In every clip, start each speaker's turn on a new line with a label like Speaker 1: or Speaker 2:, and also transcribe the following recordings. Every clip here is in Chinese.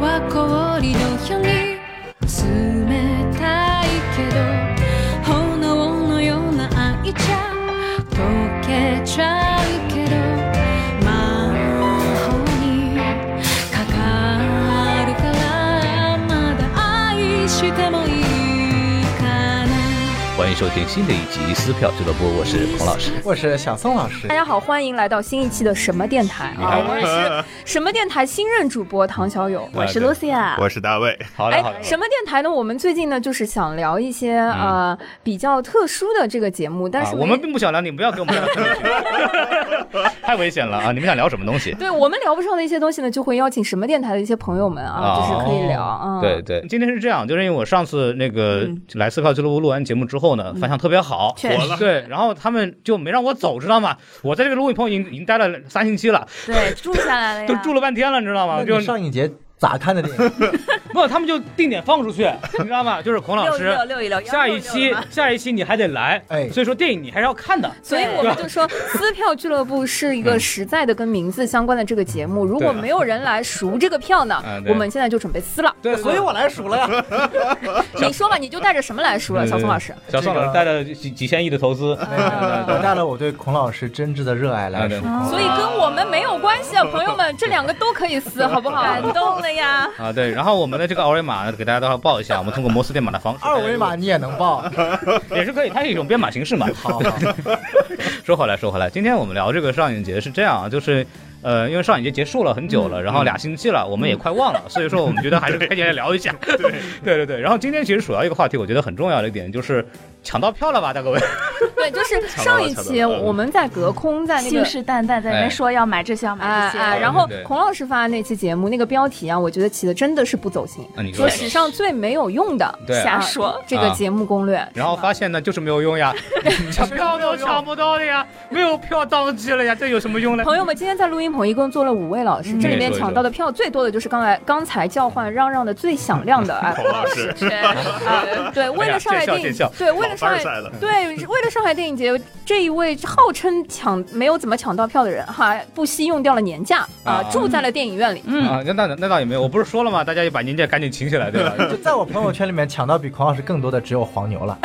Speaker 1: は氷のように冷たいけど炎のような愛じゃ溶けちゃうけど魔法にかかるからまだ愛してもいいかな
Speaker 2: 欢迎收听新的一集《撕票俱乐部》，我是孔老师。
Speaker 3: 我是小宋老师
Speaker 2: 啊
Speaker 4: 大。家好，欢迎来到新一期的什么电台啊！我 是什么电台新任主播唐小友。
Speaker 5: 我是 Lucia，
Speaker 6: 我是大卫，
Speaker 2: 好嘞，好嘞
Speaker 4: 哎，，什么电台呢？我们最近呢，就是想聊一些、呃比较特殊的这个节目，但
Speaker 2: 啊，
Speaker 4: 是
Speaker 2: 我
Speaker 4: 也
Speaker 2: 们并不想聊，你们不要给我们 聊，太危险了啊！你们想聊什么东西？
Speaker 4: 对我们聊不上的一些东西呢，就会邀请什么电台的一些朋友们啊，
Speaker 2: 哦
Speaker 4: 就是可以聊啊。嗯嗯
Speaker 2: 对，对，今天是这样，就是因为我上次那个来四票俱乐部录完节目之后呢，反响特别好，
Speaker 5: 确实
Speaker 6: 了
Speaker 2: 对，然后他们就没让我走，知道吗？我在这个录音棚已经已经待了三星期了，
Speaker 5: 对，住下来了呀，
Speaker 4: 啊
Speaker 2: 都住了半天了，你知道吗？
Speaker 3: 那
Speaker 2: 就
Speaker 3: 你上一节咋看的电 影？
Speaker 2: 不，他们就定点放出去，你知道吗？就是孔老
Speaker 5: 六一
Speaker 2: 师
Speaker 5: 六，六一六，
Speaker 2: 下一
Speaker 5: 幺
Speaker 2: 期
Speaker 5: 六六了吗
Speaker 2: 下一期你还得来，
Speaker 3: 哎
Speaker 2: 所以说电影你还是要看的。
Speaker 4: 所以我们就 说，撕票俱乐部是一个实在的跟名字相关的这个节目。如
Speaker 2: 嗯
Speaker 4: 果
Speaker 2: 对
Speaker 4: 没有人来赎这个票呢
Speaker 2: 嗯，对
Speaker 4: 我们现在就准备撕了。
Speaker 2: 对，
Speaker 3: 所以我来数了呀。
Speaker 4: 你说吧，你就带着什么来赎了，小宋老师？
Speaker 2: 小宋老师带着几几千亿的投资，
Speaker 3: 我带了我哎对孔老师真挚的热爱来
Speaker 2: 啊对对
Speaker 3: 数。
Speaker 2: 对
Speaker 4: 所以跟我们没有关系啊，朋友们，这两个都可以撕，好不好？
Speaker 5: 感动了呀！
Speaker 2: 啊，对，然后我们的这个二维码呢，给大家都要报一下，我们通过摩斯电码的方式，
Speaker 3: 二维码你也能报？
Speaker 2: 也是可以，它是一种编码形式嘛。
Speaker 3: 好，好
Speaker 2: 说回来，说回来，今天我们聊这个上影节是这样啊，就是。呃，因为上影节结束了很久
Speaker 3: 嗯
Speaker 2: 了，然后俩星期了，我们也快 忘了，所以说我们觉得还是开起来聊一下。对， 对对对。然后今天其实主要一个话题，我觉得很重要的一点就是抢到票了吧，大各位？
Speaker 4: 对，就是上一期我们在隔空在那
Speaker 5: 信
Speaker 4: 个。
Speaker 5: 誓旦旦在那
Speaker 2: 哎
Speaker 5: 边说要买这些，要
Speaker 4: 哎
Speaker 5: 买这
Speaker 4: 哎，
Speaker 5: 些，
Speaker 4: 然后
Speaker 2: 对对对
Speaker 4: 孔老师发的那期节目那个标题啊，我觉得起的真的是不走心，
Speaker 2: 啊 你说
Speaker 4: 说史上最没有用的
Speaker 2: 对啊
Speaker 5: 瞎说
Speaker 4: 这个
Speaker 2: 啊
Speaker 4: 节目攻略。
Speaker 2: 然后发现呢，就是没有用呀，抢票都抢不到的呀，没有票到期了呀，这有什么用呢？
Speaker 4: 朋友们，今天在录音棚一共坐了五位老师，这里面抢到的票最多的就是刚才刚才叫唤嚷嚷的最响亮的哎，
Speaker 6: 孔老师，
Speaker 5: 是
Speaker 4: 啊，对，为了上海电
Speaker 2: 见
Speaker 4: 影
Speaker 2: 笑，
Speaker 4: 对，为了
Speaker 6: 凡
Speaker 4: 上
Speaker 6: 尔
Speaker 4: 海
Speaker 6: 赛了，
Speaker 4: 对，为了上海电影节，这一位号称抢没有怎么抢到票的人，还不惜用掉了年假
Speaker 2: 啊
Speaker 4: 啊、住在了电影院里。
Speaker 5: 嗯
Speaker 2: 啊，那那那倒也没有，我不是说了吗？大家也把您这赶紧请起来，对吧？
Speaker 3: 就在我朋友圈里面抢到比孔老师更多的只有黄牛了。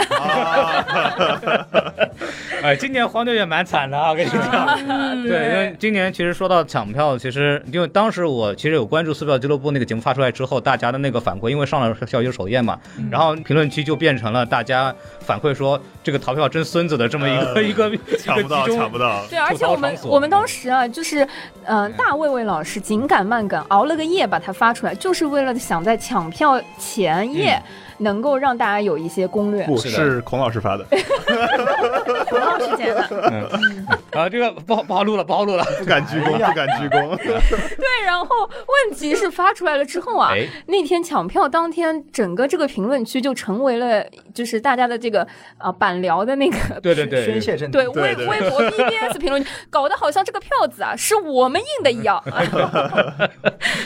Speaker 2: 哎，今年黄牛也蛮惨的啊，我跟你讲。对，因为今年其实说到抢票，其实因为当时我其实有关注撕票俱乐部那个节目发出来之后，大家的那个反馈，因为上了校友首页嘛，然后评论区就变成了大家反馈说这个逃票真孙子的这么一 个一个一 个
Speaker 6: 抢不到，
Speaker 2: 集中
Speaker 6: 抢不到，
Speaker 4: 对，而且我们
Speaker 2: 吐槽场所
Speaker 4: 我们当时啊，就是，嗯、大卫卫老师紧赶慢赶，熬了个夜把它发出来，就是为了想在抢票前夜、能够让大家有一些攻略。
Speaker 6: 不
Speaker 2: 是的
Speaker 6: 是孔老师 发的，
Speaker 5: 孔老师剪的，
Speaker 2: 啊，这个不好不好录了，不好录了。
Speaker 6: 不敢鞠
Speaker 7: 哎
Speaker 6: 躬，不敢鞠躬，
Speaker 4: 对，然后问题是发出来了之后啊，
Speaker 2: 哎
Speaker 4: 那天抢票当天，整个这个评论区就成为了就是大家的这个啊、板聊的那个
Speaker 2: 对对对，
Speaker 3: 宣泄阵地。
Speaker 4: 对
Speaker 6: 对
Speaker 4: 微
Speaker 6: 对
Speaker 4: 微 博、BBS 评论区，搞得好像这个票子啊是我们印的一 样，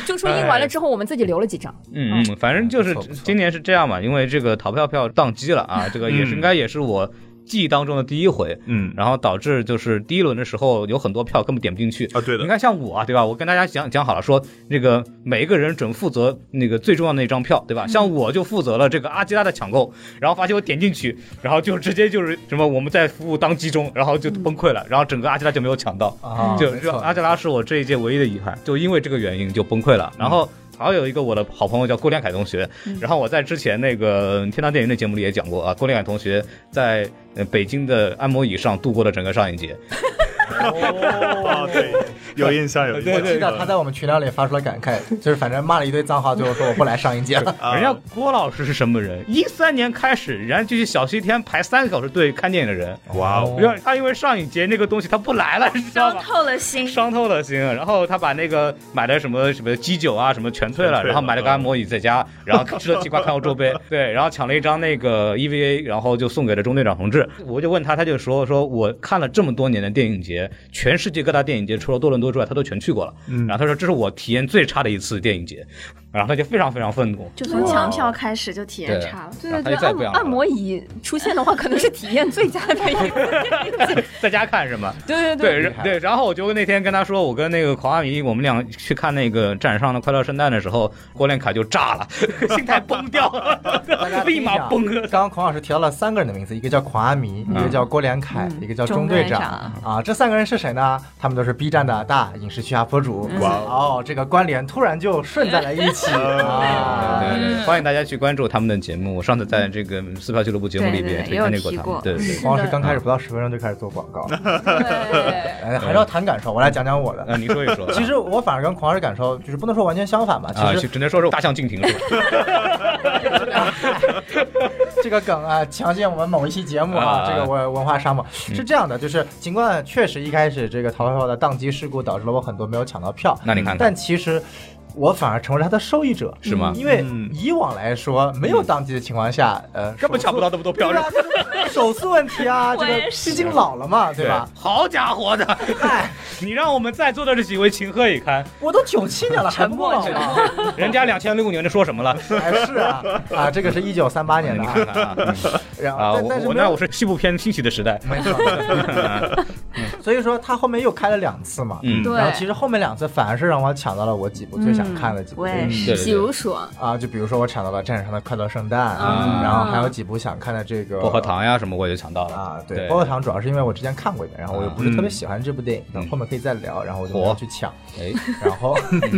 Speaker 4: 就说印完了之后我们自己留了几张。
Speaker 2: 嗯嗯，反正就是
Speaker 3: 不错不错
Speaker 2: 今年是这样嘛，因为这个逃票票宕机了啊，这个也是
Speaker 6: 嗯
Speaker 2: 应该也是我记忆当中的第一回，
Speaker 6: 嗯
Speaker 2: 然后导致就是第一轮的时候有很多票根本点不进去。
Speaker 6: 啊，对
Speaker 2: 你
Speaker 6: 的，
Speaker 2: 看像我啊，对吧？我跟大家讲讲好了，说那个每一个人准负责那个最重要的那张票，对吧？像我就负责了这个阿基拉的抢购，然后发现我点进去，然后就直接就是什么我们在服务当机中，然后就崩溃了，然后整个阿基拉就没有抢到。
Speaker 3: 啊，
Speaker 2: 就
Speaker 3: 没
Speaker 2: 就
Speaker 3: 错
Speaker 2: 阿加拉是我这一届唯一的遗憾，就因为这个原因就崩溃了。然
Speaker 3: 嗯
Speaker 2: 后还有一个我的好朋友叫郭连凯同学，然后我在之前那个天堂电影的节目里也讲过啊，郭连凯同学在呃北京的按摩椅上度过了整个上影节。
Speaker 6: 哦，对，有印象，有印象，
Speaker 3: 我记得他在我们群聊里发出了感慨，就是反正骂了一堆脏话，最后说我不来上一节了。
Speaker 6: 啊
Speaker 2: 人家郭老师是什么人？一三年开始，人家就去小西天排三个小时队看电影的人。
Speaker 6: 哇哦，
Speaker 2: 因为他因为上影节那个东西他不来了，
Speaker 3: 哦
Speaker 2: 你知道
Speaker 5: 伤
Speaker 2: 吗？
Speaker 5: 透了心，
Speaker 2: 伤透了心。然后他把那个买的什么什么鸡酒啊，什么全退
Speaker 6: 全退
Speaker 2: 了，
Speaker 6: 了嗯
Speaker 2: 然后买了个按摩椅在家，然后吃了西瓜看欧 洲杯，对，然后抢了一张那个 EVA，然后就送给了中队长同志。我就问他，他就说说我看了这么多年的电影节，全世界各大电影节除了多伦多之外，他都全去过了。
Speaker 6: 嗯
Speaker 2: 然后他说这是我体验最差的一次电影节。然后他就非常非常愤怒。
Speaker 5: 就从抢票开始就体验差了。
Speaker 4: 对
Speaker 2: 然
Speaker 4: 对
Speaker 2: 后他就再也
Speaker 4: 对，
Speaker 2: 不
Speaker 4: 按
Speaker 2: 想玩
Speaker 4: 按摩
Speaker 2: 了。
Speaker 4: 椅出现的话，可能是体验最佳的一个。
Speaker 2: 在家看是吗？
Speaker 4: 对
Speaker 2: 对
Speaker 4: 对对，
Speaker 2: 然对，然后我就那天跟他说，我跟那个狂阿迷，我们俩去看那个展上的《快乐圣诞》的时候，国联卡就炸了， 心态崩掉了，立马崩了。
Speaker 3: 刚刚孔老师提到了三个人的名字，一个叫孔阿米，一个叫郭连凯，一个叫钟队长
Speaker 5: 嗯
Speaker 3: 啊。这三个人是谁呢？他们都是 B 站的大影视区 UP 主。
Speaker 6: 哇
Speaker 3: 哦，这个关联突然就顺在了一起啊。
Speaker 2: 对对对，欢迎大家去关注他们的节目。我上次在这个撕票俱乐部节目里
Speaker 5: 对对
Speaker 2: 边推
Speaker 5: 对
Speaker 2: 荐
Speaker 5: 也
Speaker 2: 那
Speaker 5: 有
Speaker 2: 过
Speaker 5: 提
Speaker 2: 他们。
Speaker 5: 过
Speaker 2: 对对，对
Speaker 3: 孔老师刚开始不到十分钟就开始做广告，
Speaker 4: 对
Speaker 3: 哎还是要谈感受。我来讲讲我的。
Speaker 2: 那你说一说。
Speaker 3: 其实我反而跟孔老师感受就是不能说完全相反吧，
Speaker 2: 啊，
Speaker 3: 其
Speaker 2: 就
Speaker 3: 实
Speaker 2: 只能说是大象竞 停是吧？
Speaker 3: 这个梗啊，强行我们某一期节目啊
Speaker 2: 啊，嗯
Speaker 3: 这个文文化沙漠是这样的，就是尽管确实一开始这个逃票的宕机事故导致了我很多没有抢到票，
Speaker 2: 那你看看
Speaker 3: 但其实我反而成为了它的受益者，
Speaker 2: 是吗
Speaker 3: 因为
Speaker 2: 嗯
Speaker 3: 以往来说，没有宕机的情况下，呃，
Speaker 2: 根本
Speaker 3: 手
Speaker 2: 抢
Speaker 3: 速
Speaker 2: 不到。那么多票是
Speaker 3: 对啊
Speaker 2: 吧？，
Speaker 3: 手 速问题 啊，这
Speaker 5: 我
Speaker 3: 个
Speaker 5: 也
Speaker 3: 毕竟老了嘛，对吧？哎
Speaker 2: 好家伙的，你让我们在座的这几位情何以堪？
Speaker 3: 我都九七年了，还 不老吗？
Speaker 2: 人家两千零五年的说什么了？
Speaker 3: 还 是啊啊，这个是一九三八年的
Speaker 2: 你
Speaker 3: 啊
Speaker 2: 看，看啊嗯
Speaker 3: 然
Speaker 2: 啊，
Speaker 3: 后但
Speaker 2: 我
Speaker 3: 但是
Speaker 2: 我
Speaker 3: 没有
Speaker 2: 那我是西部片兴起的时代，
Speaker 3: 没错。所以说他后面又开了两次嘛，
Speaker 2: 嗯，
Speaker 4: 对
Speaker 3: 然后其实后面两次反而是让我抢到了我几部最想看的几部
Speaker 5: 我
Speaker 3: 电
Speaker 5: 也
Speaker 3: 影。
Speaker 5: 是。
Speaker 2: 嗯对对
Speaker 4: 比
Speaker 2: 对
Speaker 4: 如说，
Speaker 3: 啊，就比如说我抢到了《战场上的快乐圣诞》嗯
Speaker 2: 啊
Speaker 3: 然后还有几部想看的这个
Speaker 2: 薄荷糖呀什么我也抢到了
Speaker 3: 啊，对，
Speaker 2: 对
Speaker 3: 薄荷糖主要是因为我之前看过一遍，然后我又不是特别
Speaker 2: 嗯
Speaker 3: 喜欢这部电影，等
Speaker 2: 嗯
Speaker 3: 后面可以再聊，然后我就没有
Speaker 2: 火
Speaker 3: 去抢，
Speaker 2: 哎，
Speaker 3: 然后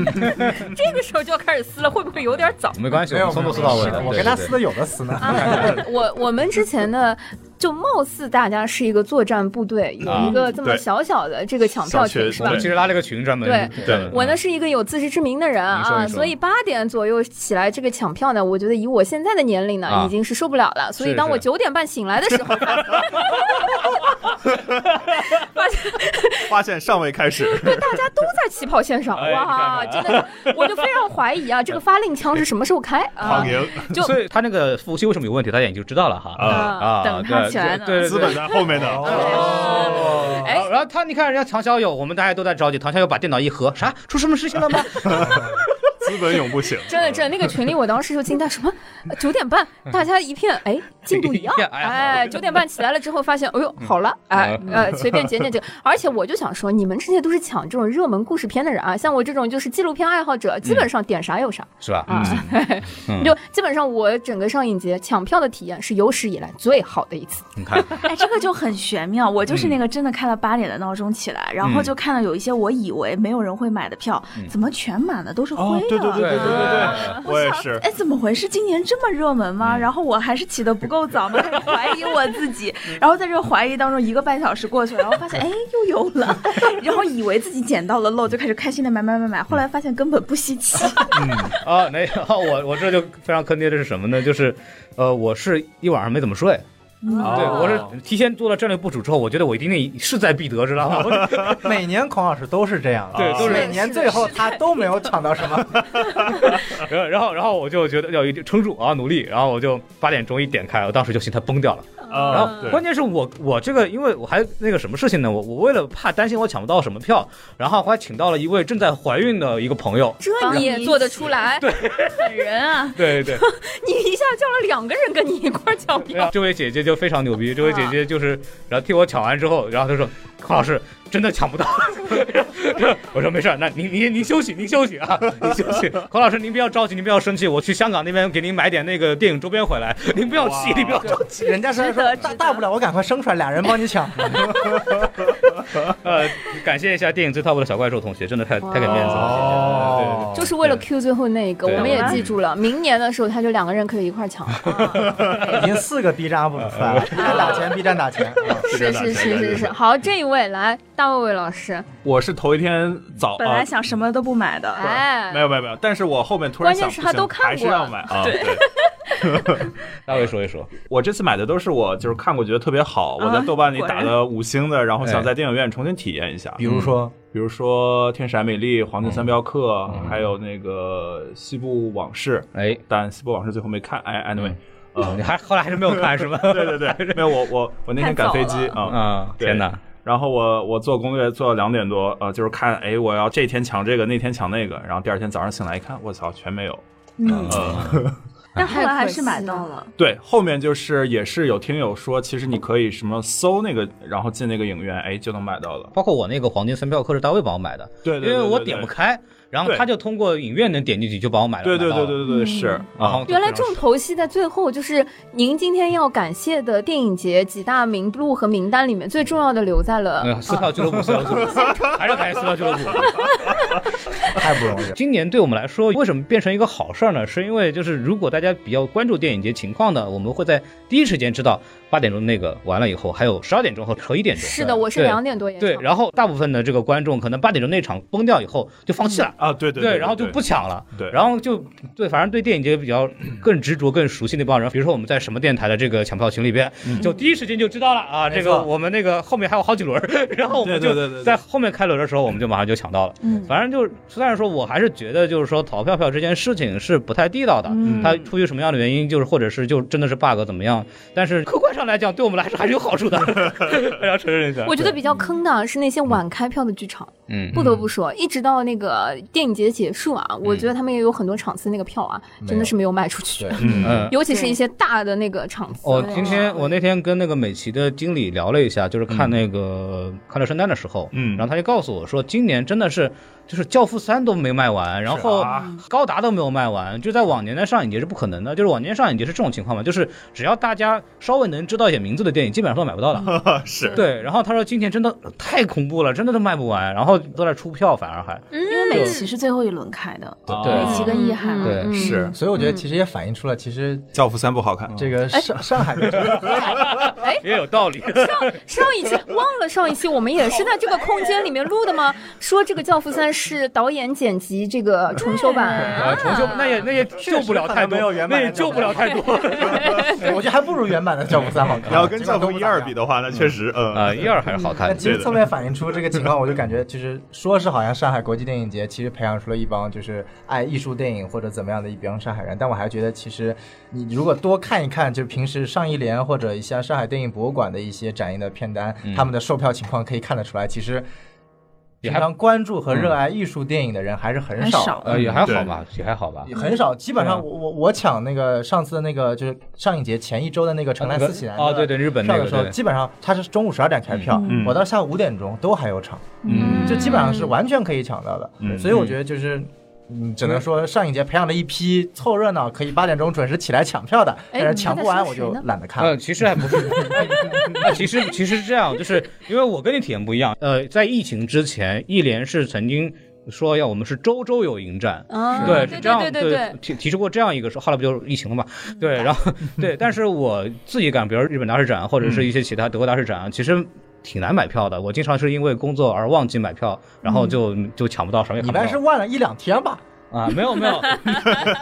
Speaker 4: 这个时候就要开始撕了，会不会有点早？
Speaker 2: 没关系，
Speaker 3: 没
Speaker 2: 我
Speaker 3: 有
Speaker 2: 们从头
Speaker 3: 没
Speaker 2: 撕
Speaker 3: 有
Speaker 2: 到尾
Speaker 3: 没有
Speaker 2: 的，
Speaker 3: 我
Speaker 2: 对
Speaker 3: 跟他
Speaker 2: 对
Speaker 3: 撕的有的撕呢，
Speaker 4: 啊 我我们之前呢，就貌似大家是一个作战部队，有
Speaker 2: 啊
Speaker 4: 一个这么
Speaker 6: 对
Speaker 4: 小小的这个抢票
Speaker 6: 小
Speaker 4: 群
Speaker 6: 群
Speaker 4: 是
Speaker 2: 我
Speaker 4: 吧
Speaker 2: 们？其实拉了个群专门
Speaker 4: 对
Speaker 6: 对
Speaker 4: 我呢是一个有自知之明的人
Speaker 2: 你说
Speaker 4: 啊，
Speaker 2: 你说
Speaker 4: 所以八点左右起来这个抢票呢，我觉得以我现在的年龄呢，
Speaker 2: 啊
Speaker 4: 已经是受不了了。所以当我
Speaker 2: 是
Speaker 4: 九点半醒来的 时候，发现
Speaker 6: 发现尚未开始，
Speaker 4: 大家都在起跑线上，
Speaker 2: 哎
Speaker 4: 哇，
Speaker 2: 你
Speaker 4: 真的是，我就非常怀疑啊，这个发令枪是什么时候开 啊
Speaker 6: 躺？赢
Speaker 4: 就
Speaker 2: 嗯所以他那个服务器为什么有问题，大家也就知道了哈。
Speaker 6: 啊，
Speaker 4: 啊，
Speaker 2: 啊，
Speaker 5: 等他
Speaker 2: 对
Speaker 5: 起来呢
Speaker 2: 对对
Speaker 6: 资
Speaker 2: 对
Speaker 6: 本在后面呢。
Speaker 2: 哦，
Speaker 4: 哎
Speaker 2: 然后他你看人家唐小友，我们大家都在着急，唐小友把电脑一合，啥出什么事情了吗？
Speaker 6: 资本永不醒。
Speaker 4: 真的，真的，那个群里我当时就惊呆，什么呃九点半，大家一片哎，进度一样
Speaker 2: 一样，嗯 哎好嗯
Speaker 4: 哎，九点半起来了之后发现，哎呦，好了，哎呃，随便剪剪这个，而且我就想说，你们这些都是抢这种热门故事片的人啊，像我这种就是纪录片爱好者，基本上点啥有啥
Speaker 2: 是吧？
Speaker 4: 啊，
Speaker 2: 嗯
Speaker 4: 就基本上我整个上影节抢票的体验是有史以来最好的一次，
Speaker 2: 你看，
Speaker 5: 哎，这个就很玄妙。我就是
Speaker 6: 嗯
Speaker 5: 那个真的开了八点的闹钟起来，然后就看到有一些我以为没有人会买的票，怎么全满了都是灰
Speaker 6: 嗯哦
Speaker 5: 的？，
Speaker 6: 对对对对对对
Speaker 5: 啊
Speaker 6: 对，我也 是。
Speaker 5: 哎，怎么回事？今年这么热门
Speaker 6: 嗯
Speaker 5: 吗？然后我还是起得不够早嘛，开始怀疑我 自己。
Speaker 6: 嗯
Speaker 5: 然后在这个怀疑当中，一个半小时过去了，然后发现哎又有了， 然后以为自己捡到了漏，就开始开心的买买买买。后来发现根本不稀 奇。
Speaker 2: 啊，没有，我我这就非常坑爹的是什么呢？就是，呃，我是一晚上没怎么睡，
Speaker 3: 哦
Speaker 6: 哦
Speaker 2: 对我是提前做了战略部署之后，我觉得我一定得势在必得，知道吗？我就
Speaker 3: 每年孔老师都是这样的，
Speaker 2: 对都是
Speaker 3: 每年最后他都没有抢到什么，
Speaker 2: 然后然后然后我就觉得要一定撑住啊，努力，然后我就八点钟一点开，我当时就心态崩掉了。然
Speaker 6: 啊
Speaker 7: 嗯
Speaker 2: 后，关键是我我这个，因为我还那个什么事情呢？我我为了怕担心我抢不到什么票，然后还请到了一位正在怀孕的一个朋友。
Speaker 4: 这你也做得出来？对，
Speaker 5: 本人啊，
Speaker 2: 对对
Speaker 4: 你一下叫了两个人跟你一块儿抢
Speaker 2: 对，然
Speaker 4: 票
Speaker 2: 后，这位姐姐就非常牛逼，这位姐姐就是，然后替我抢完之后，然后她说：“康老师真的抢不到。” 我说：“没事儿，那您您您休息，您休息啊，您休息。康老师您不要着急，您不要生气，我去香港那边给您买点那个电影周边回来，您不要气，
Speaker 6: 哇
Speaker 2: 您不要着急。
Speaker 3: 人家是说大大不了我赶快生出来，俩人帮你抢。
Speaker 2: 呃，感谢一下电影最 top 的小怪兽同学，真的太太给面子了，
Speaker 7: 哦
Speaker 2: 谢谢。对对
Speaker 6: 哦
Speaker 2: 对。”
Speaker 4: 就是为了 Q 最后那一个，
Speaker 2: 对
Speaker 4: 我们也
Speaker 2: 对
Speaker 4: 记住了，明年的时候他就两个人可以一块儿抢。
Speaker 3: 已经四个 B 站 UP 主出来了，B 站打钱，B 站打钱。
Speaker 4: 是是是是是，好，这一位来，大卫卫老师，
Speaker 7: 我是头一天早，
Speaker 5: 本来
Speaker 7: 啊，
Speaker 5: 想什么都不买的，
Speaker 6: 啊
Speaker 4: 哎，
Speaker 7: 没有没有没有，但是我后面突然想，
Speaker 4: 关键是他都
Speaker 7: 不行
Speaker 4: 看过
Speaker 7: 还是要买啊。对，
Speaker 2: 大卫说一说，
Speaker 7: 我这次买的都是我就是看过觉得特别好，
Speaker 5: 啊
Speaker 7: 我在豆瓣里打
Speaker 5: 果
Speaker 7: 的五星的，然后
Speaker 6: 哎
Speaker 7: 想在电影院重新体验一下
Speaker 3: 比，如说，
Speaker 7: 比如说《天使爱美丽》《黄金三镖客》，还有那个《西部往事》，
Speaker 2: 哎，
Speaker 7: 但《西部往事》最后没看，哎，anyway，
Speaker 2: 你还后来还是没有看是吧？
Speaker 7: 对对对，没有我我我那天赶飞机啊。
Speaker 2: 啊，
Speaker 7: 对
Speaker 2: 天哪！
Speaker 7: 然后我我做攻略做到两点多，呃，就是看，哎，我要这天抢这个，那天抢那个，然后第二天早上醒来一看，我操，全没有。
Speaker 5: 嗯，
Speaker 7: 呃，
Speaker 5: 但后来还
Speaker 4: 太可惜
Speaker 5: 是
Speaker 4: 了
Speaker 5: 买到了。
Speaker 7: 对，后面就是也是有听友说，其实你可以什么搜那个，然后进那个影院，哎，就能买到了。
Speaker 2: 包括我那个黄金三票课是大卫帮我买的，
Speaker 7: 对，
Speaker 2: 因
Speaker 7: 对
Speaker 2: 为我点不。开，然后他就通过影院能点进去就帮我买了。
Speaker 7: 对对
Speaker 2: 买到
Speaker 7: 对对
Speaker 2: 了
Speaker 7: 对对对，是
Speaker 2: 然
Speaker 7: 啊
Speaker 2: 后，
Speaker 4: 原来重头戏在最后，就是您今天要感谢的电影节几大名录和名单里面最重要的留在了。
Speaker 2: 呃，撕票俱乐部，撕票俱乐部，还是感谢撕票俱乐部。
Speaker 3: 太不容易了。
Speaker 2: 今年对我们来说，为什么变成一个好事儿呢？是因为就是如果大家比较关注电影节情况呢，我们会在第一时间知道八点钟那个完了以后，还有十二点钟和和一点钟。
Speaker 4: 是的，我是
Speaker 2: 对
Speaker 4: 两点多演
Speaker 2: 对，
Speaker 4: 唱。
Speaker 2: 然后大部分的这个观众可能八点钟那场崩掉以后就放弃了。
Speaker 7: 啊，对对
Speaker 2: 对，然后就不抢了，
Speaker 7: 对
Speaker 2: 然后就对，反正对电影节比较更执着、更熟悉那帮人，比如说我们在什么电台的这个抢票群里边，
Speaker 7: 嗯
Speaker 2: 就第一时间就知道了啊，
Speaker 3: 没
Speaker 2: 这
Speaker 3: 错
Speaker 2: 个我们那个后面还有好几轮儿， 然后我们
Speaker 7: 对对对对
Speaker 2: 就
Speaker 7: 对
Speaker 2: 在后面开轮的时候，我们就马上就抢到了。
Speaker 5: 嗯
Speaker 2: 反正就是，虽然说我还是觉得就是说逃票票这件事情是不太地道的，
Speaker 5: 嗯
Speaker 2: 它出于什么样的原因，就是或者是就真的是 bug 怎么样，但是客观上来讲，对我们来说还是有好处 的， 还要承认一下。
Speaker 4: 我觉得
Speaker 2: 对，
Speaker 4: 比较坑的啊是那些晚开票的剧场，
Speaker 2: 嗯，嗯
Speaker 4: 不得不说，一直到那个电影节结束啊，我觉得他们也有很多场次那个票啊，真的是没有卖出去
Speaker 3: 对，
Speaker 7: 嗯
Speaker 2: 嗯，
Speaker 4: 尤其是一些大的那个场次。
Speaker 2: 哦，今天我那天跟那个美琪的经理聊了一下，就是看那个、看到圣诞的时候，
Speaker 7: 嗯
Speaker 2: 然后他就告诉我说，今年真的是就是《教父三》都没卖完，然后
Speaker 7: 啊
Speaker 2: 《高达》都没有卖完，就在往年的上影节是不可能的，就是往年上影节是这种情况嘛，就是只要大家稍微能知道一点名字的电影，基本上都买不到的。
Speaker 7: 是
Speaker 2: 对，然后他说今年真的太恐怖了，真的都卖不完，然后都在出票，反而还
Speaker 5: 因为美琪是最后一轮开的，
Speaker 6: 啊
Speaker 7: 对
Speaker 5: 美琪跟易海嘛。
Speaker 2: 对
Speaker 4: 嗯
Speaker 7: 是
Speaker 3: 所以我觉得其实也反映出了，其实
Speaker 7: 《教父三》不好看，
Speaker 2: 嗯
Speaker 3: 这个上上海的这个
Speaker 2: 也有道理。
Speaker 4: 上一 期忘了上一期我们也是在这个空间里面录的吗？说这个《教父三》是导演剪辑这个重修版，
Speaker 2: 啊，重修那也那也救不了太
Speaker 3: 可能没有
Speaker 2: 多，
Speaker 3: 原版
Speaker 2: 那
Speaker 3: 的
Speaker 2: 也救不了太多
Speaker 3: 我觉得还不如原版的《教父三》好看。
Speaker 6: 你要跟《教父》
Speaker 3: 尽管都不
Speaker 6: 一
Speaker 3: 咋样
Speaker 6: 二比的话，那确实，嗯
Speaker 2: 啊，一二还是好看
Speaker 3: 但
Speaker 2: 的。
Speaker 3: 其实
Speaker 7: 对的
Speaker 3: 侧面反映出这个情况，我就感觉，其实说是好像上海国际电影节，其实培养出了一帮就是爱艺术电影或者怎么样的一帮上海人。但我还觉得，其实你如果多看一看，就是平时上一联或者一些上海电影博物馆的一些展映的片单，他们的售票情况可以看得出来，其实
Speaker 2: 嗯也
Speaker 3: 平
Speaker 2: 还嗯
Speaker 3: 常关注和热爱艺术电影的人还是很
Speaker 5: 很
Speaker 3: 少
Speaker 5: 少
Speaker 3: 的。
Speaker 2: 呃，也还好
Speaker 7: 对
Speaker 2: 吧，也还好吧。
Speaker 3: 也很少，基本
Speaker 2: 对啊
Speaker 3: 上我我我抢那个上次的那个就是上影节前一周的那个城南四喜男
Speaker 2: 哦，对
Speaker 3: 对，
Speaker 2: 对，日本那
Speaker 3: 票
Speaker 2: 个
Speaker 3: 的时候，
Speaker 2: 对
Speaker 3: 基本上它是中午十二点开票，
Speaker 7: 嗯
Speaker 3: 我到下午五点钟都还有场。
Speaker 7: 嗯
Speaker 3: 就基本上是完全可以抢到的。
Speaker 7: 嗯
Speaker 3: 所以我觉得就是。嗯，只能说上一节培养了一批凑热闹，可以八点钟准时起来抢票的，
Speaker 4: 哎
Speaker 3: 但是抢不完
Speaker 4: 你
Speaker 3: 我
Speaker 4: 们在说
Speaker 3: 就
Speaker 4: 谁呢
Speaker 3: 懒得看了
Speaker 2: 呃，。其实还不是， 那其实其实是这样，就是因为我跟你体验不一样。呃，在疫情之前，一联是曾经说要我们是周周有迎战，
Speaker 4: 啊，
Speaker 2: 对，
Speaker 4: 对
Speaker 2: 是这样
Speaker 4: 对对对，
Speaker 2: 提提出过这样一个说，后来不就是疫情了嘛？对，然后 对，但是我自己感，比如日本大使展或者是一些其他德国大使展啊，其实挺难买票的。我经常是因为工作而忘记买票，然后就就抢不到，什么也
Speaker 3: 你
Speaker 2: 看不到。
Speaker 3: 们是晚了一两天吧？
Speaker 2: 啊，没有没 有，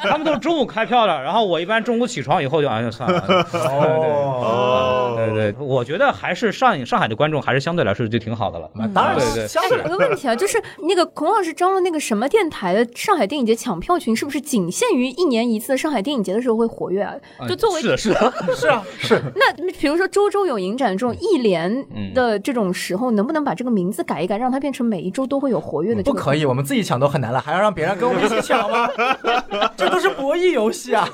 Speaker 2: 他们都是中午开票的，然后我一般中午起床以后就哎呀算了。
Speaker 3: 哦，
Speaker 7: 哦，
Speaker 2: 对对，我觉得还是上上海的观众还是相对来说就挺好的了。
Speaker 3: 那嗯当
Speaker 2: 嗯
Speaker 3: 然
Speaker 2: 对对
Speaker 3: 是相
Speaker 4: 我
Speaker 3: 对
Speaker 4: 有个问题啊，就是那个孔老师招了那个什么电台的上海电影节抢票群，是不是仅限于一年一次的上海电影节的时候会活跃啊？就作为
Speaker 2: 是的，是的，
Speaker 3: 是啊，是
Speaker 4: 那比如说周周有影展这种一
Speaker 2: 嗯
Speaker 4: 连的这种时候，能不能把这个名字改一改，让它变成每一周都会有活跃的？
Speaker 3: 不可以，，我们自己抢都很难了，还要让别人跟我们一起抢 吗？这都是博弈游戏啊！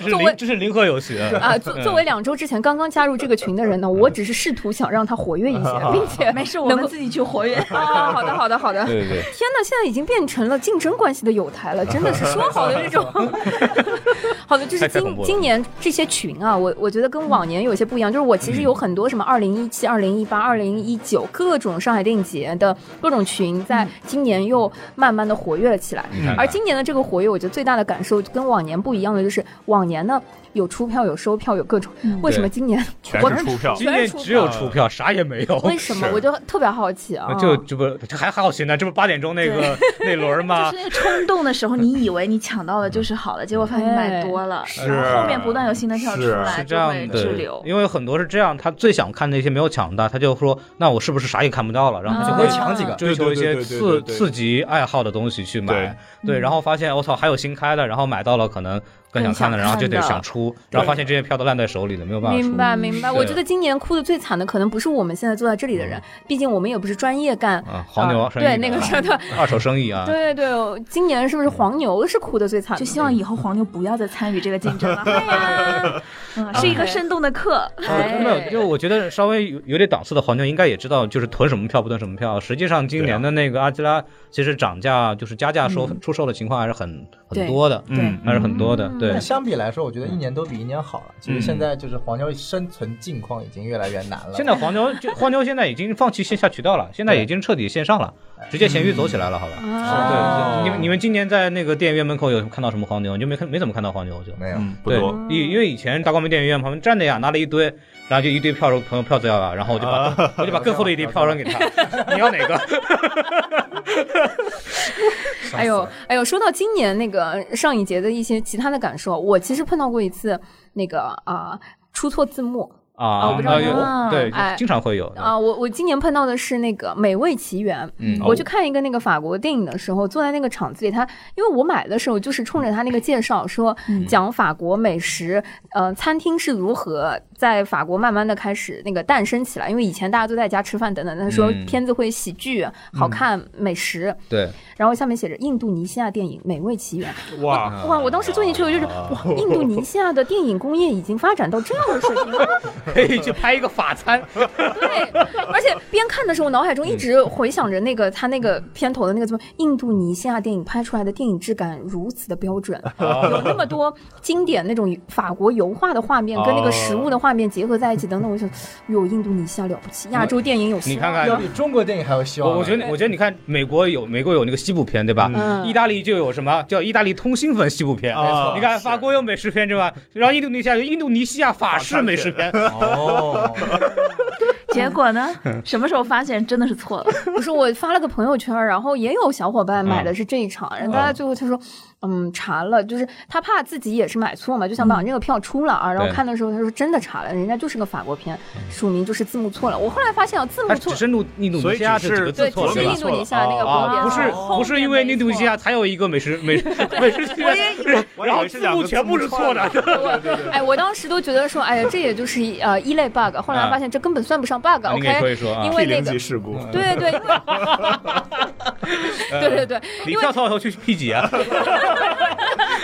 Speaker 2: 这是
Speaker 4: 作为
Speaker 2: 零这是零和游戏。
Speaker 4: 啊，作作为
Speaker 2: 嗯
Speaker 4: 两周之前刚刚加入这个群的人呢，我只是试图想让它活跃一些，
Speaker 2: 啊
Speaker 4: 并且
Speaker 5: 没事，我
Speaker 4: 能
Speaker 5: 们
Speaker 4: 够
Speaker 5: 自己去活跃。
Speaker 4: 啊，好的，好的，好的。
Speaker 2: 对对，
Speaker 4: 天呐，现在已经变成了竞争关系的友 台了，真的是说好的这种， 好的，就是
Speaker 2: 太恐怖
Speaker 4: 今
Speaker 2: 了
Speaker 4: 今年这些群啊，我我觉得跟往年有些不一样，就是我
Speaker 2: 嗯
Speaker 4: 其实有很多什么二零一七、二零一八、二零一九各种上海电影节的各种群，
Speaker 2: 嗯
Speaker 4: 在今年又慢慢的活跃了起来。
Speaker 2: 你
Speaker 7: 嗯
Speaker 2: 看看
Speaker 4: 而今年的这个活跃，我觉得最大的感受跟往年不一样的就是，往年呢有出票、有收票、有各种，为什么今年
Speaker 7: 全
Speaker 4: 我
Speaker 7: 是 出票。
Speaker 2: 嗯今年只有出票，啥也没有。
Speaker 4: 为什么？我就特别好奇啊，
Speaker 2: 就这不这还还好些呢，这不八点钟那个那轮儿吗
Speaker 5: 就？是那个冲动的时候，你以为你抢到了
Speaker 4: 嗯
Speaker 5: 就是好的，结果发现你买多了，
Speaker 7: 是
Speaker 5: 然后后面不断有新的票出
Speaker 7: 是
Speaker 5: 来，
Speaker 2: 是这
Speaker 5: 就
Speaker 2: 样
Speaker 5: 会
Speaker 2: 的
Speaker 5: 滞留。
Speaker 2: 因为很多是这样，他最想看那些没有抢的，他就说那我是不是啥也看不到了？然后
Speaker 4: 啊
Speaker 2: 就
Speaker 3: 就
Speaker 2: 会
Speaker 3: 多啊抢几个。
Speaker 2: 追求一些
Speaker 7: 对对对对
Speaker 2: 刺
Speaker 7: 对对
Speaker 4: 嗯
Speaker 2: 刺激爱好的东西去买，对，然后发现我操还有新开的，然后买到了可能更想看的，然后就得
Speaker 4: 更想看
Speaker 2: 想
Speaker 4: 的
Speaker 2: 出，然后发现这些票都烂在手里了，没有办法出。
Speaker 4: 明白明白，
Speaker 2: 是
Speaker 4: 我觉得今年哭的最惨的可能不是我们现在坐在这里的人，毕竟我们也不是专业干
Speaker 2: 嗯啊，嗯黄牛
Speaker 4: 呃
Speaker 2: 生意
Speaker 4: 对那个时候对
Speaker 2: 二手生意啊，
Speaker 4: 对对，我今年是不是黄牛是哭的最惨的？
Speaker 5: 就希望以后黄牛不要再参与这个竞争 了。对呀，嗯，是一个生动的课。
Speaker 4: 哎
Speaker 2: 啊没有，就我觉得稍微有有点档次的黄牛应该也知道，就是囤什么票不囤什么票。实际上，
Speaker 7: 啊
Speaker 2: 今年的那个阿基拉其实涨价就是加价收出售的情况还是很很
Speaker 4: 嗯对
Speaker 2: 多的，
Speaker 5: 对
Speaker 7: 嗯，
Speaker 2: 还是很多的。对
Speaker 3: 但，相比来说，我觉
Speaker 2: 嗯
Speaker 3: 得一年都比一年好了。其实
Speaker 7: 嗯
Speaker 3: 现在就是黄牛生存境况已经越来越难了。
Speaker 2: 现在黄牛就黄牛现在已经放弃线下渠道了，现在已经彻底线上了，直接闲鱼走起来了，好吧？
Speaker 3: 哦
Speaker 4: 啊，
Speaker 2: 对，你们你们今年在那个电影院门口有看到什么黄牛？你就没看没怎么看到黄牛就。
Speaker 3: 没有，
Speaker 7: 嗯，不
Speaker 2: 对
Speaker 7: 多，，
Speaker 2: 因因为以前大光明电影院旁边站着呀，拿了一堆，然后就一堆票，朋友票子要啊，然后我就把更我就把更厚的一叠票扔给他，你要哪个？
Speaker 4: 哎呦哎呦，说到今年那个上一节的一些其他的感受，我其实碰到过一次那个啊、出错字幕
Speaker 2: 啊，
Speaker 4: 哦我不知道
Speaker 2: 有
Speaker 5: 啊
Speaker 2: 对，
Speaker 4: 哎
Speaker 2: 经常会有
Speaker 4: 啊、我我今年碰到的是那个《美味奇缘》。
Speaker 2: 嗯，
Speaker 4: 我去看一个那个法国电影的时候，坐在那个场子里，他因为我买的时候就是冲着他那个介绍说
Speaker 2: 嗯
Speaker 4: 讲法国美食，呃，餐厅是如何在法国慢慢的开始那个诞生起来，因为以前大家都在家吃饭等等，他说
Speaker 2: 嗯
Speaker 4: 片子会喜剧、好看、美食，
Speaker 2: 对，
Speaker 4: 然后下面写着印度尼西亚电影《美味奇缘》，
Speaker 2: 啊
Speaker 7: 哇，
Speaker 4: 哇！我当时坐进去，我就是哇，印度尼西亚的电影工业已经发展到这样的水平了。
Speaker 2: 可以去拍一个法餐，
Speaker 4: 对，而且边看的时候，我脑海中一直回想着那个他那个片头的那个什么印度尼西亚电影拍出来的电影质感如此的标准，有那么多经典那种法国油画的画面跟那个食物的画面结合在一起，等等，我就有印度尼西亚了不起，亚洲电影有
Speaker 2: 你
Speaker 4: 希
Speaker 2: 看
Speaker 4: 望。
Speaker 2: 看
Speaker 3: 要。比中国电影还有希望
Speaker 2: 我
Speaker 3: 了。
Speaker 2: 我觉得，我觉得你看，美国有美国有那个西部片，对吧？
Speaker 4: 嗯
Speaker 2: 意大利就有什么叫意大利通心粉西部片，
Speaker 4: 啊
Speaker 3: 没错
Speaker 2: 你看法国有美食片，对吧？然后印度尼西亚有印度尼西亚法式美食片，
Speaker 3: 哦，
Speaker 5: 结果呢，
Speaker 4: 嗯
Speaker 5: 什么时候发现真的是错了？
Speaker 4: 不是我发了个朋友圈，然后也有小伙伴买的
Speaker 2: 嗯
Speaker 4: 是这一场，然后大家最后他说，嗯，查了，就是他怕自己也是买错嘛，就想把
Speaker 2: 嗯
Speaker 4: 这个票出了啊。然后看的时候他说真的查了，人家就是个法国片，署名就是字幕错了。我后来发现啊，字
Speaker 2: 它
Speaker 4: 幕错
Speaker 2: 嗯哎只，是印度印度尼西亚这几个字
Speaker 4: 对，
Speaker 2: 错了，
Speaker 4: 只是
Speaker 2: 对吧
Speaker 4: 印？度尼西亚那个国
Speaker 2: 啊，
Speaker 4: 别
Speaker 2: 不是
Speaker 4: 错
Speaker 2: 不是因为印度尼西亚才有一个美食美食美食片，
Speaker 7: 我以为
Speaker 2: 然后
Speaker 7: 是
Speaker 2: 字
Speaker 7: 两
Speaker 2: 幕
Speaker 7: 个
Speaker 2: 全部是错的，
Speaker 4: 哎，我当时都觉得说，哎呀，这也就是一呃一类 bug。后来发现这根本算不上 bug。
Speaker 2: 你可以
Speaker 4: OK，
Speaker 2: 说一啊说啊
Speaker 4: 因。
Speaker 7: P
Speaker 4: 为那
Speaker 7: 零
Speaker 4: 个
Speaker 7: 级事 故，
Speaker 4: 对对，因为 对对对，
Speaker 2: 你跳槽头去 P 几啊？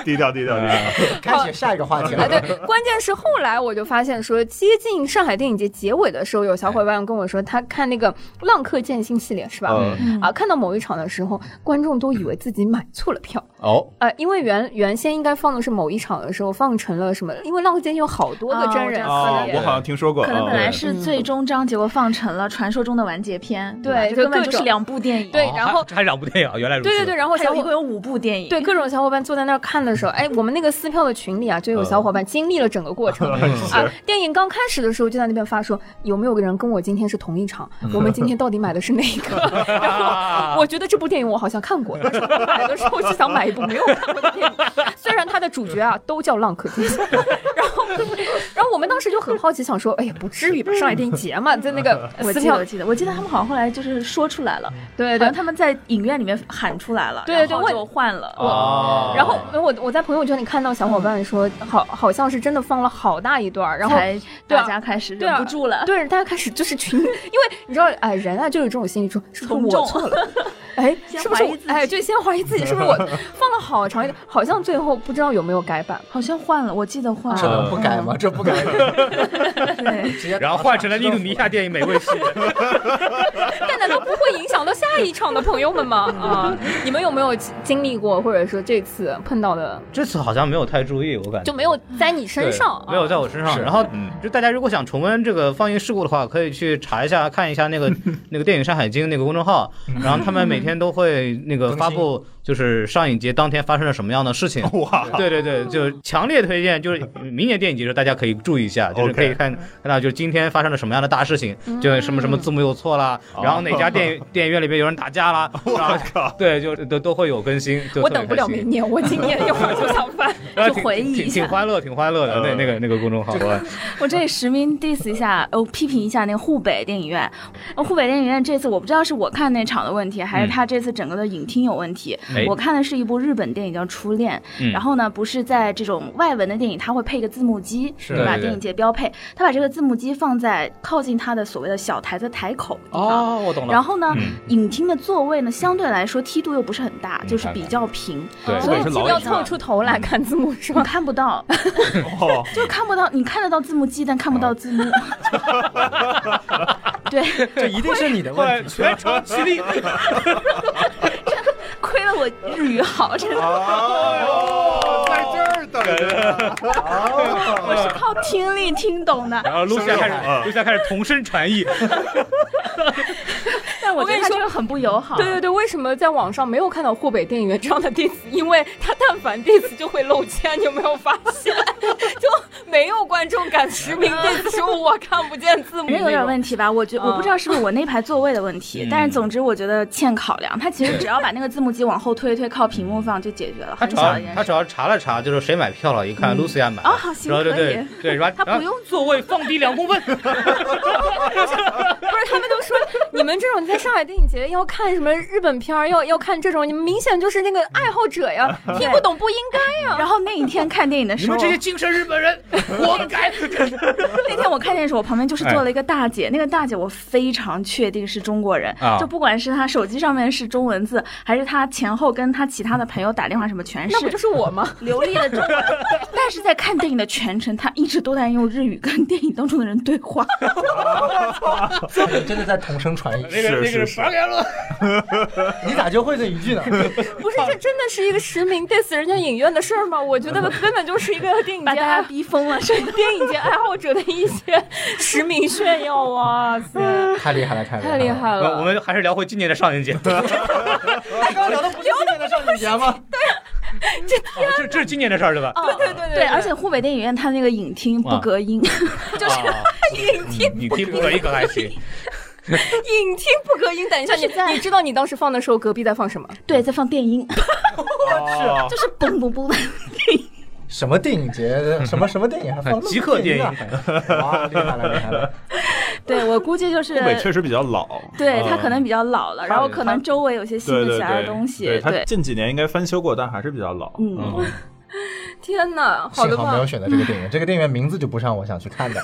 Speaker 7: 低调低调低调。
Speaker 3: 开启下一个话题了。
Speaker 4: 哎， 对，关键是后来我就发现说，接近上海电影节结尾的时候，有小伙伴跟我说，他看那个《浪客剑心》系列是吧？
Speaker 2: 嗯
Speaker 4: 啊，看到某一场的时候，观众都以为自己买错了票，
Speaker 2: 哦，
Speaker 4: 呃，因为原原先应该放的是某一场的时候放成了什么？因为《浪客剑心》有好多个
Speaker 5: 哦
Speaker 4: 真
Speaker 5: 我
Speaker 4: 人
Speaker 5: 知
Speaker 4: 系
Speaker 5: 道
Speaker 7: 啊，
Speaker 4: 列
Speaker 7: 我好像听说过，
Speaker 5: 可能本来
Speaker 7: 嗯
Speaker 5: 是最终章，结果放成了传说中的完结篇，吧
Speaker 4: 对
Speaker 5: 这
Speaker 4: 就
Speaker 5: 根本
Speaker 4: 各
Speaker 5: 就是
Speaker 4: 种
Speaker 5: 两部电影。
Speaker 4: 对，然后
Speaker 2: 还还两部电影，原来如此。
Speaker 4: 对对对，然后
Speaker 5: 还有
Speaker 4: 小
Speaker 5: 一
Speaker 4: 伙
Speaker 5: 共有五部电影。
Speaker 4: 对，各种小伙伴坐在那儿看的时候，哎，我们那个撕票的群里啊，就有小伙伴经历了整个过程啊。电影刚开始的时候就在那边发说，有没有个人跟我今天是同一场？我们今天到底买的是哪一个？ 然
Speaker 2: 啊
Speaker 4: 后我觉得这部电影我好像看过， 但是我买的时候就想买一部没有看过的电影，虽然它的主角啊都叫浪客剑心。 然后，然后我们当时就很好奇，想说，哎呀，不至于吧？上海电影节嘛，在那个
Speaker 5: 我
Speaker 4: 撕
Speaker 5: 记得，
Speaker 4: 票
Speaker 5: 我，记得，我记得他们好像后来就是说出来了，
Speaker 4: 对
Speaker 5: 然
Speaker 4: 对
Speaker 5: 后。他们在影院里面喊出来了，
Speaker 4: 嗯对
Speaker 5: 然
Speaker 4: 对
Speaker 5: 后
Speaker 4: 我
Speaker 5: 就换了。
Speaker 2: 哦，
Speaker 4: 然后呃我我在朋友圈里看到小伙伴说，好好像是真的放了好大一段儿，然后
Speaker 5: 才
Speaker 4: 对啊
Speaker 5: 大家开始
Speaker 4: 对
Speaker 5: 忍
Speaker 4: 啊
Speaker 5: 不住了，
Speaker 4: 对，大家开始就是群， 因为你知道，哎，人啊就有这种心理，说是不是
Speaker 5: 从
Speaker 4: 我
Speaker 5: 众
Speaker 4: 错 了？哎，
Speaker 5: 先
Speaker 4: 是不是
Speaker 5: 怀疑
Speaker 4: 我
Speaker 5: 自？己
Speaker 4: 哎，对，先怀疑自己是不是我放了好长一 段，好像最后不知道有没有改版。
Speaker 5: 好像换了，我记得换
Speaker 3: 这
Speaker 5: 了。
Speaker 3: 能不改吗？这不改，
Speaker 5: 对，
Speaker 3: 直接
Speaker 2: 然后换成了印度尼西亚电影《美味系》，
Speaker 4: 但难道不会影响到下一场的朋友们 吗？
Speaker 5: 嗯
Speaker 4: 啊，你们有没有经经历过，或者说这次碰到的
Speaker 2: 这次好像没有太注意，我感觉
Speaker 4: 就没有在你身上？啊
Speaker 2: 对没有在我身上。然后
Speaker 7: 嗯
Speaker 2: 就大家如果想重温这个放映事故的话，可以去查一下，看一下那个那个电影《山海经》那个公众号，然后他们每天都会那个
Speaker 3: 更新
Speaker 2: 发布，就是上影节当天发生了什么样的事情。
Speaker 7: 哇，
Speaker 2: 对对对，就强烈推荐，就是明年电影节的时候大家可以注意一下，就是
Speaker 7: OK
Speaker 2: 可以看看到就是今天发生了什么样的大事情，就什么什么字幕又错啦，然后哪家电影电影院里边有人打架啦，然后对，就都都会有更新，就
Speaker 4: 我
Speaker 2: 特别
Speaker 4: 等不了
Speaker 2: 开心
Speaker 4: 明年， 我今年一会儿就想 翻。
Speaker 2: 然后
Speaker 5: 就
Speaker 2: 挺
Speaker 5: 回忆一
Speaker 2: 挺
Speaker 5: 下
Speaker 2: 挺欢乐，挺欢乐的那那个那个公众号，
Speaker 5: 我这里实名 diss 一下，呃，批评一下那个沪北电影哦院。呃沪北电影院这次我不知道是我看那场的问题，还是他这次整个的影厅有问题。
Speaker 2: 嗯哎
Speaker 5: 我看的是一部日本电影叫《初恋》，
Speaker 2: 嗯
Speaker 5: 然后呢，不是在这种外文的电影，它会配个字幕机，
Speaker 3: 是
Speaker 5: 对吧？
Speaker 2: 对对
Speaker 5: 电影节标配，他把这个字幕机放在靠近他的所谓的小台子台口地方。
Speaker 2: 哦，我懂了。
Speaker 5: 然后呢，
Speaker 2: 嗯
Speaker 5: 影厅的座位呢，相对来说梯度又不是很大，
Speaker 2: 嗯
Speaker 5: 就是比较平，
Speaker 2: 对
Speaker 5: 所以
Speaker 7: 是
Speaker 5: 基
Speaker 7: 老
Speaker 4: 啊
Speaker 5: 本
Speaker 4: 要
Speaker 7: 演
Speaker 4: 凑
Speaker 5: 上
Speaker 4: 出头
Speaker 2: 嗯
Speaker 4: 来看字幕是
Speaker 5: 你
Speaker 4: 吧？
Speaker 5: 看不到，
Speaker 7: 哦，
Speaker 5: 就看不到，你看得到字幕机，但看不
Speaker 2: 嗯
Speaker 5: 到字幕。 对，
Speaker 3: 这一定是你的问
Speaker 2: 对，
Speaker 3: 题。
Speaker 2: 全程起 立。
Speaker 5: 亏了我日语好，真 的，
Speaker 6: 哦，在这儿等着，
Speaker 5: 我是靠听力听懂的。
Speaker 2: 哦然后露西亚开
Speaker 6: 生肉啊
Speaker 2: 始，露西亚开始同声传译。
Speaker 5: 但我
Speaker 4: 我
Speaker 5: 觉
Speaker 4: 跟
Speaker 5: 得
Speaker 4: 你
Speaker 5: 他
Speaker 4: 说
Speaker 5: 这个很不友好。
Speaker 4: 对对对，为什么在网上没有看到霍北电影院这样的 diss？因为他但凡 diss 就会露签，你有没有发现？ 就没有观众敢实名 diss 说我看不见字幕
Speaker 5: 人有嗯
Speaker 4: 那
Speaker 5: 点
Speaker 4: 种
Speaker 5: 问题吧？我觉我不知道是不是我那排座位的问题，
Speaker 2: 嗯
Speaker 5: 但是总之我觉得欠考量。他其实只要把那个字幕机往后推一推，靠屏幕放就解决了，
Speaker 2: 他
Speaker 5: 很
Speaker 2: 主
Speaker 5: 小
Speaker 2: 要
Speaker 5: 的一件
Speaker 2: 他
Speaker 5: 事。
Speaker 2: 主要查了查，就是谁买票了，一看露西亚买。
Speaker 5: 哦好行
Speaker 2: 然后对
Speaker 5: 可以
Speaker 2: 对对，然后
Speaker 5: 他不
Speaker 2: 然
Speaker 5: 用
Speaker 2: 后座位放低两公分。
Speaker 4: 不是，他们都说你们这种在上海电影节要看什么日本片儿，要要看这种，你们明显就是那个爱好者 呀，听不懂不应该呀。
Speaker 5: 然后那一天看电影的
Speaker 2: 你
Speaker 5: 时候
Speaker 2: 们，这些精神日本人， 活该！
Speaker 5: 那天我看电影的时候，我旁边就是
Speaker 7: 哎
Speaker 5: 坐了一个大姐，那个大姐我非常确定是中国人
Speaker 2: 啊，
Speaker 5: 就不管是她手机上面是中文字，还是她前后跟她其他的朋友打电话什么，全是
Speaker 4: 那不就是我吗？
Speaker 5: 流利的中 文。但是在看电影的全程，她一直都在用日语跟电影当中的人对 话。
Speaker 3: 真的在同声传译，
Speaker 2: 那个
Speaker 7: 是
Speaker 2: 那个
Speaker 7: 是
Speaker 2: 是
Speaker 7: 是
Speaker 2: 白给了。
Speaker 3: 你咋就会这一 句呢？
Speaker 4: 不是，这真的是一个实名 diss 人家影院的事儿吗？我觉得根本就是一 个电影
Speaker 5: 把
Speaker 4: 节
Speaker 5: 大
Speaker 4: 爱
Speaker 5: 家逼疯了， 是
Speaker 4: 电影节爱好者的一些实名炫耀。啊 哇塞，
Speaker 3: 太厉害了，太
Speaker 4: 太厉害
Speaker 2: 呃
Speaker 4: 了！
Speaker 2: 我们还是聊回今年的上映节。
Speaker 3: 了！哎刚刚聊的不是今年的上影节吗？
Speaker 2: 哦这这是今年的事儿对吧？
Speaker 4: 啊对对对
Speaker 5: 对，而且湖北电影院它那个影厅不隔音，
Speaker 2: 就是影厅，影厅嗯不可一可还 行。
Speaker 4: 影厅不隔音。等一下，你你知道你当时放的时候隔壁在放什么？
Speaker 5: 对，在放电音，
Speaker 7: 哦
Speaker 5: 就是嘣嘣嘣
Speaker 3: 什么电影节？什么什么 电影还放那么多
Speaker 2: 极客电影
Speaker 3: 啊？哇，厉害了，厉害了！
Speaker 5: 对我估计就是
Speaker 7: 东北确实比较老，
Speaker 5: 对
Speaker 7: 嗯
Speaker 5: 他可能比较老了，然后可能周围有些新
Speaker 7: 对
Speaker 5: 的
Speaker 7: 对
Speaker 5: 其他的
Speaker 7: 对，
Speaker 5: 东西，
Speaker 7: 对他
Speaker 5: 对。
Speaker 7: 近几年应该翻修过，但还是比较老。
Speaker 5: 嗯
Speaker 4: 天哪，好
Speaker 3: 幸
Speaker 4: 的
Speaker 3: 好没
Speaker 4: 吧
Speaker 3: 有，选择这个电影，这个电影名字就不像我想去看 的。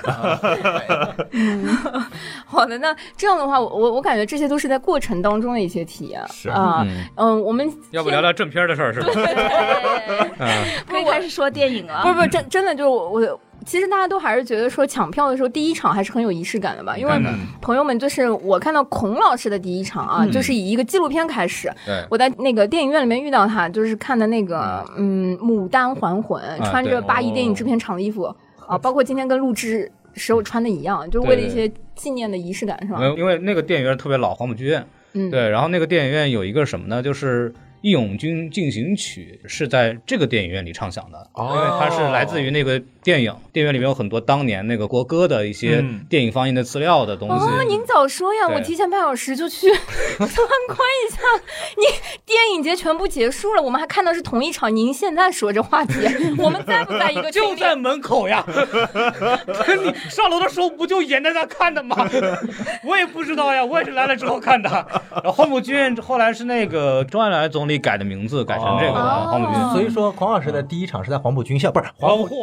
Speaker 4: 好的。那这样的话，我我我感觉这些都是在过程当中的一些体验
Speaker 7: 是
Speaker 4: 啊。嗯，我们
Speaker 2: 要不聊聊正片儿的事儿是吧？
Speaker 5: 可以开始说电影了。
Speaker 4: 不是不是，真真的就是我我。其实大家都还是觉得说抢票的时候，第一场还是很有仪式感的吧，因为
Speaker 2: 当然
Speaker 4: 朋友们就是我看到孔老师的第一场啊，就是以一个纪录片开始，
Speaker 2: 嗯对，
Speaker 4: 我在那个电影院里面遇到他，就是看的那个嗯《牡丹还魂》，穿着
Speaker 2: 啊对哦嗯
Speaker 4: 八一电影制片厂的衣服啊，包括今天跟录制时候穿的一样，就是为了一些纪念的仪式感，是吧？
Speaker 2: 嗯因为那个电影院特别老，黄埔剧院。
Speaker 4: 嗯，
Speaker 2: 对，然后那个电影院有一个什么呢？就是《义勇军进行曲》是在这个电影院里唱响的，因为它是来自于那个电影。电影院里面有很多当年那个国歌的一些
Speaker 7: 嗯
Speaker 2: 电影放映的资料的东西。
Speaker 4: 哦，您早说呀！
Speaker 2: 对
Speaker 4: 我提前半小时就去 参观一下。你电影节全部结束了，我们还看到是同一场。您现在说 这话题，我们在不在一个群
Speaker 2: 就
Speaker 4: 里？
Speaker 2: 在门口 呀！可你上楼的时候不就沿着那看的 吗？我也不知道呀，我也是来了之后看的。然后黄埔剧院后来是那个周恩来总理改的名字，改成这个的
Speaker 4: 哦
Speaker 2: 黄埔剧院。
Speaker 3: 所以说，孔老师的第一场是在黄埔军校，不是黄
Speaker 2: 黄
Speaker 3: 埔
Speaker 2: 埔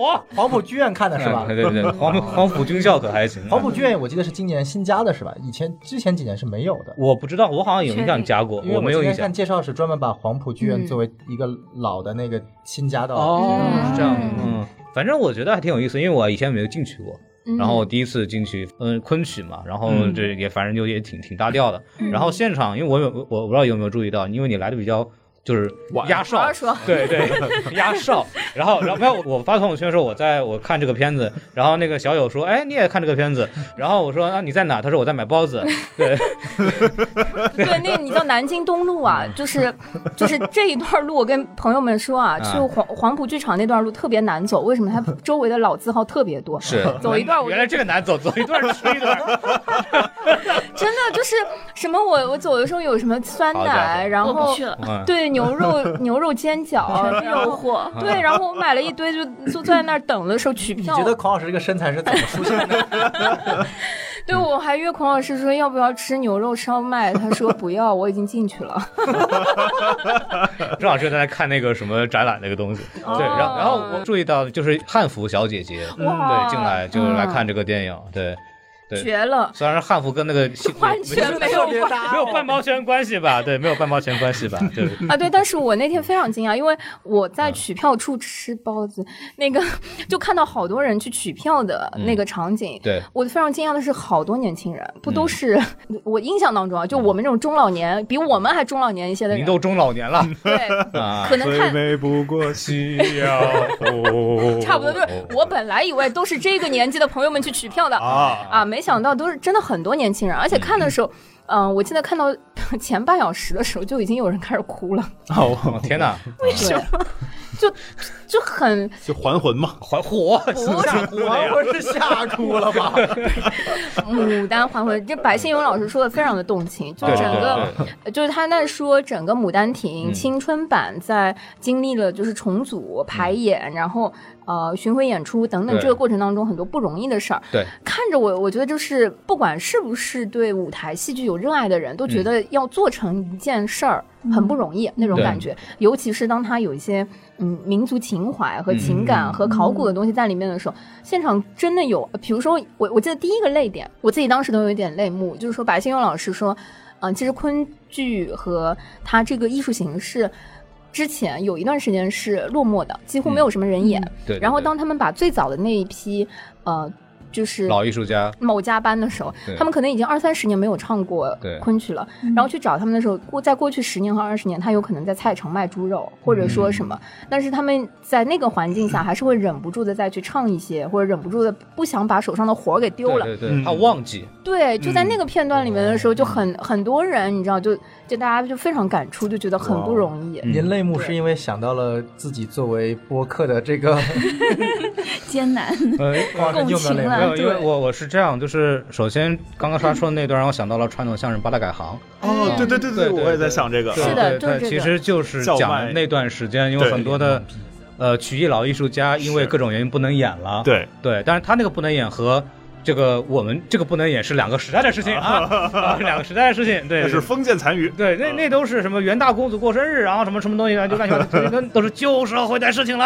Speaker 3: 黄埔剧院看的是吧？
Speaker 2: 对对对， 黄埔黄埔军校可还行啊。
Speaker 3: 黄埔剧院我记得是今年新加的是吧？以前之前几年是没有的。
Speaker 2: 我不知道，我好像有印
Speaker 5: 确
Speaker 2: 象
Speaker 5: 定
Speaker 2: 加过，
Speaker 3: 因为
Speaker 2: 没
Speaker 3: 之
Speaker 2: 有印
Speaker 3: 前
Speaker 2: 象
Speaker 3: 看。介绍是专门把黄埔剧院
Speaker 4: 嗯
Speaker 3: 作为一个老的那个新加到
Speaker 2: 哦，是这样的，
Speaker 4: 嗯
Speaker 2: 嗯，反正我觉得还挺有意思，因为我以前没有进去过，
Speaker 4: 嗯
Speaker 2: 然后我第一次进去，嗯，昆曲嘛，然后
Speaker 7: 嗯
Speaker 2: 这也反正就也挺挺搭调的，然后现场，因为我有我我不知道有没有注意到，因为你来的比较就是
Speaker 7: 晚
Speaker 2: 压
Speaker 4: 好
Speaker 2: 哨
Speaker 4: 好，说。
Speaker 2: 对对， 压哨。然后，然后没有，我发朋友圈说我在我看这个片子，然后那个小友说，哎，你也看这个片子，然后我说啊你在哪？他说我在买包子。对，
Speaker 4: 对，那个你到南京东路啊，就是就是这一段路，我跟朋友们说啊，去黄黄浦剧场那段路特别难走，为什么？ 它周围的老字号特别多，
Speaker 2: 是
Speaker 4: 走一段我就
Speaker 2: 原来这个难走，走一段吃一段。
Speaker 4: 真的就是什么我我走的时候有什么酸
Speaker 2: 好家
Speaker 4: 奶，
Speaker 2: 伙
Speaker 4: 然
Speaker 5: 我不
Speaker 4: 后
Speaker 5: 去了，
Speaker 2: 嗯，
Speaker 4: 对牛肉牛肉煎 饺，
Speaker 5: 全是
Speaker 4: 然后
Speaker 5: 诱惑。
Speaker 4: 对，然后我买了一堆，就就坐在那儿等的时候取
Speaker 3: 你
Speaker 4: 票
Speaker 3: 觉。得孔老师这个身材是怎么出现的？
Speaker 4: 对，我还约孔老师说要不要吃牛肉烧麦，他说不要，我已经进去了。
Speaker 2: 正好是在那看那个什么展览那个东西，
Speaker 4: 哦
Speaker 2: 对，然后然后我注意到就是汉服小姐姐，嗯
Speaker 4: 哇
Speaker 2: 对，
Speaker 4: 嗯
Speaker 2: 进来就来看这个电影，对，对
Speaker 4: 绝了，
Speaker 2: 虽然汉服跟那个戏
Speaker 4: 完全没有关
Speaker 2: 没有半毛钱关系吧，对，没有半毛钱关系吧，对，
Speaker 4: 啊！对，但是我那天非常惊讶，因为我在取票处吃包子，那个就看到好多人去取票的那个场景。
Speaker 2: 对
Speaker 4: 我非常惊讶的是，好多年轻人不都是、我印象当中啊，就我们这种中老年，比我们还中老年一些的
Speaker 2: 您
Speaker 4: 人，
Speaker 2: 都中老年了
Speaker 4: 对，
Speaker 2: 啊哎
Speaker 4: 可，能看
Speaker 6: 美不过夕
Speaker 7: 哦
Speaker 6: 阳
Speaker 4: 差不多就是我本来以为都是这个年纪的朋友们去取票的
Speaker 6: 啊，
Speaker 4: 啊，没想到都是真的很多年轻人，而且看的时候，嗯、我记得看到前半小时的时候，就已经有人开始哭了，
Speaker 2: 哦，天哪，
Speaker 4: 对，就就很
Speaker 6: 就还魂嘛，
Speaker 2: 还火，吓哭了呀，
Speaker 3: 我是吓哭了吧？
Speaker 4: 牡丹还魂。这白先勇老师说的非常的动情，就
Speaker 2: 对
Speaker 4: 整个
Speaker 2: 对对对
Speaker 4: 就是他在说整个《牡丹亭》
Speaker 2: 嗯
Speaker 4: 青春版在经历了就是重组、排演，然后呃巡回演出等等
Speaker 2: 对
Speaker 4: 这个过程当中很多不容易的事儿。
Speaker 2: 对，
Speaker 4: 看着我，我觉得就是不管是不是对舞台戏剧有热爱的人，都觉得要做成一件事儿。很不容易那种
Speaker 2: 嗯对
Speaker 4: 感觉，尤其是当他有一些嗯民族情怀和
Speaker 2: 嗯
Speaker 4: 情感和考古的东西在里面的时候，现场真的有，比如说我我记得第一个泪点，我自己当时都有一点泪目，就是说白先勇老师说，嗯、其实昆剧和它这个艺术形式。之前有一段时间是落寞的，几乎没有什么人演。
Speaker 2: 嗯对，对
Speaker 4: 然后
Speaker 2: 对
Speaker 4: 当他们把最早的那一批，呃，就是
Speaker 2: 老艺术家，
Speaker 4: 某家班的时候
Speaker 2: 对，
Speaker 4: 他们可能已经二三十年没有唱过
Speaker 2: 对
Speaker 4: 昆曲了，然后去找他们的时候，过在过去十年和二十年，他有可能在菜场卖猪肉或者说什么，
Speaker 2: 嗯
Speaker 4: 但是他们在那个环境下还是会忍不住的再去唱一些，或者忍不住的不想把手上的活儿给丢了。
Speaker 2: 对嗯哦对对，
Speaker 6: 嗯
Speaker 2: 他忘记，
Speaker 4: 对，就在那个片段里面的时候，就很很多人，你知道，就就大家就非常感触，就觉得很不容
Speaker 2: 嗯
Speaker 4: 易。
Speaker 3: 您泪目是因为想到了自己作为播客的这 个
Speaker 5: 艰难。
Speaker 4: 嗯
Speaker 2: 呃，
Speaker 3: 光是用的泪
Speaker 5: 共情
Speaker 2: 没
Speaker 5: 了
Speaker 3: 目，
Speaker 2: 有，因为我我是这样，就是首先刚刚他说的那段让我想到了传统相声八大改行，
Speaker 6: 哦，对对对
Speaker 2: 对对对
Speaker 6: 我也在想这个，
Speaker 4: 是的
Speaker 2: 对对
Speaker 4: 就是这个
Speaker 2: 其实就是
Speaker 6: 叫
Speaker 2: 讲
Speaker 6: 卖
Speaker 2: 那段时间，因为很多的呃曲艺老艺术家因为各种原因不能演了，
Speaker 6: 对，
Speaker 2: 对，但是他那个不能演和。这个我们这个不能演是两个时代的事情 啊，啊两个时代的事情，对，
Speaker 6: 那是嗯封建残余，
Speaker 2: 对，那那都是什么袁大公主过生日，然后什么什么东西啊，就乱七 八糟，那都是旧社会的事情了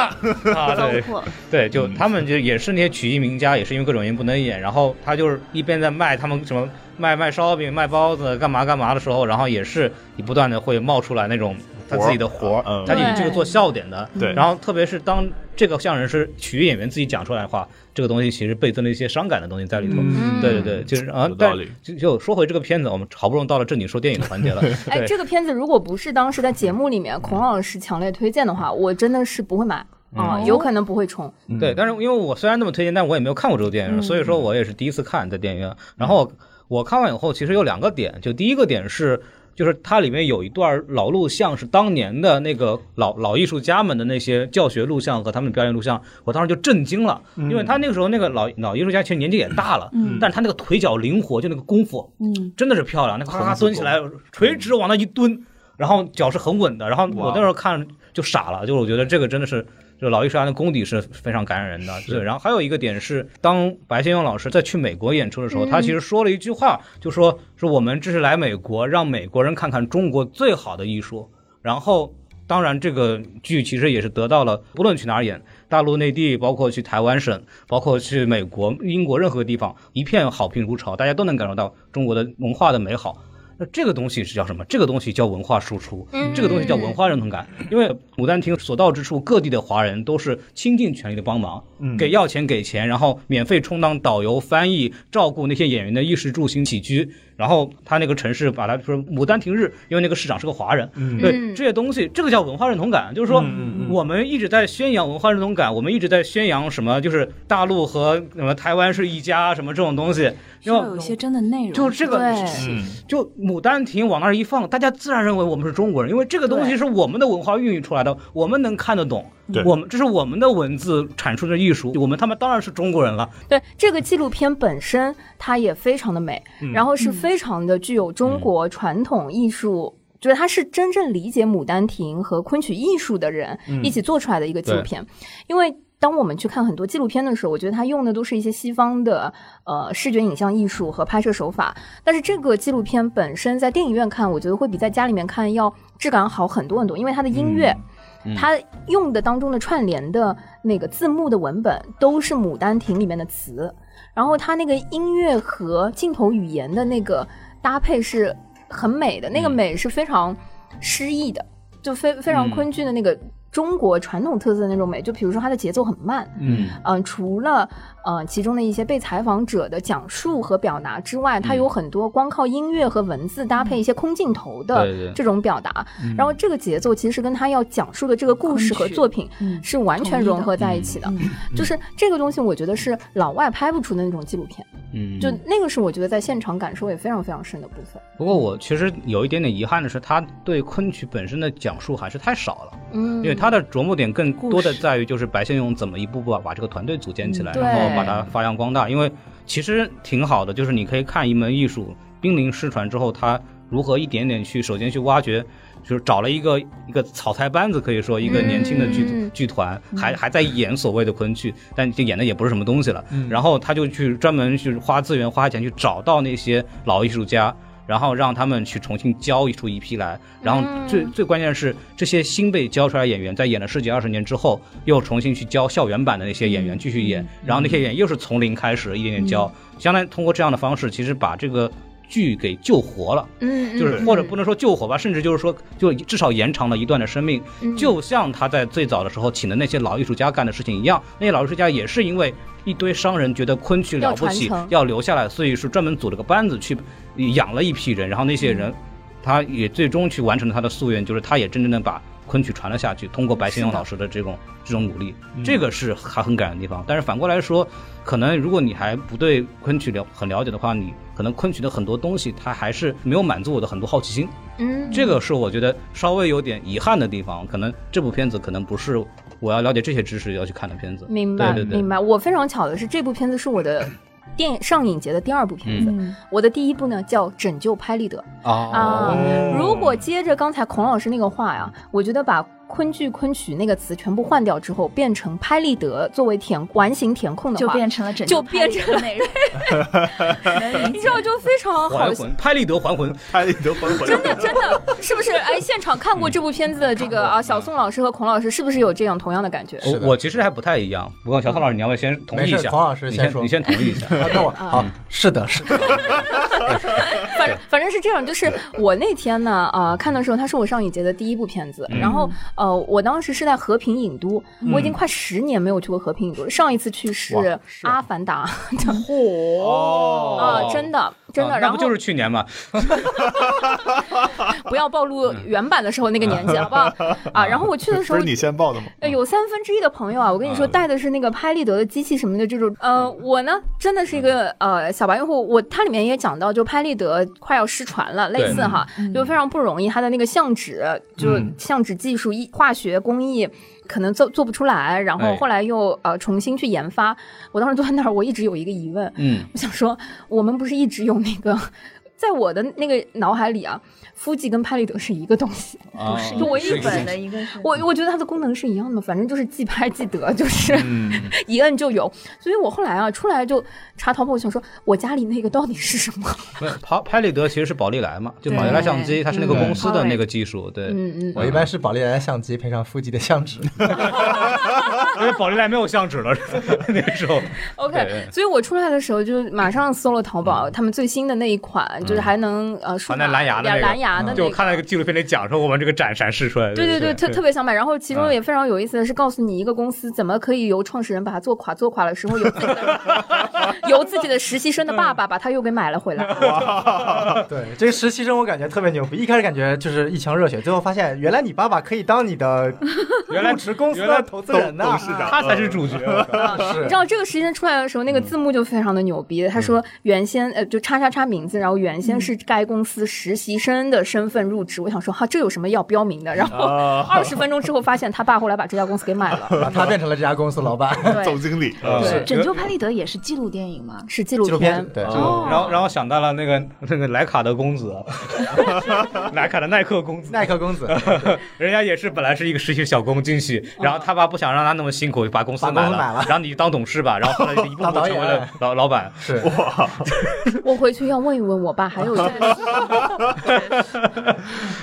Speaker 2: 啊！对对，就他们就也是那些曲艺名家，也是因为各种原因不能演，然后他就是一边在卖他们什么卖卖烧饼、卖包子、干嘛干嘛的时候，然后也是你不断的会冒出来那种他自己的活
Speaker 6: 活儿
Speaker 2: 儿，他就以这个
Speaker 4: 嗯
Speaker 2: 做笑点的。
Speaker 6: 对
Speaker 2: 然后特别是当这个相声是曲艺演员自己讲出来的话，这个东西其实倍增了一些伤感的东西在里头。
Speaker 4: 嗯
Speaker 2: 对对对，就是啊
Speaker 6: 有，道
Speaker 2: 但
Speaker 6: 理
Speaker 2: 就就说回这个片子，我们好不容易到了正经说电影的环 节了。
Speaker 4: 哎，
Speaker 2: 对
Speaker 4: 这个片子如果不是当时在节目里面孔老师强烈推荐的话，我真的是不会买啊、
Speaker 2: 哦
Speaker 4: 有可能不会冲。
Speaker 2: 对，但是因为我虽然那么推荐，但我也没有看过这部电影，
Speaker 4: 嗯
Speaker 2: 所以说我也是第一次看在电影院。然后我看完以后，其实有两个点，就第一个点是，就是它里面有一段老录像，是当年的那个老老艺术家们的那些教学录像和他们的表演录像，我当时就震惊了，因为他那个时候那个老老艺术家其实年纪也大了，但是他那个腿脚灵活，就那个功夫，
Speaker 5: 嗯，
Speaker 2: 真的是漂亮，那个咔咔蹲起来，垂直往那一蹲，然后脚是很稳的，然后我那时候看就傻了，就是我觉得这个真的是。就老艺术家的功底是非常感染人的，对。然后还有一个点是，当白先勇老师在去美国演出的时候，他其实说了一句话，就说说我们这是来美国，让美国人看看中国最好的艺术。然后，当然这个剧其实也是得到了，不论去哪儿演，大陆内地，包括去台湾省，包括去美国、英国任何地方，一片好评如潮，大家都能感受到中国的文化的美好。那这个东西是叫什么？这个东西叫文化输出，
Speaker 4: 嗯
Speaker 2: 这个东西叫文化认同感。因为《牡丹亭》所到之处，各地的华人都是倾尽全力的帮忙，
Speaker 6: 嗯
Speaker 2: 给要钱给钱，然后免费充当导游、翻译，照顾那些演员的衣食住行起居。然后他那个城市把它说牡丹亭日，因为那个市长是个华人，对
Speaker 4: 嗯
Speaker 2: 这些东西，这个叫文化认同感，就是说
Speaker 6: 嗯
Speaker 2: 我们一直在宣扬文化认同感，我们一直在宣扬什么，就是大陆和什么台湾是一家，什么这种东西，
Speaker 5: 需
Speaker 2: 因
Speaker 5: 要
Speaker 2: 为
Speaker 5: 有一些真的内容。
Speaker 2: 就这个
Speaker 4: 对，
Speaker 7: 嗯
Speaker 2: 就《牡丹亭》往那儿一放，大家自然认为我们是中国人，因为这个东西是我们的文化孕育出来的，我们能看得懂
Speaker 6: 对。
Speaker 2: 我们这是我们的文字产出的艺术，我们他们当然是中国人了。
Speaker 4: 对这个纪录片本身，它也非常的美，然后是非常的具有中国传统艺术。就是它是真正理解《牡丹亭》和昆曲艺术的人一起做出来的一个纪录片，因为当我们去看很多纪录片的时候，我觉得他用的都是一些西方的呃视觉影像艺术和拍摄手法，但是这个纪录片本身在电影院看，我觉得会比在家里面看要质感好很多很多，因为它的音乐。
Speaker 2: 嗯
Speaker 4: 它用的当中的串联的那个字幕的文本都是《牡丹亭》里面的词，然后它那个音乐和镜头语言的那个搭配是很美的，那个美是非常诗意的，就非非常
Speaker 2: 嗯
Speaker 4: 昆剧的那个中国传统特色的那种美。就比如说它的节奏很慢，
Speaker 2: 嗯
Speaker 4: 嗯、除了呃其中的一些被采访者的讲述和表达之外，它
Speaker 2: 嗯
Speaker 4: 有很多光靠音乐和文字搭配一些空镜头
Speaker 2: 对对嗯
Speaker 4: 的这种表达。然后这个节奏其实跟他要讲述的这个故事和作品
Speaker 5: 嗯
Speaker 4: 是完全融合在一起的。嗯
Speaker 2: 嗯
Speaker 4: 就是这个东西，我觉得是老外拍不出的那种纪录片，
Speaker 2: 嗯，
Speaker 4: 就那个是我觉得在现场感受也非常非常深的部分。
Speaker 2: 不过我其实有一点点遗憾的是，他对昆曲本身的讲述还是太少了，
Speaker 4: 嗯，
Speaker 2: 因为他的着墨点更多的在于就是白先勇怎么一步步把把这个团队组建起来，
Speaker 4: 嗯对
Speaker 2: 然后把它发扬光大。因为其实挺好的，就是你可以看一门艺术濒临失传之后，他如何一点点去首先去挖掘。就是找了一个一个草台班子，可以说一个年轻的剧、
Speaker 4: 嗯
Speaker 2: 剧团，还还在演所谓的昆剧，但就演的也不是什么东西了。
Speaker 4: 嗯
Speaker 2: 然后他就去专门去花资源、花钱去找到那些老艺术家，然后让他们去重新教出一批来。然
Speaker 4: 嗯
Speaker 2: 后最、最关键是，这些新被教出来的演员，在演了十几二十年之后，又重新去教校园版的那些演
Speaker 4: 嗯
Speaker 2: 员继续演，然后那些演员又是从零开始一点点教，
Speaker 4: 嗯
Speaker 2: 相当于通过这样的方式，其实把这个剧给救活了。
Speaker 4: 嗯，
Speaker 2: 就是或者不能说救火吧，甚至就是说，就至少延长了一段的生命。
Speaker 4: 嗯
Speaker 2: 就像他在最早的时候请的那些老艺术家干的事情一样，那些老艺术家也是因为一堆商人觉得昆曲了不
Speaker 4: 要
Speaker 2: 起
Speaker 4: 传承，
Speaker 2: 要留下来，所以是专门组了个班子去养了一批人，然后那些
Speaker 4: 嗯
Speaker 2: 人，他也最终去完成了他的夙愿，就是他也真正的把。昆曲传了下去，通过白先勇老师的这种这种努力，
Speaker 4: 嗯
Speaker 2: 这个是还很感人的地方。但是反过来说，可能如果你还不对昆曲了很了解的话，你可能昆曲的很多东西，它还是没有满足我的很多好奇心。
Speaker 4: 嗯，
Speaker 2: 这个是我觉得稍微有点遗憾的地方，可能这部片子可能不是我要了解这些知识要去看的片子。
Speaker 4: 明白
Speaker 2: 对对对
Speaker 4: 明白。我非常巧的是，这部片子是 我的电影上影节的第二部片子，
Speaker 5: 嗯
Speaker 4: 我的第一部呢叫《拯救拍立得》。
Speaker 2: 哦，
Speaker 4: 啊，如果接着刚才孔老师那个话呀，我觉得把昆剧、昆曲那个词全部换掉之后，变成拍立得作为填完形填空的话，
Speaker 5: 就变成了拯
Speaker 4: 就
Speaker 5: 救
Speaker 4: 变成
Speaker 5: 了美人，能理
Speaker 4: 你
Speaker 5: 解
Speaker 4: 知道就非 常好
Speaker 2: 还， 魂，拍立得还魂，
Speaker 6: 拍立得还魂，
Speaker 4: 真的真的是不是？哎，现场看过这部片子的这个啊，小宋老师和孔老师是不是有这样同样的感觉？
Speaker 2: 我
Speaker 3: 是的
Speaker 2: 我其实还不太一样。不过小涛老师，你要不要先同意一
Speaker 3: 没事
Speaker 2: 下？
Speaker 3: 孔老师
Speaker 2: 你
Speaker 3: 先
Speaker 2: 先
Speaker 3: 说
Speaker 2: 你先同意一下。
Speaker 3: 啊那我好，是的，是的，
Speaker 4: 反正反正是这样，就是我那天呢，啊看的时候，它是我上影节的第一部片子。
Speaker 2: 嗯
Speaker 4: 然后，呃，我当时是在和平影都，我已经快十年没有去过和平影都了。上一次去是
Speaker 3: 哇
Speaker 4: 《阿凡达》
Speaker 7: 哦
Speaker 4: 啊，真的真的。
Speaker 2: 哦啊
Speaker 4: 然
Speaker 2: 那
Speaker 4: 后
Speaker 2: 不就是去年嘛？
Speaker 4: 不要暴露
Speaker 2: 嗯
Speaker 4: 原版的时候那个年纪，好不好？ 啊，然后我去的时
Speaker 6: 不
Speaker 4: 候
Speaker 6: 是。你先报的吗？
Speaker 7: 哎
Speaker 4: 呃有三分之一的朋友啊，我跟你说，
Speaker 2: 嗯
Speaker 4: 带的是那个拍立得的机器什么的这种。呃，我呢真的是一个呃小白用户，我它里面也讲到，就拍立得快要失传了，类似哈，就非常不容易，它的那个相纸，就
Speaker 2: 嗯
Speaker 4: 相纸技术、一化学工艺。可能做做不出来，然后
Speaker 2: 哎
Speaker 4: 后来又呃重新去研发。我当时坐在那儿，我一直有一个疑问，
Speaker 2: 嗯，
Speaker 4: 我想说，我们不是一直有那个，在我的那个脑海里啊，夫妻跟拍立得是一个东西。
Speaker 2: 啊
Speaker 5: 是
Speaker 4: 就我
Speaker 5: 一
Speaker 4: 一
Speaker 5: 个
Speaker 4: 本
Speaker 5: 本的一个是
Speaker 4: 我我觉得它的功能是一样的，反正就是既拍即得，就是、
Speaker 2: 嗯
Speaker 4: 一摁就有。所以我后来啊出来就查淘宝，我想说我家里那个到底是什么？
Speaker 2: 不是拍拍立得其实是宝丽来嘛，就宝丽来相机，它是那个
Speaker 3: 嗯
Speaker 2: 公司的那个技术，对，因
Speaker 4: 嗯嗯，
Speaker 3: 我一般是宝丽来的相机配上腹肌的相 纸，
Speaker 2: 为宝丽来没有相纸了， 那个时候
Speaker 4: OK，所以我出来的时候就马上搜了淘宝，他们最新的那一款，就是还能呃
Speaker 2: 嗯
Speaker 4: 数
Speaker 2: 还带
Speaker 4: 码
Speaker 2: 蓝牙的那个嗯
Speaker 4: 蓝牙的那
Speaker 2: 就我
Speaker 4: 个
Speaker 2: 看到一个纪录片里讲说我们这个展展示出来的，
Speaker 4: 对对对，特特别想买。然后其中
Speaker 2: 嗯
Speaker 4: 也非常有意思的是，告诉你一个公司怎么可以由创始人把它做垮，做垮了之后由自己的 由自己的实习生的爸爸把它又给买了回来。
Speaker 3: 啊对，这个实习生我感觉特别牛逼，一开始感觉就是一腔热血，最后发现原来你爸爸可以当你的
Speaker 2: 原来
Speaker 3: 入职公司
Speaker 2: 原来
Speaker 3: 的投资人呐、啊
Speaker 2: 他才是主角。
Speaker 4: 你
Speaker 3: 是
Speaker 4: 知道这个实习生出来的时候，那个字幕就非常的牛逼。他说原先呃就叉叉叉名字，然后原先是该公司实习生的身份入职。我想说哈，这有什么要标明的？然后二十分钟之后发现他爸后来把这家公司给买了。
Speaker 3: 把他变成了这家公司老板。
Speaker 6: 总
Speaker 4: 对，
Speaker 6: 经理，
Speaker 4: 对
Speaker 5: 拯救拍立得也是纪录电影嘛，
Speaker 4: 是纪录
Speaker 3: 纪录片对
Speaker 2: 就然后，然后想到了那个那个莱卡的公 子，莱卡的耐克公子，
Speaker 3: 耐克公子，
Speaker 2: 人家也是本来是一个实习小工进去，然后他爸不想让他那么么辛苦把公司
Speaker 3: 啊把
Speaker 2: 买
Speaker 3: 公司
Speaker 2: 了，
Speaker 3: 买了
Speaker 2: 然后你当董事吧，然 后后来就一步
Speaker 3: 当
Speaker 2: 步
Speaker 3: 导
Speaker 2: 成
Speaker 3: 演
Speaker 2: 为了老老板。
Speaker 3: 是
Speaker 4: 我回去要问一问我爸还有在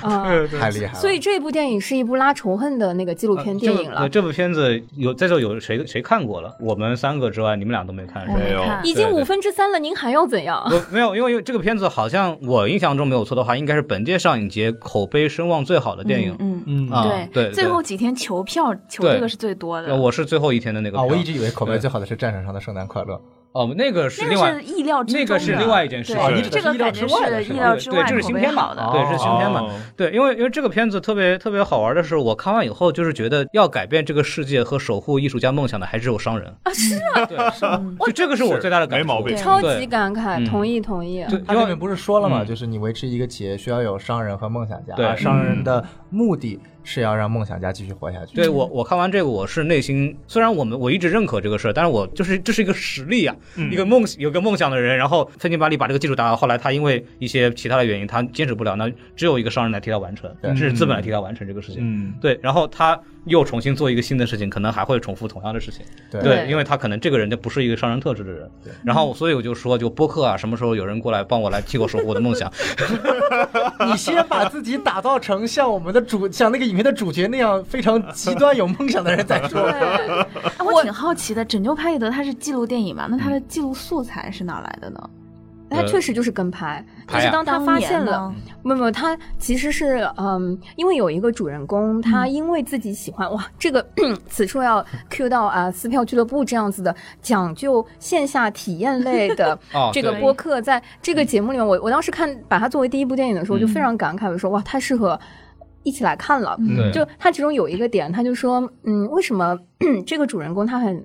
Speaker 4: 啊。
Speaker 3: 太厉害了。
Speaker 4: 所以这部电影是一部拉仇恨的那个
Speaker 2: 啊
Speaker 4: 纪录片电影
Speaker 2: 这部
Speaker 4: 了。
Speaker 2: 这部片子有在座有谁谁看过了？我们三个之外，你们俩都没看，是吧？
Speaker 7: 没有，
Speaker 4: 已经五分之三了，您还要怎样？
Speaker 2: 我没有，因为因为这个片子好像我印象中没有错的话，应该是本届上影节口碑声望最好的电影。
Speaker 5: 嗯，
Speaker 3: 嗯
Speaker 2: 啊
Speaker 5: 对
Speaker 2: 对
Speaker 5: 最后几天求票求
Speaker 2: 对
Speaker 5: 这个是最多
Speaker 2: 呃
Speaker 5: 的，
Speaker 2: 我是最后一天的那个
Speaker 3: 啊，
Speaker 2: 票
Speaker 3: 我一直以为口碑最好的是战场上的圣诞快乐。
Speaker 2: 哦，那个是另
Speaker 5: 那个
Speaker 2: 外
Speaker 5: 是意料之中
Speaker 2: 那
Speaker 5: 的，
Speaker 2: 个是另外一件事啊
Speaker 5: 对
Speaker 2: 情，
Speaker 3: 哦你
Speaker 2: 对
Speaker 3: 指的
Speaker 5: 这个
Speaker 3: 是意料之
Speaker 5: 感觉
Speaker 3: 外的
Speaker 5: 是
Speaker 3: 是
Speaker 5: 意
Speaker 3: 吧
Speaker 5: 料之
Speaker 2: 啊对
Speaker 5: 外，
Speaker 2: 这是
Speaker 5: 口
Speaker 2: 新
Speaker 5: 碑
Speaker 2: 片嘛
Speaker 5: 好的，
Speaker 2: 对，是新片嘛。
Speaker 7: 哦
Speaker 2: 对，因为因为这个片子特别特别好玩的是，我看完以后就是觉得要改变这个世界和守护艺术家梦想的还只有商人啊，是啊，对，就这个是我最大的感
Speaker 7: 没
Speaker 2: 触，
Speaker 7: 毛病
Speaker 2: 对
Speaker 4: 超级感
Speaker 2: 嗯
Speaker 4: 慨，同意同意。
Speaker 2: 对，
Speaker 3: 他
Speaker 2: 因
Speaker 3: 里
Speaker 2: 为
Speaker 3: 面不是说了嘛，
Speaker 2: 嗯
Speaker 3: 就是你维持一个企业需要有商人和梦想家，
Speaker 2: 对嗯
Speaker 3: 而商人的目的是要让梦想家继续活下去。
Speaker 2: 对我，我看完这个，我是内心虽然我们我一直认可这个事儿，但是我就是这是一个实力啊，
Speaker 7: 嗯
Speaker 2: 一个梦有个梦想的人，然后费劲巴力把这个技术打好，后来他因为一些其他的原因，他坚持不了，那只有一个商人来替他完成，
Speaker 3: 对
Speaker 2: 这是资本来替他完成这个事情。
Speaker 7: 嗯，
Speaker 2: 对，然后他又重新做一个新的事情，可能还会重复同样的事情。
Speaker 3: 对
Speaker 2: 对，因为他可能这个人就不是一个商人特质的人。然后，所以我就说，就播客啊，什么时候有人过来帮我来替我守护我的梦想？
Speaker 3: 你先把自己打造成像我们的主， 像那个影片的主角那样非常极端有梦想的人再说。
Speaker 5: 啊我挺好奇的，《拯救派伊德》它是记录电影嘛？那它的
Speaker 2: 嗯
Speaker 5: 记录素材是哪来的呢？
Speaker 4: 他确实就是跟拍，
Speaker 2: 拍
Speaker 4: 但
Speaker 2: 呀
Speaker 4: 是当他发现了，
Speaker 5: 当年呢，
Speaker 4: 没有没有，他其实是嗯，因为有一个主人公，他
Speaker 2: 嗯
Speaker 4: 因为自己喜欢、哇，这个此 处要 cue 到啊，撕票俱乐部这样子的讲究线下体验类的
Speaker 2: 哦，
Speaker 4: 这个
Speaker 2: 对
Speaker 4: 播客，在这个节目里面，我我当时看把它作为第一部电影的时候，我就
Speaker 2: 嗯
Speaker 4: 非常感慨，我说哇，太适合一起来看了。
Speaker 2: 对
Speaker 4: 就他其中有一个点，他就说，嗯，为什么 这个主人公他很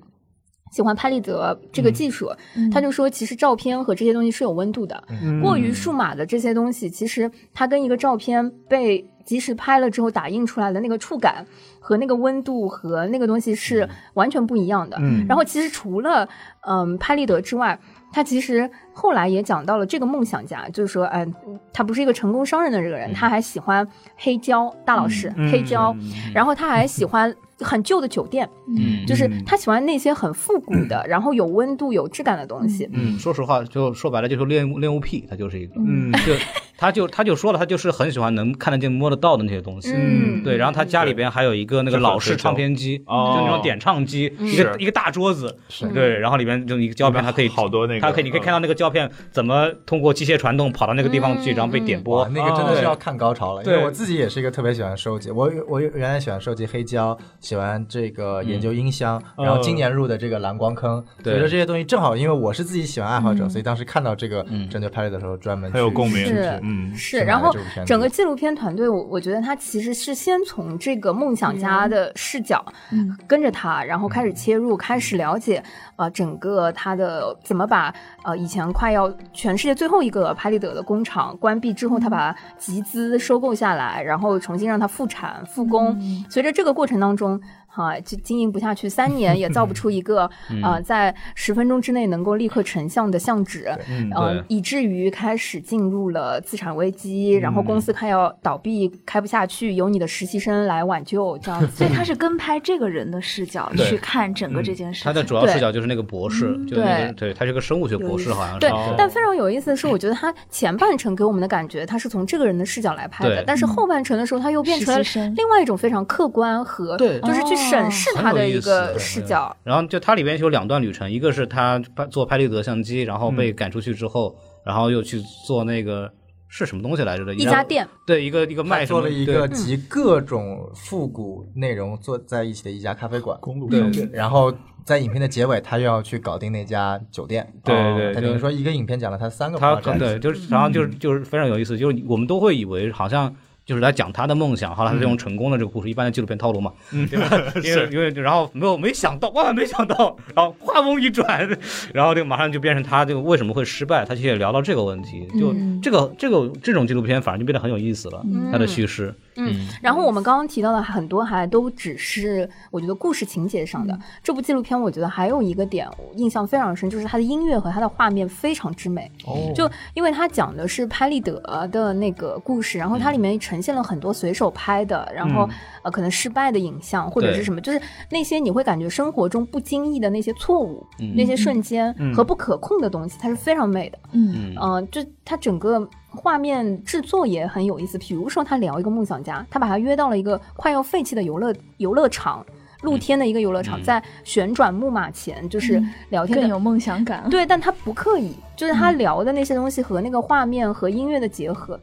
Speaker 4: 喜欢拍立得这
Speaker 2: 嗯
Speaker 4: 个技术？他就说，其实照片和这些东西是有温度的，
Speaker 2: 嗯
Speaker 4: 嗯过于数码的这些东西，其实它跟一个照片被及时拍了之后打印出来的那个触感和那个温度和那个东西
Speaker 2: 嗯
Speaker 4: 是完全不一样的。
Speaker 7: 嗯
Speaker 4: 然后其实除了嗯拍立得之外，他其实后来也讲到了这个梦想家，就是说，哎，他不是一个成功商人的这个
Speaker 2: 嗯
Speaker 4: 人，他还喜欢黑胶大老师、黑胶，然后他还喜欢很旧的酒店，
Speaker 2: 嗯
Speaker 4: 就是他喜欢那些很复古的，然后有温度、有质感的东西。
Speaker 2: 嗯，说实话，就说白了就是恋物恋物癖，他就是一个，
Speaker 7: 嗯
Speaker 2: 就他就他就说了，他就是很喜欢能看得见摸得到的那些东西。
Speaker 4: 嗯
Speaker 2: 对，然后他家里边还有一个那个
Speaker 7: 就很
Speaker 2: 老式
Speaker 7: 追求
Speaker 2: 唱片机，
Speaker 7: 哦
Speaker 2: 就那种点唱机，一个
Speaker 7: 是
Speaker 2: 一个大桌子，
Speaker 3: 是
Speaker 2: 对，然后里面就一个胶片，它可以
Speaker 7: 好多那个
Speaker 2: 它可以你可以看到那个胶片怎么通过机械传动跑到那个地方去，
Speaker 4: 嗯
Speaker 2: 然后被点播
Speaker 3: 哇，。那个真的
Speaker 2: 对
Speaker 3: 是要看高潮了，因
Speaker 2: 对
Speaker 3: 为我自己也是一个特别喜欢收集，我我原来喜欢收集黑胶，喜欢这个研究音箱，
Speaker 7: 嗯
Speaker 3: 然后今年入的这个蓝光坑，
Speaker 2: 嗯对
Speaker 3: 所以说这些东西正好，因为我是自己喜欢爱好者，所以当时看到这个
Speaker 2: 嗯
Speaker 3: 《拯救派对》的时候，专门
Speaker 7: 很有
Speaker 3: 去
Speaker 7: 共鸣
Speaker 3: 去
Speaker 4: 是
Speaker 7: 嗯
Speaker 3: 是
Speaker 4: 是，然
Speaker 3: 买了
Speaker 4: 后
Speaker 3: 这部片子
Speaker 4: 整个纪录片团队，我我觉得他其实是先从这个梦想家的视角，
Speaker 5: 嗯
Speaker 4: 跟着他，然后开
Speaker 3: 嗯
Speaker 4: 始切入，开始了解，呃，整个他的怎么把呃以前快要全世界最后一个拍立得的工厂关闭之后，他把它集资收购下来，然后重新让它复产复工。随着这个过程当中，哈、就经营不下去，三年也造不出一 个
Speaker 3: 嗯
Speaker 4: 呃在十分钟之内能够立刻成像的相纸。
Speaker 7: 嗯
Speaker 4: 嗯，以至于开始进入了资产危机，然后公
Speaker 2: 嗯
Speaker 4: 司快要倒闭，开不下去，由你的实习生来挽救，这样子
Speaker 5: 所以。他是跟拍这个人的视角
Speaker 2: 对
Speaker 5: 去看整个这件事
Speaker 2: 他
Speaker 5: 情。
Speaker 2: 的主要视角就是那个博士，就那个
Speaker 4: 嗯对
Speaker 2: 对，他是个生物学博士，好像是。
Speaker 4: 对
Speaker 2: 哦，
Speaker 4: 但非常有意思的是，我觉得他前半程给我们的感觉，他是从这个人的视角来拍的
Speaker 2: 对，
Speaker 4: 但是后半程的时候，他又变成了
Speaker 5: 嗯实习生哦
Speaker 4: 另外一种非常客观和，
Speaker 2: 对
Speaker 4: 就是去审视他的一
Speaker 2: 很有意
Speaker 4: 个
Speaker 2: 思
Speaker 4: 视角。
Speaker 2: 然后就它里边有两段旅程，一个是他拍做拍立得相机，然后被赶出去之后，然后又去做那个是什么东西来着的
Speaker 4: 一家，店，
Speaker 2: 对，一个一个卖
Speaker 3: 还
Speaker 2: 什么
Speaker 3: 做了一
Speaker 2: 对
Speaker 3: 个集各种复古内容坐在一起的一家咖啡馆，
Speaker 7: 公路
Speaker 2: 对
Speaker 7: 上
Speaker 3: 然后在影片的结尾，他又要去搞定那家酒店。
Speaker 2: 对
Speaker 3: 哦
Speaker 2: 对
Speaker 3: 他
Speaker 2: 就
Speaker 3: 等于说一个影片讲了他三个
Speaker 2: 他
Speaker 3: project
Speaker 2: 对，就是然后就是就是非常有意思，就是我们都会以为好像。就是来讲他的梦想，后来他这种成功的这个故事，一般的纪录片套路嘛，对吧？因为因为然后没有没想到，万万没想到，然后话锋一转，然后这个马上就变成他这个为什么会失败，他其实也聊到这个问题，就这个这个这种纪录片反而就变得很有意思了，他的叙事，
Speaker 4: 嗯，然后我们刚刚提到的很多还都只是我觉得故事情节
Speaker 5: 嗯
Speaker 4: 上的。这部纪录片我觉得还有一个点我印象非常深，就是它的音乐和它的画面非常之美。
Speaker 3: 哦
Speaker 4: 就因为它讲的是拍立得的那个故事，然后它里面呈现了很多随手拍的，然后、呃可能失败的影像或者
Speaker 2: 对
Speaker 4: 是什么，就是那些你会感觉生活中不经意的那些错误、那些瞬间和不可控的东西，它是非常美的。
Speaker 5: 嗯
Speaker 4: 嗯、就它整个画面制作也很有意思。比如说，他聊一个梦想家，他把他约到了一个快要废弃的游乐游乐场，露天的一个游乐场，在旋转木马前，就是聊天
Speaker 5: 更
Speaker 4: 的。
Speaker 5: 有梦想感。
Speaker 4: 对，但他不刻意，就是他聊的那些东西和那个画面和音乐的结合，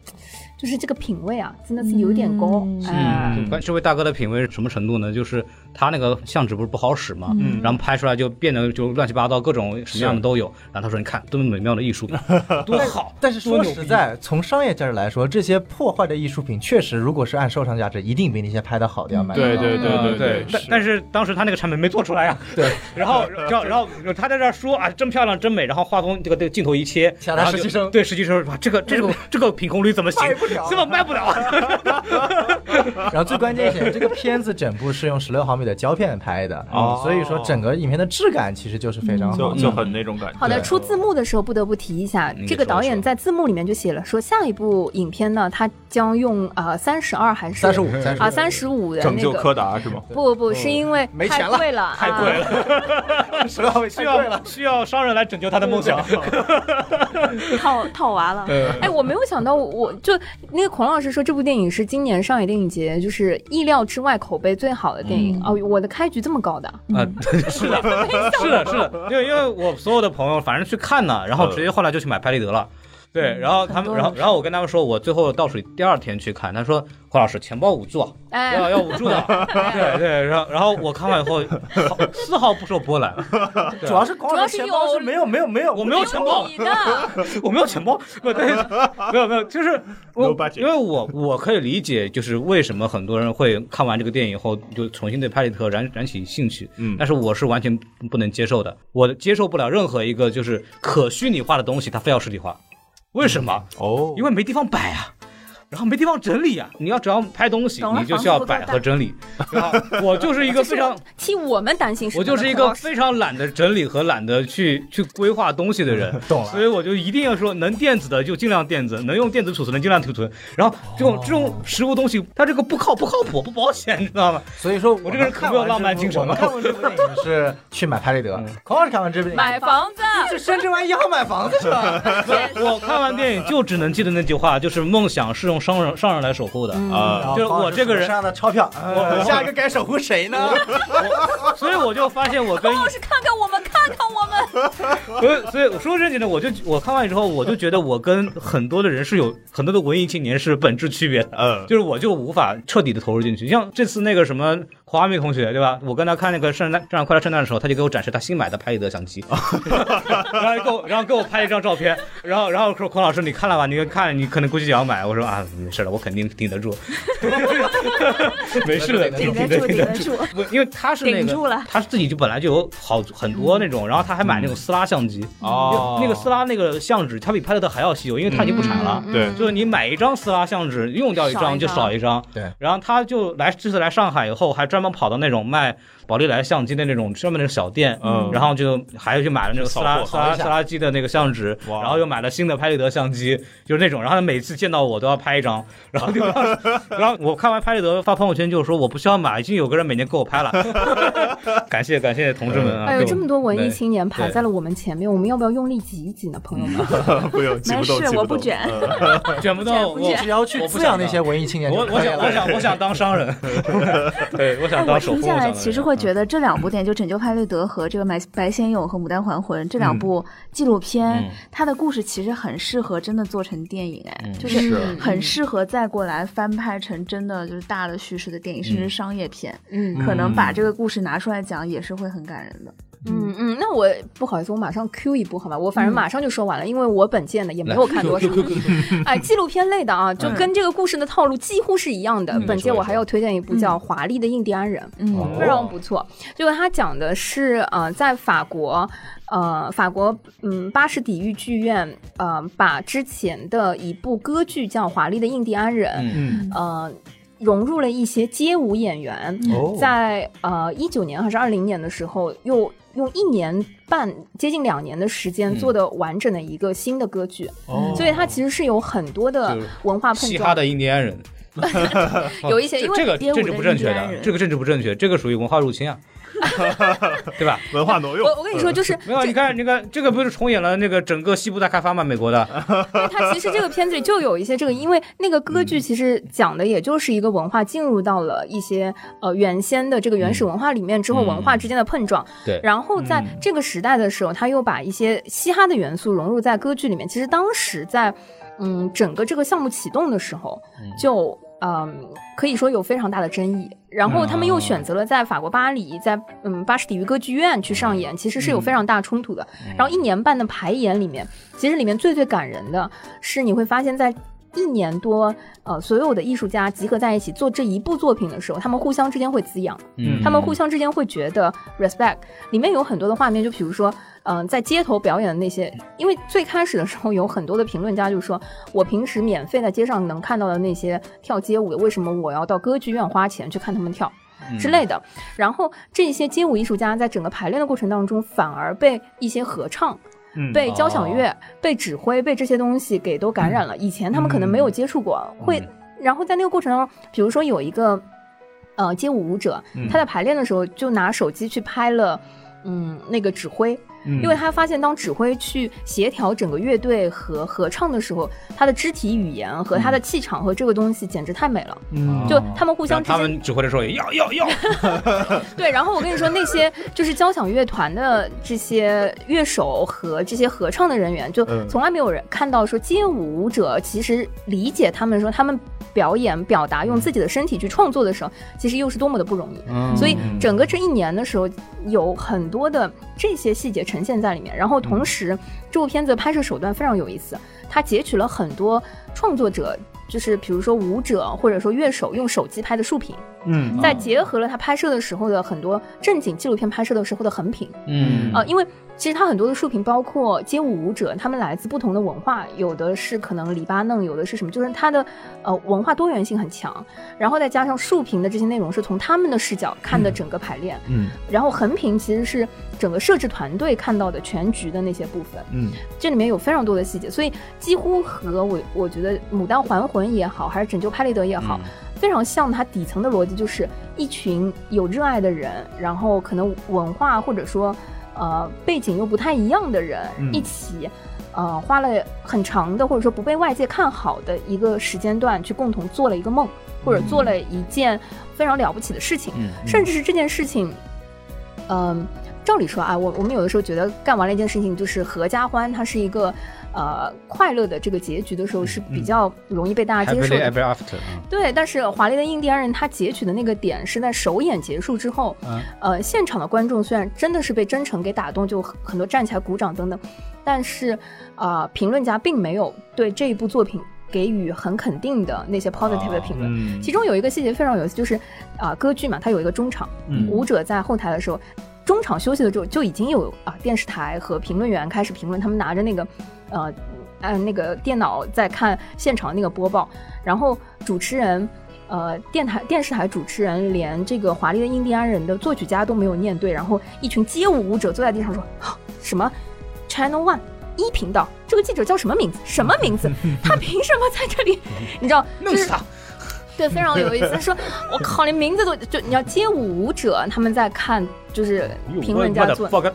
Speaker 4: 就是这个品味啊，真的是有点高。
Speaker 5: 嗯
Speaker 4: 哎，
Speaker 2: 嗯，关这位大哥的品味是什么程度呢？就是他那个相纸不是不好使嘛，然后拍出来就变得就乱七八糟，各种什么样的都有。然后他说：“你看，多么美妙的艺术品，多好！”
Speaker 3: 但是说
Speaker 2: 多牛逼
Speaker 3: 实在，从商业价值来说，这些破坏的艺术品确实，如果是按收藏价值，一定比那些拍的好的要卖得
Speaker 7: 对
Speaker 3: 高。
Speaker 7: 对对
Speaker 2: 嗯
Speaker 7: 对
Speaker 2: 但但是当时他那个产品没做出来啊。对， 然后然后然后他在这儿说啊，真漂亮，真美，然后画风这个这个镜头一切，
Speaker 3: 其他
Speaker 2: 然后
Speaker 3: 实习
Speaker 2: 就
Speaker 3: 生
Speaker 2: 对实习生说哇，这个 这个这个品控率怎么行
Speaker 3: 卖不了？啊
Speaker 2: 怎么卖不了？ 啊
Speaker 3: 然后最关键一点，这个片子整部是用十六毫米的胶片拍的，嗯
Speaker 7: 哦
Speaker 3: 所以说整个影片的质感其实就是非常好
Speaker 7: 就
Speaker 2: 嗯
Speaker 3: 的。
Speaker 7: 就很那种感觉。
Speaker 4: 好的，
Speaker 3: 对
Speaker 4: 出字幕的时候不得不提一下
Speaker 2: 你，
Speaker 4: 这个
Speaker 2: 说
Speaker 4: 导演
Speaker 2: 说
Speaker 4: 在字幕里面就写了说，下一部影片呢，他将用啊三十二还是
Speaker 3: 三十五，三十
Speaker 4: 啊三十五的
Speaker 7: 拯
Speaker 4: 那
Speaker 7: 救柯
Speaker 4: 个。
Speaker 7: 达是吗？
Speaker 4: 不不不，是因为
Speaker 3: 没
Speaker 4: 太
Speaker 3: 钱了
Speaker 4: 贵了，太贵了啊，
Speaker 3: 十六毫米太
Speaker 2: 需
Speaker 3: 贵了
Speaker 2: 要。需要商人来拯救他的梦想。
Speaker 5: 套套娃了，
Speaker 4: 哎，我没有想到我，我就那个孔老师说这部电影是今年上海电影节就是意料之外口碑最好的电
Speaker 2: 嗯
Speaker 4: 影、哦，我的开局这么高的，
Speaker 2: 啊，对是的， 是的，是的，因为因为我所有的朋友反正去看呢，然
Speaker 3: 嗯
Speaker 2: 后直接后来就去买拍立得了。对，然后他们，然后然后我跟他们说，我最后倒数第二天去看，他说黄老师钱包捂住啊，
Speaker 4: 哎，
Speaker 2: 要要捂住 的，
Speaker 5: 哎
Speaker 2: 对对，然后然后我看完以后，好丝毫不受波澜，
Speaker 3: 主要是光
Speaker 4: 主要
Speaker 3: 的
Speaker 4: 是
Speaker 3: 钱包
Speaker 4: 有
Speaker 3: 是没有没有没有，
Speaker 2: 我没有钱
Speaker 5: 哎
Speaker 2: 包，
Speaker 4: 你的，
Speaker 2: 我没有钱包，不，但是没有没有，就是我
Speaker 7: No budget
Speaker 2: 因为我我可以理解，就是为什么很多人会看完这个电影以后就重新对拍立得燃燃起兴趣，
Speaker 7: 嗯
Speaker 2: 但是我是完全不能接受的，我接受不了任何一个就是可虚拟化的东西，它非要实体化，为什么？
Speaker 7: 哦
Speaker 2: 因为没地方摆啊。然后没地方整理啊！你要只要拍东西
Speaker 5: 懂，了
Speaker 2: 你就需要
Speaker 5: 房子不够
Speaker 2: 摆和 整理。然后我就是一个非常
Speaker 4: 替我们担 心什么
Speaker 2: 我
Speaker 4: 呢
Speaker 2: 就是一
Speaker 4: 孔
Speaker 2: 个
Speaker 4: 老师
Speaker 2: 非常懒得整理和懒得去去规划东西的人，
Speaker 3: 懂了
Speaker 2: 所以我就一定要说，能电子的就尽量电子，能用电子储存的尽量储存。然后这种、这种实物东西，它这个不靠不靠谱，不保险，你知道吗？
Speaker 3: 所以说我
Speaker 2: 我这个人可没有浪漫精神嗯
Speaker 3: 我们看完这部电影是去买拍立得，孔老师看完这部电影
Speaker 4: 买房子，
Speaker 3: 去深圳湾一号买房子 去了。
Speaker 2: 我看完电影就只能记得那句话，就是梦想是用商人商人来守护的。
Speaker 3: 嗯
Speaker 6: 呃
Speaker 7: 啊，
Speaker 2: 就是我这个人
Speaker 3: 手上的钞票，呃下一个该守护谁呢？
Speaker 2: 所以我就发现我跟
Speaker 4: 孔老师看看我们，看看我们，
Speaker 2: 所以所以我说正经的，我就我看完之后，我就觉得我跟很多的人是有很多的文艺青年是本质区别的。
Speaker 6: 呃
Speaker 7: 嗯，
Speaker 2: 就是我就无法彻底的投入进去。像这次那个什么黄阿米同学，对吧？我跟他看那个圣诞《圣诞快乐圣诞》的时候，他就给我展示他新买的拍立得相 机，然后给我然后给我拍了一张照片，然后然后说孔老师你看了吧？你看你可能估计也要买。我说啊，没事的，我肯定顶 得住，没事的，
Speaker 5: 顶
Speaker 2: 顶
Speaker 5: 得住，顶得住，
Speaker 2: 不，因为他是那
Speaker 5: 顶住
Speaker 2: 个
Speaker 5: 了，
Speaker 2: 他是自己就本来就有好很多那种，然后他还买那种撕拉相机，
Speaker 5: 嗯
Speaker 7: 哦
Speaker 2: 那个撕拉那个相纸，它比拍立得还要稀有，因为它已经不产了。
Speaker 5: 嗯
Speaker 7: 对
Speaker 2: 就是你买一张撕拉相纸，用掉一
Speaker 5: 少
Speaker 2: 张
Speaker 5: 一张
Speaker 2: 就少一张。
Speaker 3: 对
Speaker 2: 然后他就来这次来上海以后，还专门跑到那种卖宝丽来相机的那种专门那个小店，
Speaker 7: 嗯
Speaker 2: 然后就还去买了那个撕拉
Speaker 7: 扫货
Speaker 2: 撕拉
Speaker 3: 一下
Speaker 2: 撕拉机的那个相纸，
Speaker 7: 哇哦
Speaker 2: 然后又买了新的拍立得相机，就是那种。然后他每次见到我都要拍一张，然后就让， 然后我看完拍立得发朋友圈就说我不需要买，已经有个人每年给我拍了。 感谢感谢同志们啊！
Speaker 4: 哎呦，
Speaker 2: 给我
Speaker 4: 这么多文艺青年排
Speaker 2: 对
Speaker 4: 在了我们前面，我们要不要用力挤一挤呢，朋 友们？
Speaker 7: 不用，挤
Speaker 5: 没
Speaker 7: 不动，
Speaker 5: 事
Speaker 7: 挤，
Speaker 5: 我
Speaker 7: 不
Speaker 5: 不
Speaker 7: 动
Speaker 5: 卷。
Speaker 2: 卷不到
Speaker 5: 不
Speaker 2: 我
Speaker 5: 见不见
Speaker 3: 只要去滋养那些文艺青年就
Speaker 2: 我我
Speaker 3: 可以
Speaker 2: 想
Speaker 3: 了
Speaker 2: 我想我想当商人， 对，我
Speaker 5: 哎，
Speaker 2: 想
Speaker 5: 我
Speaker 2: 当首富。
Speaker 5: 听下来
Speaker 2: 我想当
Speaker 5: 其实
Speaker 2: 人
Speaker 5: 会觉得这两部电影，就《拯救派瑞德》和这个《白白先勇》和《牡丹还魂》这两部纪录片，它的故事其实很适合真的做成电影，哎、就是很适合再过来翻拍成真的就是大的叙事的电影，甚至商业片。
Speaker 4: 嗯
Speaker 5: 可能把这个故事拿出来讲，也是会很感人的。
Speaker 4: 嗯嗯，那我不好意思，我马上 Q 一部好吧？我
Speaker 2: 嗯
Speaker 4: 反正马上就说完了，因为我本届呢也没有看 多少。 哎，纪录片类的啊，
Speaker 2: 哎
Speaker 4: 就跟这个故事的套路几乎是一样
Speaker 2: 嗯
Speaker 4: 的。本届我还要推荐一部叫《华丽的印第安人》，
Speaker 5: 嗯
Speaker 4: 非常不错。就是他讲的是呃，在法国，呃，法国嗯巴士底狱剧院，呃，把之前的一部歌剧叫《华丽的印第安人》，
Speaker 2: 嗯
Speaker 4: 呃。融入了一些街舞演员，
Speaker 3: 哦
Speaker 4: 在呃一九年还是二零年的时候，又用一年半接近两年的时间
Speaker 2: 嗯
Speaker 4: 做的完整的一个新的歌剧，
Speaker 3: 哦
Speaker 4: 所以它其实是有很多的
Speaker 2: 就是
Speaker 4: 文化碰
Speaker 2: 嘻哈
Speaker 4: 撞，
Speaker 2: 的印第安 人，
Speaker 4: 有一些
Speaker 2: 这
Speaker 4: 因为
Speaker 2: 这个
Speaker 5: 街舞
Speaker 2: 政治
Speaker 5: 的
Speaker 2: 不正确
Speaker 5: 印第安
Speaker 2: 的，
Speaker 5: 人
Speaker 2: 这个政治不正确，这个属于文化入 侵啊，对吧？
Speaker 6: 文化挪用
Speaker 7: 哦
Speaker 4: 我我跟你说，就是
Speaker 2: 没有，啊你看，你看，这个不是重演了那个整个西部大开发吗？美国的，
Speaker 4: 它其实这个片子里就有一些这个，因为那个歌
Speaker 2: 嗯
Speaker 4: 剧其实讲的也就是一个文化进入到了一些呃原先的这个原始文化里面之后，
Speaker 2: 嗯
Speaker 4: 文化之间的碰撞。
Speaker 2: 对
Speaker 4: 然后在这个时代的时候，他又把一些嘻哈的元素融入在歌剧里面。其实当时在嗯整个这个项目启动的时候，就嗯可以说有非常大的争议。然后他们又选择了在法国巴黎，在嗯巴士底于歌剧院去上演，其实是有非常大冲突的。然后一年半的排演里面，其实里面最最感人的是，你会发现在一年多，呃，所有的艺术家集合在一起做这一部作品的时候，他们互相之间会滋养，
Speaker 2: 嗯
Speaker 4: 他们互相之间会觉得 respect。里面有很多的画面，就比如说，嗯、在街头表演的那些，因为最开始的时候有很多的评论家就说，我平时免费在街上能看到的那些跳街舞的，为什么我要到歌剧院花钱去看他们跳？之类的，然后这些街舞艺术家在整个排练的过程当中，反而被一些合唱、
Speaker 6: 嗯
Speaker 4: 被交响
Speaker 2: 哦嗯
Speaker 4: 乐、被指挥、被这些东西给都感染了。以前他们可能没有接触过，会，然后在那个过程当中，比如说有一个呃街舞舞者，
Speaker 2: 嗯
Speaker 4: 他在排练的时候就拿手机去拍了。嗯，那个指挥，
Speaker 2: 嗯
Speaker 4: 因为他发现当指挥去协调整个乐队和合唱的时候，他的肢体语言和
Speaker 2: 嗯
Speaker 4: 他的气场和这个东西简直太美了。
Speaker 6: 嗯
Speaker 7: 嗯
Speaker 4: 就他们互
Speaker 2: 哦然
Speaker 4: 相
Speaker 2: 后他
Speaker 4: 之间
Speaker 2: 们指挥的时候也要要要，
Speaker 4: 对，然后我跟你说，那些就是交响乐团的这些乐手和这些合唱的人员，就
Speaker 6: 嗯
Speaker 4: 从来没有人看到说街舞舞者其实理解他们说他们表演表达用自己的身体去创作的时候，其实又是多么的不容易。嗯
Speaker 2: 嗯
Speaker 4: 所以整个这一年的时候，有很多的这些细节呈现在里面。然后同时，这部片子的拍摄手段非常有意思，它截取了很多创作者。就是比如说舞者或者说乐手用手机拍的竖屏，
Speaker 6: 嗯
Speaker 4: 再结合了他拍摄的时候的很多正经纪录片拍摄的时候的横屏，
Speaker 2: 嗯
Speaker 4: 呃，因为其实他很多的竖屏，包括街舞舞者，他们来自不同的文化，有的是可能黎巴嫩，有的是什么，就是他的呃文化多元性很强，然后再加上竖屏的这些内容是从他们的视角看的整个排练，
Speaker 6: 嗯
Speaker 4: 然后横屏其实是整个摄制团队看到的全局的那些部分，
Speaker 6: 嗯
Speaker 4: 这里面有非常多的细节，所以几乎和我我觉得《牡丹还魂》也好，还是《拯救派雷德》也
Speaker 6: 嗯
Speaker 4: 好，非常像它底层的逻辑，就是一群有热爱的人，然后可能文化或者说呃背景又不太一样的人、
Speaker 6: 嗯
Speaker 4: 一起。呃，花了很长的，或者说不被外界看好的一个时间段，去共同做了一个梦，或者做了一件非常了不起的事情，
Speaker 2: 嗯
Speaker 4: 甚至是这件事情嗯，照理说啊，我我们有的时候觉得干完了一件事情，就是合家欢，它是一个呃快乐的这个结局的时候是比较容易被大家接受
Speaker 2: ，Happily
Speaker 4: 的。
Speaker 2: Ever After，嗯
Speaker 4: 对，但是《华丽的印第安人》它截取的那个点是在首演结束之后，呃，现场的观众虽然真的是被真诚给打动，就很很多站起来鼓掌等等，但是啊、呃评论家并没有对这一部作品给予很肯定的那些 positive 的评论。
Speaker 6: 嗯
Speaker 4: 其中有一个细节非常有意思，就是啊、歌剧嘛，它有一个中场，
Speaker 6: 嗯
Speaker 4: 舞者在后台的时候，中场休息的时候就已经有啊、电视台和评论员开始评论，他们拿着那个呃呃那个电脑在看现场那个播报，然后主持人。呃，电台电视台主持人连这个《华丽的印第安人》的作曲家都没有念对，然后一群街舞舞者坐在地上说：“啊什么 Channel One 一频道，这个记者叫什么名字？什么 名字？他凭什么在这里？你知道，
Speaker 2: 弄死他！
Speaker 4: 对，非常有意思。他说：“我靠，连名字都就你要街舞舞者，他们在看就是
Speaker 2: 嗯
Speaker 4: 评论家做
Speaker 2: fuck，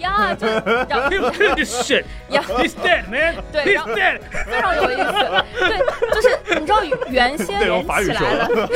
Speaker 4: 呀，就是然后
Speaker 2: shit，
Speaker 4: 呀
Speaker 2: he's dead man，
Speaker 4: 对
Speaker 2: he's
Speaker 4: 然后
Speaker 2: dead，
Speaker 4: 非常有意思。对，就是你知道原 先
Speaker 6: 内容
Speaker 4: 连
Speaker 6: 法语
Speaker 4: 起
Speaker 6: 说
Speaker 4: 来了，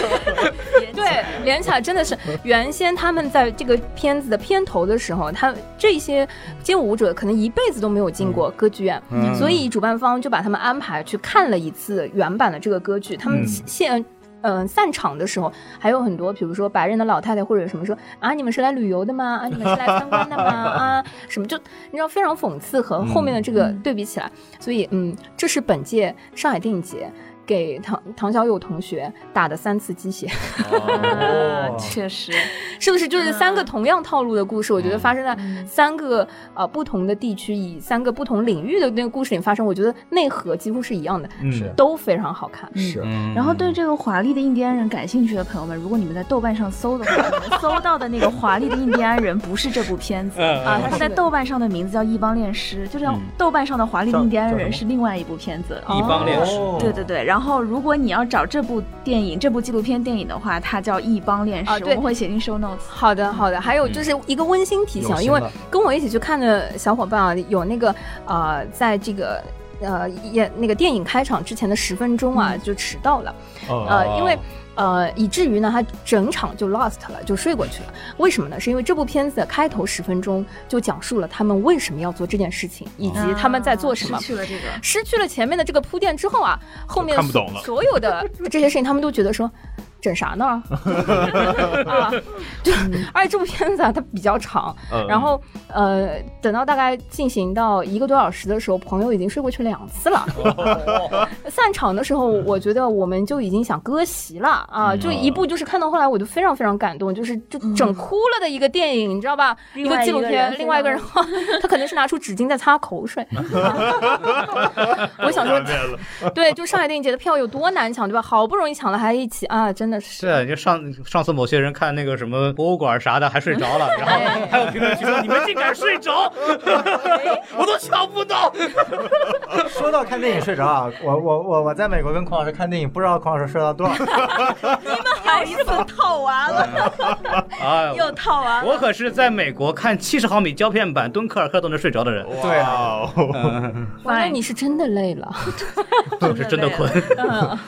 Speaker 4: 对，连起来真的是原先他们在这个片子的片头的时候，他这些街舞舞者可能一辈子都没有进
Speaker 6: 嗯
Speaker 4: 过歌剧院，所以主办方就把他们安排去看了一次原版的这个歌剧。他们现嗯、散场的时候，还有很多，比如说白人的老太太或者什么说啊，你们是来旅游的吗？啊，你们是来参观的吗？啊，什么就你知道
Speaker 6: 嗯
Speaker 4: 嗯非常讽刺和后面的这个对比起来，所以嗯，这是本届上海电影节给唐唐小友同学打的三次鸡血，
Speaker 5: 啊，确实，
Speaker 4: 是不是？就是三个同样套路的故事，
Speaker 3: 嗯
Speaker 4: 我觉得发生在三个呃不同的地区，以三个不同领域的那个故事里发生，我觉得内核几乎是一样的，
Speaker 3: 嗯是
Speaker 4: 都非常好看。
Speaker 5: 嗯
Speaker 3: 是，
Speaker 2: 嗯
Speaker 5: 然后对这个华丽的印第安人感兴趣的朋友们，如果你们在豆瓣上搜的话，你们搜到的那个华丽的印第安人不是这部片子
Speaker 2: 嗯
Speaker 5: 啊
Speaker 4: 嗯，
Speaker 5: 它在豆瓣上的名字叫《一帮恋尸》，就这样
Speaker 2: 嗯，
Speaker 5: 豆瓣上的华丽的印第安
Speaker 3: 叫叫什
Speaker 5: 人
Speaker 3: 么
Speaker 5: 是另外一部片子。
Speaker 2: 一帮恋尸，
Speaker 3: 哦
Speaker 5: 对对对，然后如果你要找这部电影、这部纪录片电影的话，它叫《一帮恋尸
Speaker 4: 啊》，
Speaker 5: 我
Speaker 4: 对
Speaker 5: 们会写进 show notes。
Speaker 4: 好的，好的。还有就是一个温馨提醒，
Speaker 3: 有心
Speaker 4: 因为
Speaker 3: 了
Speaker 4: 跟我一起去看的小伙伴啊，有那个呃，在这个呃演那个电影开场之前的十分钟啊，
Speaker 7: 嗯
Speaker 4: 就迟到了，
Speaker 7: 哦
Speaker 4: 呃，因为。呃，以至于呢，他整场就 lost 了，就睡过去了。为什么呢？是因为这部片子的开头十分钟就讲述了他们为什么要做这件事情，以及
Speaker 7: 嗯
Speaker 4: 他们在做什么
Speaker 5: 啊失。去了这个，
Speaker 4: 失去了前面的这个铺垫之后啊，后面
Speaker 7: 看不懂了
Speaker 4: 所有的这些事情，他们都觉得 说。整啥呢？啊，就 而且这部片子啊，它比较长，
Speaker 7: 嗯
Speaker 4: 然后呃，等到大概进行到一个多小时的时候，朋友已经睡过去两次了。 散场的时候，我觉得我们就已经想割席了啊！
Speaker 2: 嗯
Speaker 4: 就一部就是看到后来，我就非常非常感动，就是就整哭了的一个电影，你知道吧？一
Speaker 5: 另外
Speaker 4: 个
Speaker 5: 一个
Speaker 4: 纪录片，
Speaker 5: 人
Speaker 4: 另外一个人， 他可能是拿出纸巾在擦 口水。 我想说，对，就上海电影节的票有多难抢，对吧？好不容易抢了，还一起啊，真的
Speaker 2: 是
Speaker 4: 是。
Speaker 2: 啊，就上上次某些人看那个什么博物馆啥的还睡着了，然
Speaker 5: 哎
Speaker 2: 后还有评论区说你们竟敢睡着， 我都抢不 到。
Speaker 3: 说到看电影睡着啊，我我我我在美国跟孔老师看电影，不知道孔老师睡到多少。
Speaker 5: 又一次套完了，
Speaker 2: 哎，
Speaker 5: 又套完了。
Speaker 2: 我可是在美国看七十毫米胶片版《敦刻尔克》都能睡着的人，
Speaker 3: 对啊，
Speaker 6: 哦
Speaker 4: 我觉得你是真的累了。
Speaker 2: 我是真的困。
Speaker 4: 嗯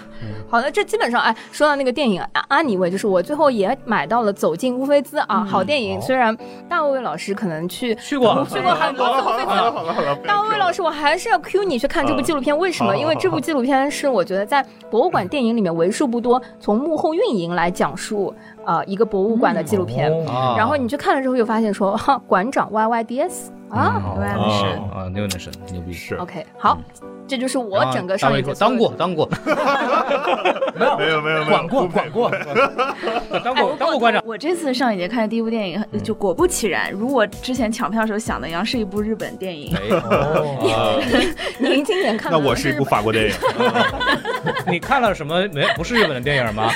Speaker 4: 好的，这基本上哎，说到那个电影《啊安妮卫》，就是我最后也买到了《走进乌菲兹》啊，好电影。虽然大卫老师可能去
Speaker 2: 去 过，啊
Speaker 4: 去过韩国走飞走。
Speaker 6: 好了好 了，
Speaker 4: 大卫老师，我还是要 Q 你去看这部纪录片，为什么？因为这部纪录片是我觉得在博物馆电影里面为数不多从幕后运营来讲述呃一个博物馆的纪录片。
Speaker 3: 嗯
Speaker 4: 哦
Speaker 3: 哦
Speaker 2: 啊
Speaker 4: 然后你去看了之后，就发现说，哈，馆长 YYDS 啊、
Speaker 3: 哦
Speaker 5: 对
Speaker 2: 啊
Speaker 5: 是
Speaker 2: 啊，牛男神牛逼是。
Speaker 4: o k 好，这就是我整个
Speaker 2: 大
Speaker 4: 上
Speaker 2: 卫
Speaker 4: 一
Speaker 2: 说
Speaker 4: 节
Speaker 2: 当 过当过
Speaker 6: 没有没
Speaker 2: 啊
Speaker 6: 有没有，
Speaker 3: 管过管过，
Speaker 2: 当
Speaker 5: 哎
Speaker 2: 过当过馆长，
Speaker 5: 我这次上影节看的第一部电影，
Speaker 3: 嗯
Speaker 5: 就果不其然，如我之前抢票的时候想的一样，是一部日本电影。
Speaker 4: 您今年看
Speaker 7: 那
Speaker 4: 的
Speaker 7: 我是一部法 国电影，
Speaker 2: 你看了什么没？不是日本的电影吗？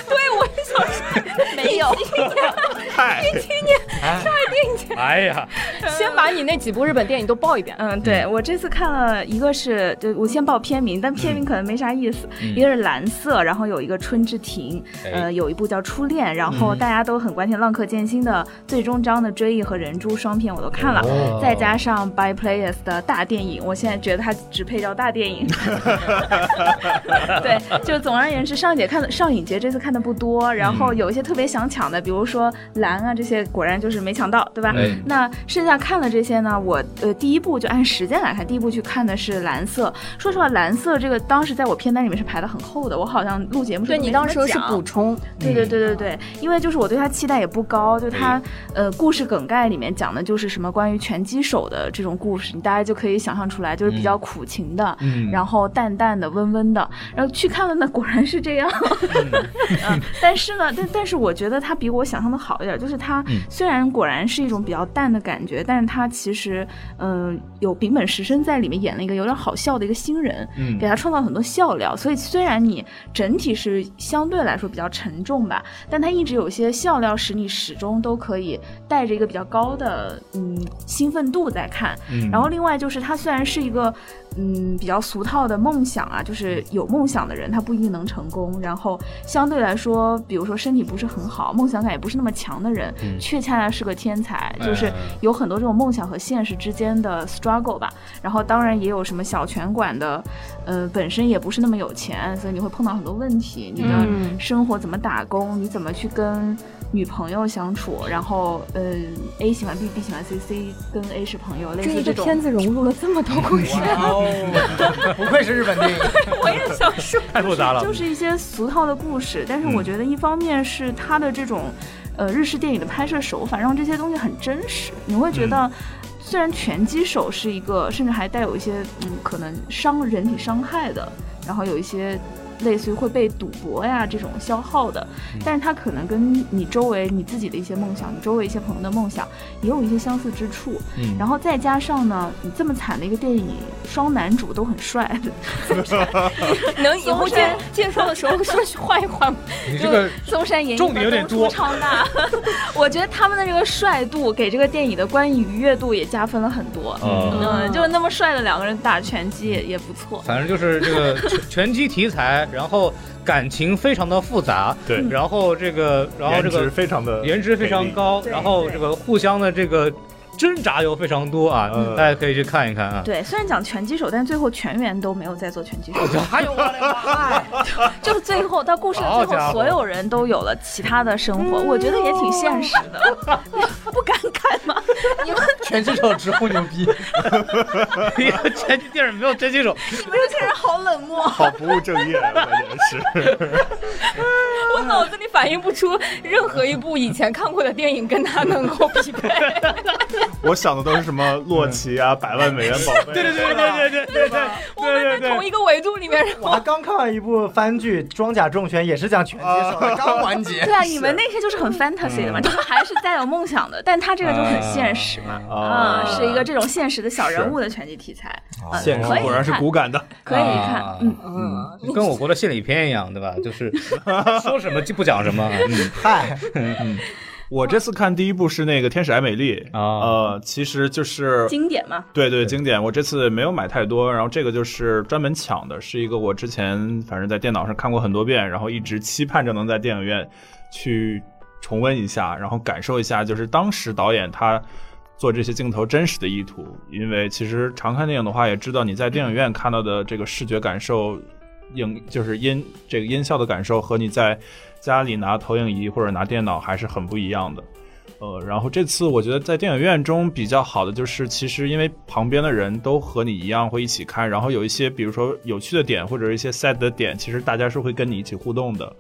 Speaker 4: 没有，
Speaker 7: 嗨，
Speaker 2: 哎呀，
Speaker 4: 先把你那几部日本电影都报一遍。
Speaker 5: 嗯，对我这次看了一个是，就我先报片名，但片名可能没啥意思。一个是蓝色，然后有一个春之庭，
Speaker 2: 哎
Speaker 5: 呃，有一部叫《初恋》，然后大家都很关心浪客剑心的最终章的追忆和人珠双片，我都看了，
Speaker 2: 哦
Speaker 5: 再加上 By Players 的大电影，我现在觉得它只配叫大电影。对，就总而言之，上节看的上影节这次看的不多，然后有一些特别想抢的，比如说蓝啊这些，果然就是没抢到，对吧？
Speaker 2: 哎
Speaker 5: 那剩下看了这些呢，我呃第一部就按时间来看，第一部去看的是蓝色。说实话，蓝色这个当时在我片单里面是排的很厚的，我好像录节目时
Speaker 4: 对
Speaker 5: 候
Speaker 4: 你
Speaker 5: 没
Speaker 4: 当
Speaker 5: 怎么
Speaker 4: 时是
Speaker 5: 讲
Speaker 4: 补充，
Speaker 5: 对对对对对，因为就是我对他期待也不高，就他呃故事梗概里面讲的就是什么关于拳击手的这种故事，你大概就可以想象出来，就是比较苦情的，然后淡淡的、温温的，然后去看了呢，果然是这样。 嗯，但是呢，但但是我觉得它比我想象的好一点，就是它虽然果然是一种比较淡的感觉，但是它其实嗯、呃有柄本时生在里面演了一个有点好笑的一个新人，
Speaker 2: 嗯
Speaker 5: 给他创造很多笑料。所以虽然你整体是相对来说比较沉重吧，但它一直有一些笑料，使你始终都可以带着一个比较高的嗯兴奋度在看。
Speaker 7: 嗯
Speaker 5: 然后另外就是它虽然是一个嗯比较俗套的梦想啊，就是有梦想的人他不一定能成功。然后相对来说，比如说身体不是很好，梦想感也不是那么强的人，却恰恰是个天才，
Speaker 2: 哎
Speaker 5: 就是有很多这种梦想和现实之间的 struggle 吧。然后当然也有什么小拳馆的，呃，本身也不是那么有钱，所以你会碰到很多问题，你的
Speaker 4: 嗯
Speaker 5: 生活怎么打工，你怎么去跟女朋友相处，然后呃 A 喜欢 B，B 喜欢 C，C 跟 A 是朋友，类
Speaker 4: 这
Speaker 5: 似
Speaker 4: 一个
Speaker 5: 种。
Speaker 4: 片子融入了这么多故 事。
Speaker 3: 不愧是日本电影，
Speaker 4: 我也想说，
Speaker 2: 太复杂了
Speaker 5: 就。是一些俗套的故事。但是我觉得一方面是它的这种，呃，日式电影的拍摄手法让这些东西很真实，你会觉得。虽然拳击手是一个，甚至还带有一些嗯，可能伤人体伤害的，然后有一些类似于会被赌博呀这种消耗的，但是它可能跟你周围你自己的一些梦想，你周围一些朋友的梦想也有一些相似之处。
Speaker 7: 嗯
Speaker 5: 然后再加上呢，你这么惨的一个电影，双男主都很帅，
Speaker 4: 能以 后介介绍的时候说去换一换吗？
Speaker 2: 你这个
Speaker 5: 嵩山演义
Speaker 2: 重点有点多
Speaker 5: 超 大。我觉得他们的这个帅度给这个电影的观影愉悦度也加分了很多。
Speaker 2: 呃，
Speaker 5: 嗯，就是那么帅的两个人打拳击也也不错。
Speaker 2: 反正就是这个拳拳击题材，然后感情非常的复杂，
Speaker 6: 对
Speaker 2: 然后这个，然后这
Speaker 6: 颜值
Speaker 2: 个
Speaker 6: 非常的
Speaker 2: 颜值非常高，
Speaker 5: 对
Speaker 2: 然后这个互相的这个挣扎又非常多啊，
Speaker 6: 嗯
Speaker 2: 大家可以去看一看啊。
Speaker 5: 对，虽然讲拳击手，但最后全员都没有在做拳击手，
Speaker 2: 还有我的妈！
Speaker 5: 就是最后到故事的
Speaker 2: 好
Speaker 5: 最
Speaker 2: 家伙
Speaker 5: 后，所有人都有了其他的生活，我觉得也挺现实的，不感慨吗？
Speaker 3: 全职手直呼牛逼，
Speaker 2: 前几电影没有真击手，
Speaker 5: 你们这些人好冷漠，
Speaker 6: 好不务正业，啊关键 是
Speaker 4: 我脑子里反映不出任何一部以前看过的电影跟他能够匹配。
Speaker 6: 我想的都是什么洛奇啊，百万美元宝贝，
Speaker 2: 对对对对对对对对
Speaker 4: 我们
Speaker 2: 对对
Speaker 4: 在同
Speaker 2: 对。
Speaker 4: 一个维度里面，
Speaker 3: 我还刚看完一部番剧《装甲重拳》，也是讲拳击手的， 刚完结。
Speaker 5: 对啊，你们那些就是很 fantasy 的嘛，就是还是带有梦想的，但他这个就很现实嘛，啊，是一个这种现实的小人物的拳击题材，啊
Speaker 7: 现实
Speaker 5: 可以
Speaker 7: 哦果然是
Speaker 5: 看
Speaker 7: 骨感的，
Speaker 5: 可以看，
Speaker 2: 啊，嗯，跟我国的献礼片一样，对吧？就是说什么就不讲什么啊，嗯，
Speaker 3: 嗨，
Speaker 7: 我这次看第一部是那个《天使爱美丽》
Speaker 2: 啊
Speaker 7: 呃，其实就是
Speaker 5: 经典嘛，
Speaker 7: 对对经典。我这次没有买太多，然后这个就是专门抢的，是一个我之前反正在电脑上看过很多遍，然后一直期盼着能在电影院去重温一下，然后感受一下，就是当时导演他。做这些镜头真实的意图，因为其实常看电影的话，也知道你在电影院看到的这个视觉感受，影就是音这个音效的感受和你在家里拿投影仪或者拿电脑还是很不一样的。呃，然后这次我觉得在电影院中比较好的就是，其实因为旁边的人都和你一样会一起看，然后有一些比如说有趣的点或者一些 sad 的点，其实大家是会跟你一起互动的。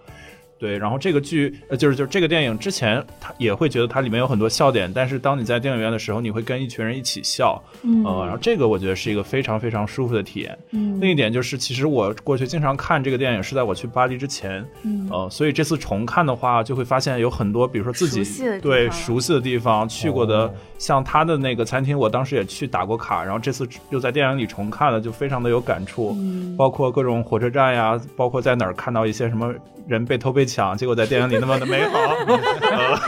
Speaker 7: 对，然后这个剧呃，就是就是这个电影之前，它也会觉得它里面有很多笑点，但是当你在电影院的时候，你会跟一群人一起笑，嗯、呃，然后这个我觉得是一个非常非常舒服的体验。嗯，另一点就是，其实我过去经常看这个电影是在我去巴黎之前，嗯，呃，所以这次重看的话，就会发现有很多，比如说自己
Speaker 5: 熟悉的地
Speaker 7: 对
Speaker 5: 方
Speaker 7: 熟悉的地方去过的，像他的那个餐厅，我当时也去打过卡，然后这次又在电影里重看了，就非常的有感触，
Speaker 5: 嗯
Speaker 7: 包括各种火车站呀，包括在哪儿看到一些什么人被偷被抢，结果在电影里那么的美好，呃，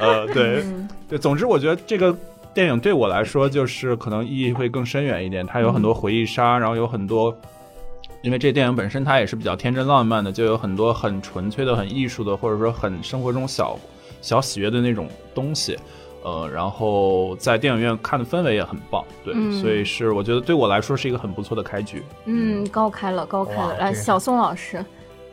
Speaker 7: 呃对，对，总之我觉得这个。电影对我来说，就是可能意义会更深远一点。它有很多回忆杀，然后有很多因为这电影本身它也是比较天真浪漫的，就有很多很纯粹的、很艺术的，或者说很生活中小小喜悦的那种东西。呃，然后在电影院看的氛围也很棒，对，所以是我觉得对我来说是一个很不错的开局。
Speaker 4: 嗯，高开了，高开
Speaker 3: 哇
Speaker 4: 了。来，
Speaker 3: 这个
Speaker 4: 小宋老师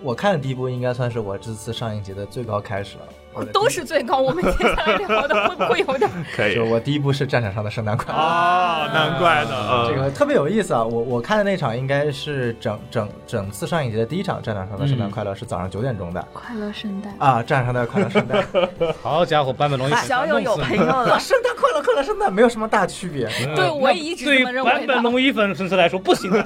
Speaker 3: 我看的第一部应该算是我这次上映节的最高开始了。我的第一
Speaker 4: 都是最高，我们接下来聊的会不会有点？
Speaker 7: 可
Speaker 3: 就我第一部是战场上的圣诞快乐。
Speaker 6: 啊，难怪呢，呃
Speaker 3: 这个特别有意思啊！我我看的那场应该是整整整次上影节的第一场《战场上的圣诞快乐》，是早上九点钟的
Speaker 5: 快乐圣诞，
Speaker 3: 啊，《战场上的快乐圣诞》
Speaker 2: 好家伙，坂本龙一
Speaker 5: 小友有朋友
Speaker 3: 啊，
Speaker 5: 了，
Speaker 3: 圣诞快乐，快乐圣诞没有什么大区别，
Speaker 4: 对，我也一直
Speaker 2: 对
Speaker 4: 这么认
Speaker 2: 坂
Speaker 4: 为
Speaker 2: 本
Speaker 4: 的。
Speaker 2: 龙一粉丝来说不行的，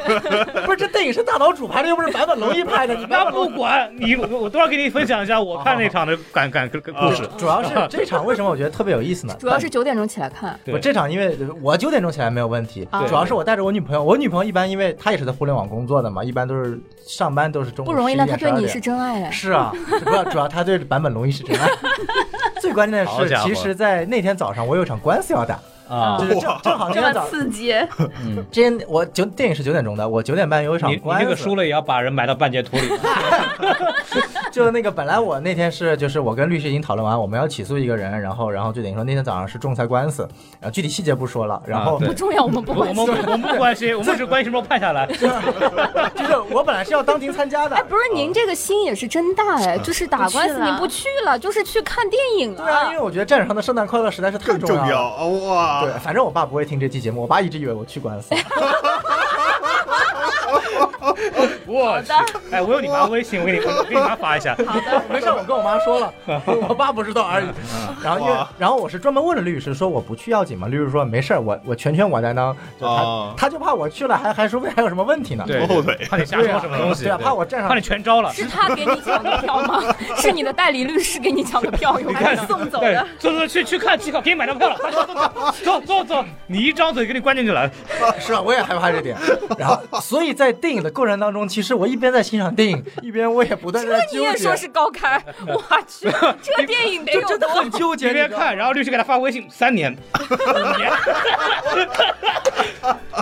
Speaker 3: 不是这电影是大岛主拍的，又不是坂本龙一拍的，你不要
Speaker 2: 那不管你，我我多少给你分享一下我看那场的感感感故事。
Speaker 3: 主要是这场为什么我觉得特别有意思呢？
Speaker 4: 主要是九点钟起来看，
Speaker 2: 对
Speaker 3: 我这场因为我九点钟起来没有问题
Speaker 4: 啊，
Speaker 3: 主要是我带着我女朋友，我女朋友一般因为她也是在互联网工作的嘛，一般都是上班都是中午
Speaker 4: 不容易。那他
Speaker 3: 11
Speaker 4: 对你是
Speaker 3: 12点
Speaker 4: 真爱 哎。
Speaker 3: 是啊，主要主要她对坂本龙一是真爱。 最关键的
Speaker 2: 好
Speaker 3: 是
Speaker 2: 家，伙
Speaker 3: 其实，在那天早上我有场官司要打，
Speaker 2: 啊
Speaker 3: 就是 正正好那
Speaker 5: 这
Speaker 3: 天
Speaker 5: 么
Speaker 3: 早，
Speaker 5: 刺激，
Speaker 3: 之前我九电影是九点钟的，我九点半有一
Speaker 2: 你
Speaker 3: 场
Speaker 2: 你
Speaker 3: 官司。
Speaker 2: 那个输了也要把人埋到半截土里，
Speaker 3: 就那个本来我那天是就是我跟律师已经讨论完，我们要起诉一个人，然后然后就等于说那天早上是仲裁官司，然后具体细节不说了，然后、
Speaker 2: 啊对
Speaker 4: 不重要，我们不
Speaker 2: 我
Speaker 4: 关
Speaker 2: 们
Speaker 4: 心。
Speaker 2: 我们不关心，我们只关心什么时候判下来。
Speaker 3: 就是我本来是要当庭参加的。
Speaker 4: 不是您这个心也是真大哎，就是打官司
Speaker 5: 不去了
Speaker 4: 您不去了，就是去看电影
Speaker 3: 对啊，因
Speaker 4: 了
Speaker 3: 为。我觉得战场上的圣诞快乐实在是太
Speaker 6: 更重
Speaker 3: 要
Speaker 6: 要
Speaker 3: 了。
Speaker 6: 啊哇！
Speaker 3: 对，反正我爸不会听这期节目，我爸一直以为我去官司。
Speaker 2: 我去，哎，我有你妈微信，我给你我给你妈发一下。
Speaker 3: 没事，我跟我妈说了，我爸不知道而已。然后因为
Speaker 7: 哇，
Speaker 3: 然后我是专门问了律师，说我不去要紧吗？律师说没事儿，我我全权我担当。就他、
Speaker 7: 哦
Speaker 3: 他就怕我去了还还说不定还有什么问题呢。
Speaker 2: 对，
Speaker 7: 后腿
Speaker 2: 怕你瞎说什么东西，
Speaker 3: 对啊怕我站上
Speaker 2: 怕你全招了。
Speaker 4: 是他给你抢的票吗？是你的代理律师给你抢的票，有
Speaker 5: 还
Speaker 4: 可
Speaker 5: 是
Speaker 4: 能。
Speaker 5: 送走
Speaker 2: 对
Speaker 5: 的。，
Speaker 2: 走走去去看去看，给你买张票了，走走走，你一张嘴给你关进去了，
Speaker 3: 是啊，我也害怕这点。然后，所以在电影的过程当中，其实我一边在欣赏电影，一边我也不断地在
Speaker 4: 这
Speaker 3: 纠
Speaker 4: 你也说
Speaker 3: 结，
Speaker 4: 是高开？我去， 这电影得有多
Speaker 3: 很纠结。
Speaker 2: 一边看，然后律师给他发微信，三年，五年，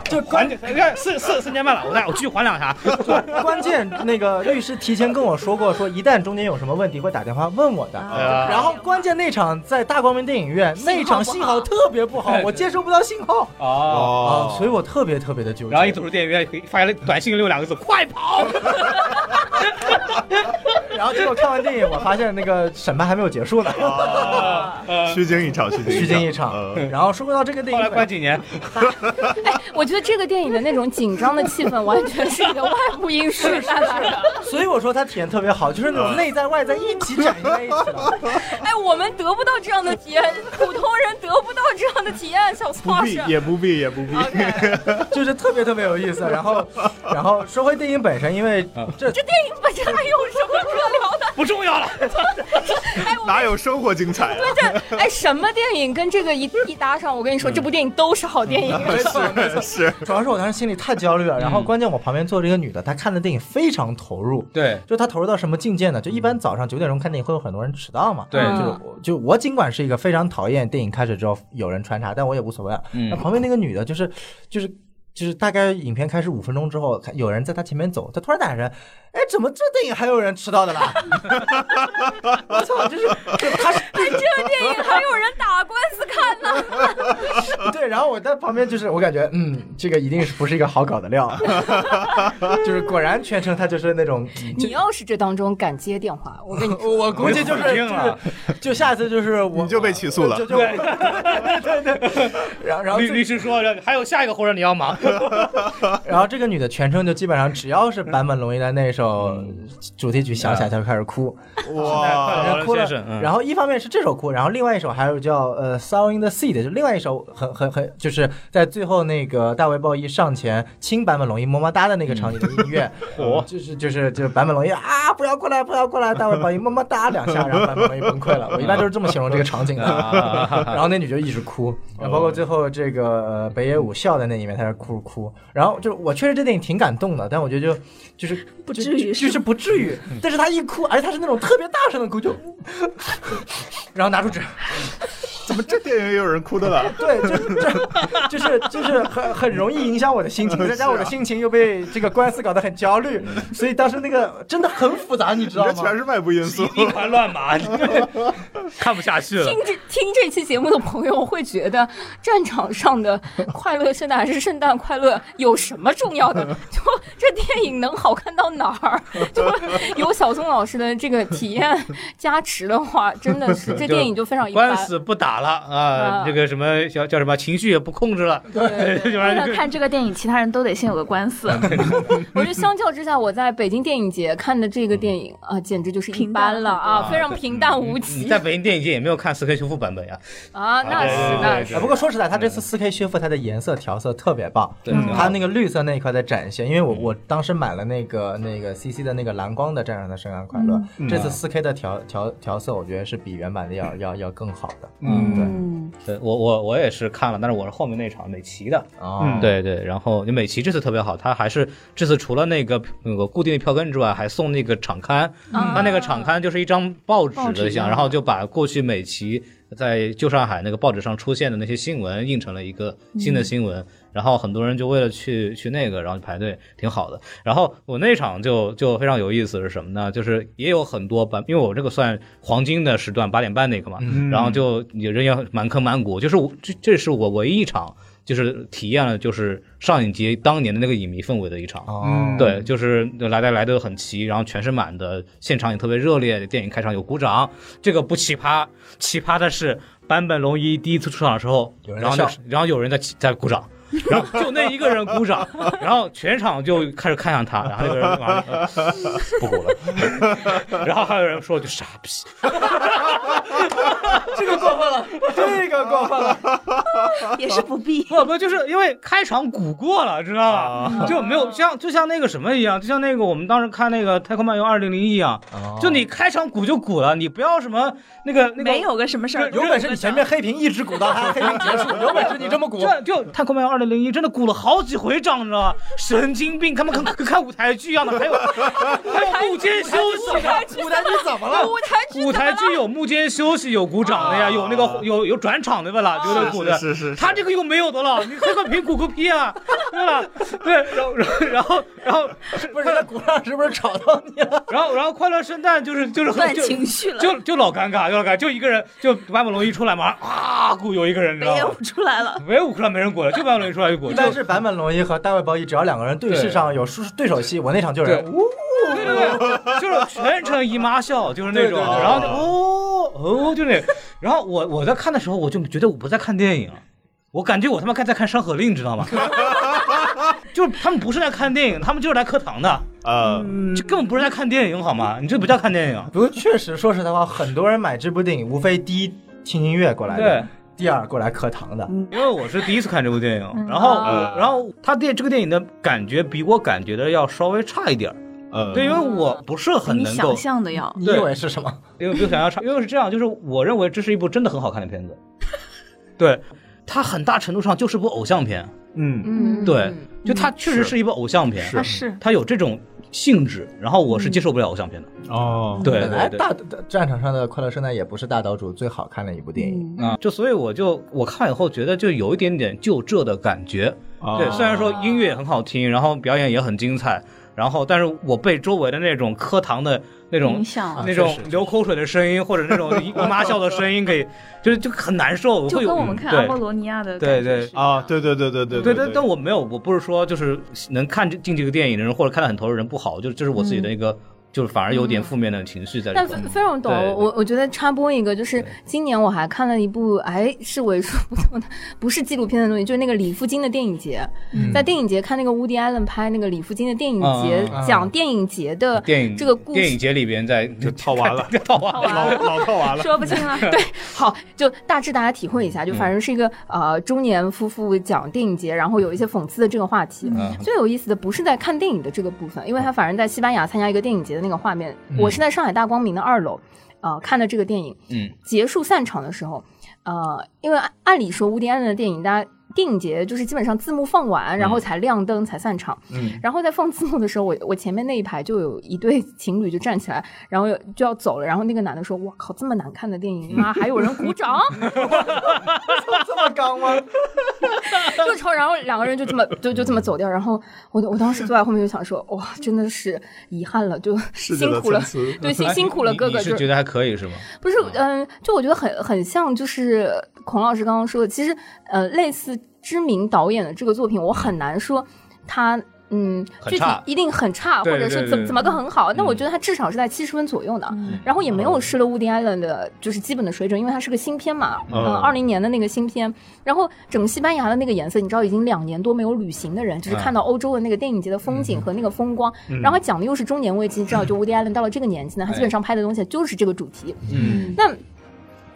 Speaker 2: 就还你看四四四年半了，我再我继续还两下，
Speaker 3: 关键那个律师提前跟我说过，说一旦中间有什么问题会打电话问我的。
Speaker 2: 啊
Speaker 3: 然后关键那场在大光明电影院，那场信号特别不好， 我接收不到信号
Speaker 2: 哦。
Speaker 3: 啊
Speaker 7: 哦，
Speaker 3: 所以我特别特别的纠结。
Speaker 2: 然后一走出电影院，发现了短信六两个字：快跑！
Speaker 3: 然后结果看完电影，我发现那个审判还没有结 束呢，
Speaker 2: 啊呃，
Speaker 6: 虚惊一场，
Speaker 3: 虚
Speaker 6: 虚
Speaker 3: 惊
Speaker 6: 惊
Speaker 3: 一场。
Speaker 7: 呃
Speaker 3: 然后说回到这个电
Speaker 2: 嗯后来
Speaker 3: 影
Speaker 2: 关
Speaker 3: 本，
Speaker 2: 几年，
Speaker 4: 哎，我觉得这个电影的那种紧张的气氛，完全是一个外部因素带来的。
Speaker 3: 所以我说它体验特别好，就是那种内在外在一起展现在一起了。
Speaker 4: 哎，我们得不到这样的体验，普通人得不到这样的体验，小
Speaker 6: 不
Speaker 4: 措
Speaker 6: 必
Speaker 4: 施。
Speaker 6: 也不必也不必，
Speaker 3: 就是特别特别有意思。然后，然后说回电影本身，因为
Speaker 2: 嗯
Speaker 3: 这
Speaker 4: 这电影本身还有什么可聊的？
Speaker 2: 不重要了。
Speaker 4: 哎，我
Speaker 6: 哪有生活精彩啊？
Speaker 4: 这哎什么电影跟这个一一搭上，我跟你说，这部电影都是好电影。
Speaker 3: 嗯
Speaker 6: 是是，
Speaker 3: 主要是我当时心里太焦虑了。然后，关键我旁边坐着一个女的，她看的电影非常投入。
Speaker 2: 对，
Speaker 3: 就她投入到什么境界呢？就一般早上九点钟看电影会有很多人迟到嘛。
Speaker 2: 对
Speaker 3: 就是我就我尽管是一个非常讨厌电影开始之后有人穿插，但我也无所谓了。
Speaker 2: 嗯
Speaker 3: 那旁边那个女的，就是就是。就是大概影片开始五分钟之后，看有人在她前面走，她突然打人，哎，怎么这电影还有人迟到的啦？ 我操，就是就她是
Speaker 4: 哎，这个电影还有人打官司看呢。
Speaker 3: 对，然后我在旁边就是，我感觉，嗯，这个一定是不是一个好搞的料， 就是果然全程他就是那种，
Speaker 4: 你要是这当中敢接电话，我跟你
Speaker 3: 我我估计就
Speaker 2: 我就
Speaker 3: 是
Speaker 2: 死
Speaker 3: 就
Speaker 2: 定了
Speaker 3: 是，就下次啊就是我
Speaker 6: 你就被起诉了
Speaker 3: 就就对对 对，然后然后
Speaker 2: 律
Speaker 3: 这
Speaker 2: 律师说，还有下一个活人你要忙。
Speaker 3: 然后这个女的全程就基本上只要是坂本龙一的那首主题曲响起来，她就开始哭，
Speaker 6: 哇，
Speaker 3: 然后哭了
Speaker 2: 先生嗯。
Speaker 3: 然后一方面是这首哭，然后另外一首还有叫呃《Song in the Sea》的，就另外一首很很很，就是在最后那个大卫鲍伊上前亲版本龙一么么哒的那个场景的音乐，嗯
Speaker 2: 哦
Speaker 3: 就是就是就是版本龙一啊不要过来不要过来，大卫鲍伊么么哒两下，然后版本龙一崩溃了。我一般都是这么形容这个场景的。
Speaker 6: 啊
Speaker 3: 然后那女就一直哭，
Speaker 6: 哦
Speaker 3: 然后包括最后这个、呃、北野武笑在那里面，她是哭哭。然后就是我确实这电影挺感动的，但我觉得就就是不
Speaker 5: 至于
Speaker 3: 就就是不至于。
Speaker 6: 嗯
Speaker 3: 但是她一哭，而且她是那种特别大声的哭，就，然后拿出纸，
Speaker 6: 怎么这电影也有人哭的了？
Speaker 3: 对，就是这，就是就是很很容易影响我的心情，
Speaker 6: 嗯
Speaker 3: 再加上我的
Speaker 6: 啊
Speaker 3: 心情又被这个官司搞得很焦虑，所以当时那个真的很复杂，你知
Speaker 6: 你
Speaker 3: 道
Speaker 6: 这
Speaker 3: 吗？
Speaker 6: 全是外部因素。
Speaker 2: 一团乱麻，看不下去了
Speaker 4: 听。这听这期节目的朋友会觉得，战场上的快乐圣诞还是圣诞快乐有什么重要的？就这电影能好看到哪儿？就有小松老师的这个体验加持的话，真的是这电影就非常一般
Speaker 2: 官。司不打了
Speaker 4: 啊
Speaker 2: 啊，这个什么叫叫什么情绪也不控制了，对， 这玩
Speaker 5: 为
Speaker 2: 意
Speaker 5: 了
Speaker 2: 儿
Speaker 5: 看这个电影，其他人都得先有个官司。
Speaker 2: 嗯
Speaker 4: 我觉得相较之下，我在北京电影节看的这个电影啊，简直就是一
Speaker 5: 平淡
Speaker 4: 般了啊，
Speaker 2: 啊
Speaker 4: 非常平淡无
Speaker 2: 你
Speaker 4: 奇
Speaker 2: 在北京电影节也没有看4 K 修复版本呀？
Speaker 4: 啊，那是那是
Speaker 3: 啊，不过说实在，它这次四 K 修复它的颜色调色特别棒，
Speaker 2: 对嗯
Speaker 3: 它那个绿色那一块在展现，因为我我当时买了那个那个 CC 的那个蓝光的《战场的圣诞快乐》，
Speaker 2: 嗯
Speaker 3: 这次四 K 的调调调色，我觉得是比原版的要要要更好的。嗯，
Speaker 4: 嗯，
Speaker 2: 对我我我也是看了，但是我是后面那场美琪的，
Speaker 3: 对，哦，
Speaker 2: 对对，然后美琪这次特别好，她还是这次除了那个那个固定的票根之外，还送那个场刊，她那个场刊就是一张报纸
Speaker 5: 嗯报纸
Speaker 2: 的像，
Speaker 5: 啊
Speaker 2: 然后就把过去美琪在旧上海那个报纸上出现的那些新闻印成了一个新的新
Speaker 5: 嗯
Speaker 2: 闻，然后很多人就为了去去那个，然后去排队，挺好的。然后我那场就就非常有意思是什么呢？就是也有很多版，因为我这个算黄金的时段，八点半那个嘛，然后就也人也满坑满谷，就是我这这是我唯一一场。就是体验了就是上影节当年的那个影迷氛围的一场。
Speaker 3: 哦，
Speaker 2: 对，就是来的来的很齐，然后全是满的，现场也特别热烈，电影开场有鼓掌，这个不奇葩，奇葩的是坂本龙一第一次出场的时候，
Speaker 3: 有人
Speaker 2: 然后那
Speaker 3: 笑
Speaker 2: 个 然后有人在起在鼓掌，然后就那一个人鼓掌，然后全场就开始看向他，然后那个人 完了不鼓了， 然后还有人说句傻逼，
Speaker 3: 这个过分了，这个过分了。
Speaker 5: 也是不必。
Speaker 2: 不不，就是因为开场鼓过了，知道
Speaker 7: 啊
Speaker 2: 吧？就没有像就像那个什么一样，就像那个我们当时看那个《太空漫游二零零一》一样，
Speaker 7: 哦
Speaker 2: 就你开场鼓就鼓了，你不要什么那个那个
Speaker 5: 没有个什么事儿，
Speaker 3: 有本事你前面黑屏一直鼓到他黑屏结束，有本事你这么鼓。
Speaker 2: 这就《太空漫游二零零一》真的鼓了好几回掌，你知道吧？ 神经病，他们看看看舞台剧一样的，还有还有幕间休息的。
Speaker 3: 舞台剧怎么了？
Speaker 5: 舞台剧
Speaker 2: 舞台剧有幕间休息，有鼓掌的呀，有那个有有转场的吧啦，有的鼓的，
Speaker 7: 啊是是是是
Speaker 2: 他这个又没有的了，你黑个屏鼓个屁啊，对吧？对，然后然后然后
Speaker 3: 不是他鼓上是不是吵到你了？
Speaker 2: 然后然后快乐圣诞就是就是很
Speaker 5: 断
Speaker 2: 就
Speaker 5: 情绪了，
Speaker 2: 就就老尴尬，就老尴尬，就一个人就坂本龙一出来嘛，啊鼓有一个人，你知
Speaker 5: 没
Speaker 2: 道
Speaker 5: 有
Speaker 2: 吗？
Speaker 5: 出来了。
Speaker 2: 没有鼓了，没人鼓了，就坂本龙一出 来就鼓，
Speaker 3: 一
Speaker 2: 就
Speaker 3: 般是坂本龙一和大卫鲍伊，只要两个人对视上有输对手戏，我那场就是
Speaker 2: 对对对对，就是全程姨妈笑，就是那种，
Speaker 3: 对对对
Speaker 2: 然后就哦哦，就那，然后我我在看的时候，我就觉得我不在看电影，我感觉我他妈看在看《山河令》，你知道吗？ 就是他们不是来看电影，他们就是来课堂的，
Speaker 7: 呃，
Speaker 2: 这根本不是来看电影好吗？你这不叫看电影。
Speaker 3: 不过确实，说实在话，很多人买这部电影，无非第一听音乐过来的
Speaker 2: 对，
Speaker 3: 第二过来课堂的。
Speaker 2: 因为我是第一次看这部电
Speaker 5: 嗯
Speaker 2: 影，然后、
Speaker 7: 啊
Speaker 2: 然后他电这个电影的感觉比我感觉的要稍微差一点儿，
Speaker 7: 呃，
Speaker 2: 对，因为我不是很
Speaker 5: 嗯你
Speaker 2: 能够
Speaker 5: 想，象的要
Speaker 3: 你
Speaker 2: 对
Speaker 3: 以为是什么？
Speaker 2: 因为比我想象差，因为是这样，就是我认为这是一部真的很好看的片 子，对，它很大程度上就是部偶像片，
Speaker 7: 嗯，
Speaker 4: 嗯，
Speaker 2: 对，就它确实
Speaker 7: 是
Speaker 2: 是一部偶像片，
Speaker 7: 是
Speaker 5: 是
Speaker 2: 它有这种性质，然后我是接受不了偶像片的，
Speaker 7: 哦，
Speaker 2: 对
Speaker 3: 本来
Speaker 2: 对对。
Speaker 3: 大大战场上的快乐圣诞也不是大岛主最好看的一部电影。
Speaker 7: 嗯
Speaker 2: 啊、就所以我就我看以后觉得就有一点点就这的感觉，
Speaker 7: 哦
Speaker 2: 对，虽然说音乐很好听，然后表演也很精彩，然后但是我被周围的那种课堂的那种啊
Speaker 5: 影
Speaker 4: 嗯
Speaker 5: 啊响
Speaker 7: 啊
Speaker 5: 了
Speaker 2: 那种
Speaker 3: 确实
Speaker 2: 流口水的声音或者那种姨姨妈笑的声音给，就是就很难受，
Speaker 5: 就
Speaker 2: 会有嗯
Speaker 5: 跟我们看
Speaker 2: 对
Speaker 5: 阿波罗尼亚的
Speaker 2: 对
Speaker 5: 感觉
Speaker 2: 对
Speaker 5: 是一
Speaker 7: 啊，
Speaker 5: 样
Speaker 7: 对对对对对
Speaker 2: 对，但
Speaker 7: 对，
Speaker 2: 但我没有，我不是说就是能看进这个电影的人，或者看得很投入的人不好，就是这是我自己的一个，就是反而有点负面的情绪在里
Speaker 4: 嗯但
Speaker 2: 头。
Speaker 4: 非非常懂
Speaker 2: 对对，
Speaker 4: 我我觉得插播一个，就是今年我还看了一部，哎，是为数不多的，不是纪录片的东西，就是那个李富金的电影节，在电影节看那个 Woody Allen 拍那个李富金的电影节
Speaker 2: 嗯
Speaker 3: 嗯嗯嗯，
Speaker 4: 讲电影节的
Speaker 2: 电影
Speaker 4: 这个故
Speaker 2: 电影
Speaker 4: 事，
Speaker 2: 节里边在
Speaker 7: 就套娃了
Speaker 2: 就 套娃
Speaker 4: 好
Speaker 2: 了，
Speaker 4: 玩。
Speaker 7: 老套娃了，
Speaker 4: 说不清 了。对，好，就大致大家体会一下，就反正是一个、呃中年夫妇讲电影节，然后有一些讽刺的这个话题。
Speaker 2: 嗯
Speaker 4: 最有意思的不是在看电影的这个部分，因为他反正在西班牙参加一个电影节的那个画面，我是在上海大光明的二楼，呃看的这个电影。
Speaker 2: 嗯，
Speaker 4: 结束散场的时候，呃，因为按按理说乌迪安的电影，大家。电影节就是基本上字幕放完，然后才亮灯，才散场。
Speaker 7: 嗯，
Speaker 4: 然后在放字幕的时候，我我前面那一排就有一对情侣就站起来，然后就要走了。然后那个男的说：“我靠，这么难看的电影，妈还有人鼓掌！”
Speaker 3: 这么刚吗？
Speaker 4: 就抽，然后两个人就这么就就这么走掉。然后我我当时坐在后面就想说：“哇，真的是遗憾了，就辛苦了，对辛辛苦了哥哥。”
Speaker 2: 你
Speaker 4: 就是
Speaker 2: 觉得还可以是吗？
Speaker 4: 不是，嗯、就我觉得很很像，就是孔老师刚刚说的，其实呃，类似知名导演的这个作品，我很难说他。嗯，
Speaker 2: 很
Speaker 4: 具体
Speaker 2: 差
Speaker 4: 一定很差，
Speaker 2: 对
Speaker 4: 或者
Speaker 2: 对
Speaker 4: 是
Speaker 2: 对
Speaker 4: 怎
Speaker 2: 对嗯
Speaker 4: 么怎么个很好？那我觉得他至少是在七十分左右呢，然后也没有失了 Woody Allen 的就是基本的水准，因为它是个新片嘛，
Speaker 7: 嗯
Speaker 4: 嗯，二零年的那个新片。然后整个西班牙的那个颜色，你知道已经两年多没有旅行的人，
Speaker 2: 嗯
Speaker 4: 就是看到欧洲的那个电影节的风景和那个风光，然后讲的又是中年危机，知道就 Woody Allen 到了这个年纪呢，他
Speaker 2: 哎
Speaker 4: 基本上拍的东西就是这个主题，
Speaker 2: 嗯，
Speaker 4: 那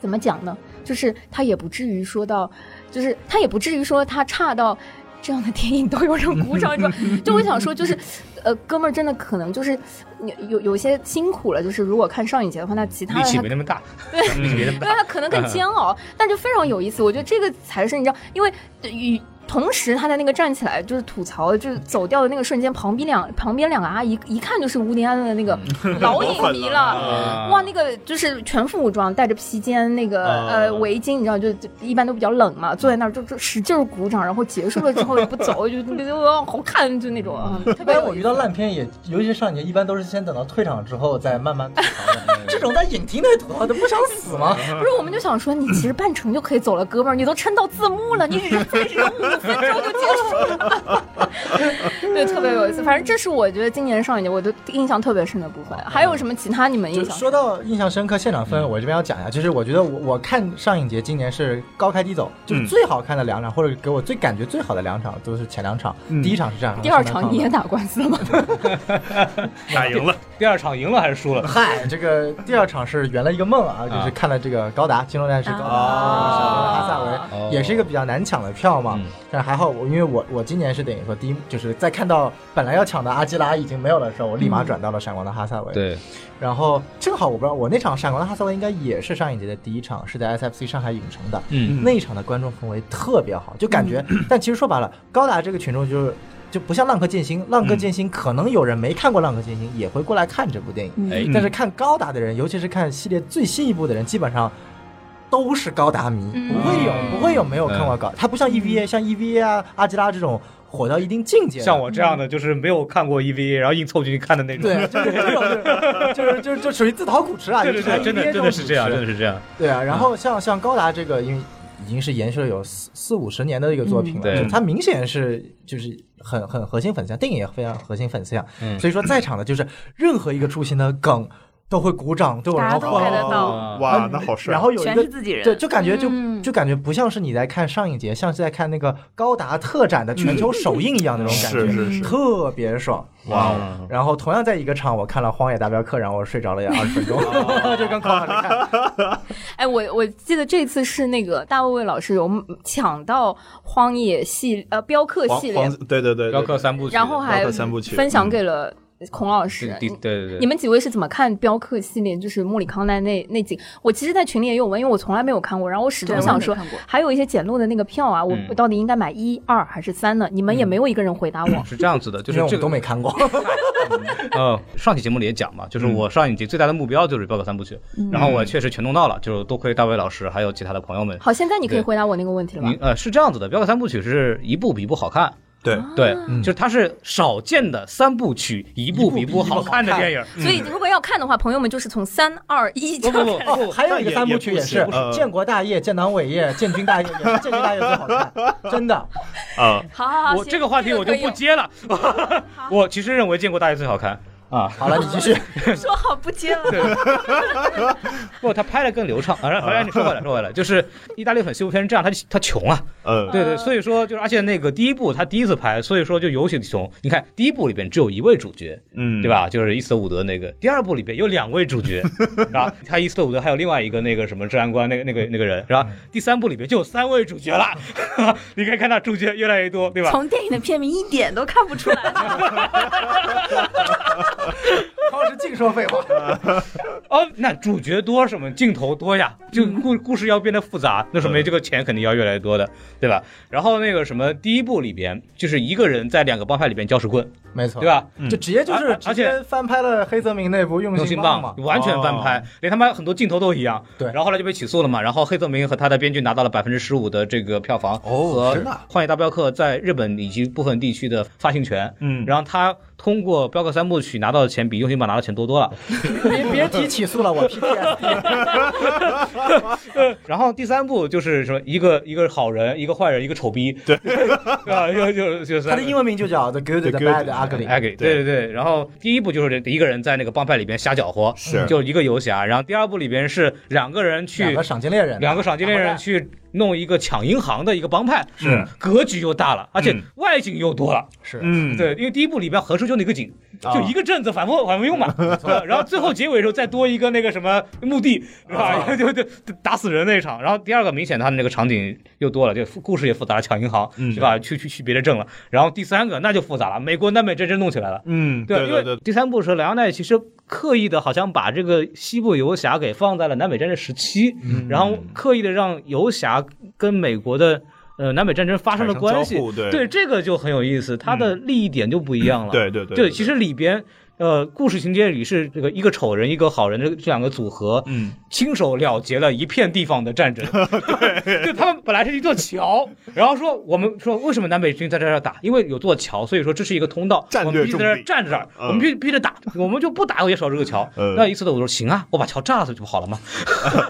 Speaker 4: 怎么讲呢？就是他也不至于说到，就是他也不至于说他差到这样的电影都有人鼓掌说。 就我想说，就是呃，哥们儿真的可能就是你有有些辛苦了，就是如果看上影节的话，那其
Speaker 2: 力
Speaker 4: 他的
Speaker 2: 气
Speaker 4: 他
Speaker 2: 嗯没那么大，力气没那么
Speaker 4: 对
Speaker 2: 大。
Speaker 4: 啊他可能更煎 熬，但就非常有意思。我觉得这个才是你知道，因为与同时他在那个站起来就是吐槽，就是走掉的那个瞬间，旁边两旁边两个阿姨一看就是吴迪安的那个
Speaker 2: 嗯
Speaker 4: 老影 迷了
Speaker 2: 啊，
Speaker 4: 哇，那个就是全副武装，戴着披肩那
Speaker 3: 哦
Speaker 4: 个
Speaker 7: 啊
Speaker 4: 呃围巾，你知道就就一般都比较冷嘛，坐在那儿就就使劲儿鼓掌，然后结束了 之后也不走，就就就哇好看就那种，啊特
Speaker 3: 一
Speaker 4: 别
Speaker 3: 般
Speaker 4: 有
Speaker 3: 哦哎我
Speaker 4: 意
Speaker 3: 遇
Speaker 4: 思。
Speaker 3: 到烂片也，尤其是上年，一般都是先等到退场之后再慢慢吐槽的。这种在影厅内吐槽的，不想死吗？
Speaker 4: 不是，我们就想说，你其实半程就可以走了，哥们儿，你都撑到 字幕了，你只是再忍五分钟就结束了，对，特别有意思。反反正这是我觉得今年上映的我都印象特别深的部分。还有什么其他你们
Speaker 3: 就
Speaker 4: 印象？
Speaker 3: 说到印象深刻现场氛围，我这边要讲一下，就是我觉得我我看上影节今年是高开低走，就是最好看的两场，或者给我最感觉最好的两场都是前两场，第一场是这样，
Speaker 4: 第二场你也打官司了吗？
Speaker 6: 打赢了，
Speaker 2: 第二场赢了还是输了？
Speaker 3: 嗨，这个第二场是圆了一个梦啊，就是看了这个高达《金融战士》高达阿萨维，也是一个比较难抢的票嘛
Speaker 2: 嗯。
Speaker 3: 但是还好我，因为我我今年是等于说第一，就是在看到本来要抢的阿基拉已经没有的时候，我立马转到了闪光的哈萨维。，
Speaker 2: 对，
Speaker 3: 然后正好我不知道，我那场闪光的哈萨维应该也是上一节的第一场，是在 SFC 上海影城的。
Speaker 2: 嗯
Speaker 3: 那一场的观众氛围特别好，就感觉，但其实说白了，高达这个群众就是。就不像浪客剑心，浪客剑心可能有人没看过浪客剑心，也会过来看这部电影。
Speaker 4: 嗯
Speaker 2: 哎，
Speaker 3: 但是看高达的人，尤其是看系列最新一部的人，基本上都是高达迷，
Speaker 5: 嗯
Speaker 3: 不会有
Speaker 2: 嗯
Speaker 3: 不会有没有看过高达。它不像 EVA，像 EVA 啊、阿基拉这种火到一定境界的。
Speaker 2: 像我这样的就是没有看过 EVA，然后硬凑进去看的那种。
Speaker 3: 对，就是这种，就是就是就属于自讨苦吃啊！
Speaker 2: 对对对，
Speaker 3: 就是
Speaker 2: 真
Speaker 3: EVA
Speaker 2: 的真的是这样，
Speaker 3: 种
Speaker 2: 真
Speaker 3: 苦吃
Speaker 2: 的是这样。
Speaker 3: 对啊，然后像像高达这个，因为已经是延续了有四四五十年的一个作品了，
Speaker 2: 嗯对
Speaker 3: 就它明显是就是很很核心粉丝向，电影也非常核心粉丝向，
Speaker 2: 嗯
Speaker 3: 所以说在场的就是任何一个出现的梗都会鼓掌，都有人
Speaker 5: 大家
Speaker 7: 哦
Speaker 5: 都
Speaker 3: 欢
Speaker 5: 看得
Speaker 3: 呼。
Speaker 5: 到，
Speaker 2: 啊
Speaker 6: 哇，那好帅！
Speaker 3: 然后有一
Speaker 5: 全
Speaker 3: 个
Speaker 5: 是自己人。
Speaker 3: 对，就感觉就、
Speaker 4: 嗯
Speaker 3: 就感觉不像是你在看上一节，像是在看那个高达特展的全球首映一样那种感觉，
Speaker 6: 是是是
Speaker 3: 特别爽。嗯
Speaker 6: 哇
Speaker 2: 哦，
Speaker 3: 然后同样在一个场，我看了《荒野大镖客》，然后我睡着了也二十分钟， 就跟高达在看。
Speaker 4: 哎，我我记得这次是那个大卫魏老师有抢到荒野系呃镖客
Speaker 7: 黄
Speaker 4: 系列
Speaker 7: 黄，对对对，
Speaker 2: 镖
Speaker 7: 对
Speaker 2: 客三部曲，
Speaker 4: 然后
Speaker 7: 镖
Speaker 4: 还
Speaker 7: 客三部曲嗯
Speaker 4: 分享给了孔老师
Speaker 2: 对。对对对，
Speaker 4: 你们几位是怎么看镖客系列？就是莫里康奈那那几，我其实，在群里也有问，因为我从来没有看过，然后我始终
Speaker 5: 对
Speaker 4: 想
Speaker 5: 我也没
Speaker 4: 说
Speaker 5: 看过，
Speaker 4: 还有一些捡漏的那个票啊，我
Speaker 2: 嗯
Speaker 4: 我到底应该买一、二还是三呢？你们也没有一个人回 答我。
Speaker 2: 是这样子的，就
Speaker 3: 就是是我
Speaker 2: 这
Speaker 3: 们
Speaker 2: 个
Speaker 3: 都没看过，
Speaker 2: 呃，上期节目里也讲嘛，就是我上一集最大的目标就是《镖客三部曲》，
Speaker 4: 嗯
Speaker 2: 然后我确实全弄到了，就是多亏大卫老师还有其他的朋友们。
Speaker 4: 好，现在你可以
Speaker 2: 对
Speaker 4: 回答我那个问题了吧
Speaker 2: 你？呃是这样子的，《镖客三部曲》是一部比一部好看，
Speaker 4: 啊
Speaker 7: 对，
Speaker 2: 对，就是它是少见的三部曲一部比一部好看的电影。
Speaker 4: 所以如果要看的话，朋友们就是从三二一
Speaker 2: 嗯
Speaker 4: 这
Speaker 2: 不不
Speaker 4: 样
Speaker 2: 不
Speaker 4: 看。
Speaker 2: 不，
Speaker 3: 还有一个三部曲也是
Speaker 7: 但也也不行呃
Speaker 3: 建国大业、建党伟业、建军大业，也是建军大业最好看，真的。
Speaker 7: 啊，
Speaker 4: 好好好，
Speaker 2: 我
Speaker 4: 行
Speaker 2: 这个话题我就
Speaker 4: 可以
Speaker 2: 不接了。 我其实认为《建国大业》最好看啊，
Speaker 3: 好了，你继续。
Speaker 5: 说好不接了，
Speaker 2: 不，他拍的更流畅。啊，然后你说回来，说回来，就是意大利粉西部片是这样，他他穷啊，
Speaker 7: 呃，
Speaker 2: 对对，所以说就是，而且那个第一部他第一次拍，所以说就尤其穷。你看第一部里边只有一位主角，
Speaker 7: 嗯，
Speaker 2: 对？吧？就是伊斯特伍德那个。第二部里边有两位主角，然后他伊斯特伍德还有另外一个那个什么治安官，那个那个那个人，然后第三部里边就有三位主角了。 你可以看到主角越来越多，对吧？
Speaker 5: 从电影的片名一点都看不出来。
Speaker 3: 当时净说废话。
Speaker 2: 哦，那主角多什么镜头多呀，
Speaker 7: 嗯
Speaker 2: 就故故事要变得复杂，那说明这个钱肯定要越来越多的，对吧？然后那个什么，第一部里边就是一个人在两个帮派里边搅屎棍，
Speaker 3: 没错，
Speaker 7: 哦
Speaker 2: 对？吧？
Speaker 3: 就直接就是
Speaker 2: 而
Speaker 3: 直
Speaker 2: 而且
Speaker 3: 接翻拍了黑泽明那部《用
Speaker 2: 用
Speaker 3: 心
Speaker 2: 心
Speaker 3: 棒》
Speaker 2: 棒
Speaker 3: 嘛，
Speaker 2: 完全翻
Speaker 7: 哦
Speaker 2: 拍，连他妈很多镜头都一样。
Speaker 3: 对
Speaker 2: 然后后来就被起诉了嘛。然后黑泽明和他的编剧拿到了百分之十五的这个票房
Speaker 7: 哦
Speaker 2: 和
Speaker 7: 真的
Speaker 2: 《
Speaker 7: 啊
Speaker 2: 荒野大镖客》在日本以及部分地区的发行权。
Speaker 7: 嗯
Speaker 2: 然后他通过《镖客三部曲》拿到的钱比《用心棒》拿到的钱多多了。
Speaker 3: 别别提起诉了，我 PTSD。
Speaker 2: 然后第三部就是什么一个一个好人，一个坏人，一个丑逼。对 啊，就就就是
Speaker 3: 他的英文名就叫 The Good, The
Speaker 7: The
Speaker 3: Bad, The
Speaker 7: Good,
Speaker 3: Ugly。
Speaker 2: 哎，给对对对，然后第一部就是一个人在那个帮派里边瞎搅和，
Speaker 7: 是
Speaker 2: 就一个游侠。然后第二部里边是两个人去
Speaker 3: 两个赏金猎人，
Speaker 2: 两个赏金猎人去弄一个抢银行的一个帮派，嗯
Speaker 7: 是
Speaker 2: 格局又大了，而且外景又多了。
Speaker 3: 是
Speaker 7: 嗯，
Speaker 2: 对，因为第一部里边横竖就那个景，
Speaker 7: 啊
Speaker 2: 就一个镇子反复反复用嘛。 对然后最后结尾的时候再多一个那个什么墓地，是
Speaker 7: 啊
Speaker 2: 吧？ 就就打死人那一场。然后第二个明显他们那个场景又多了，就复故事也复杂了，抢银行
Speaker 7: 嗯
Speaker 2: 是吧？去去去别的镇了。然后第三个那就复杂了，美国南北战争弄起来了。
Speaker 7: 嗯，
Speaker 2: 对，
Speaker 7: 对
Speaker 2: 因为
Speaker 7: 对对，
Speaker 2: 第三部的时候，莱昂奈其实刻意的，好像把这个西部游侠给放在了南北战争时期，
Speaker 7: 嗯
Speaker 2: 然后刻意的让游侠跟美国的呃南北战争发生了关系
Speaker 7: 产生交互，对嗯
Speaker 2: 这个就很有意思，它的利益点就不一样了。
Speaker 7: 对对对
Speaker 2: 对，其实里边。呃，故事情节里是这个一个丑人，一个好人，这这两个组合，
Speaker 7: 嗯，
Speaker 2: 亲手了结了一片地方的战 争。对，就他们本来是一座桥，然后说我们说为什么南北军在这儿打？因为有座桥，所以说这是一个通道，
Speaker 6: 战
Speaker 2: 我
Speaker 6: 略
Speaker 2: 们必须在这
Speaker 6: 重
Speaker 2: 儿
Speaker 6: 地
Speaker 2: 站着这儿，
Speaker 6: 嗯
Speaker 2: 我们必必须得打，我们就不打也守这个桥。
Speaker 6: 嗯
Speaker 2: 那一次的我说行啊，我把桥炸了就不 好了吗？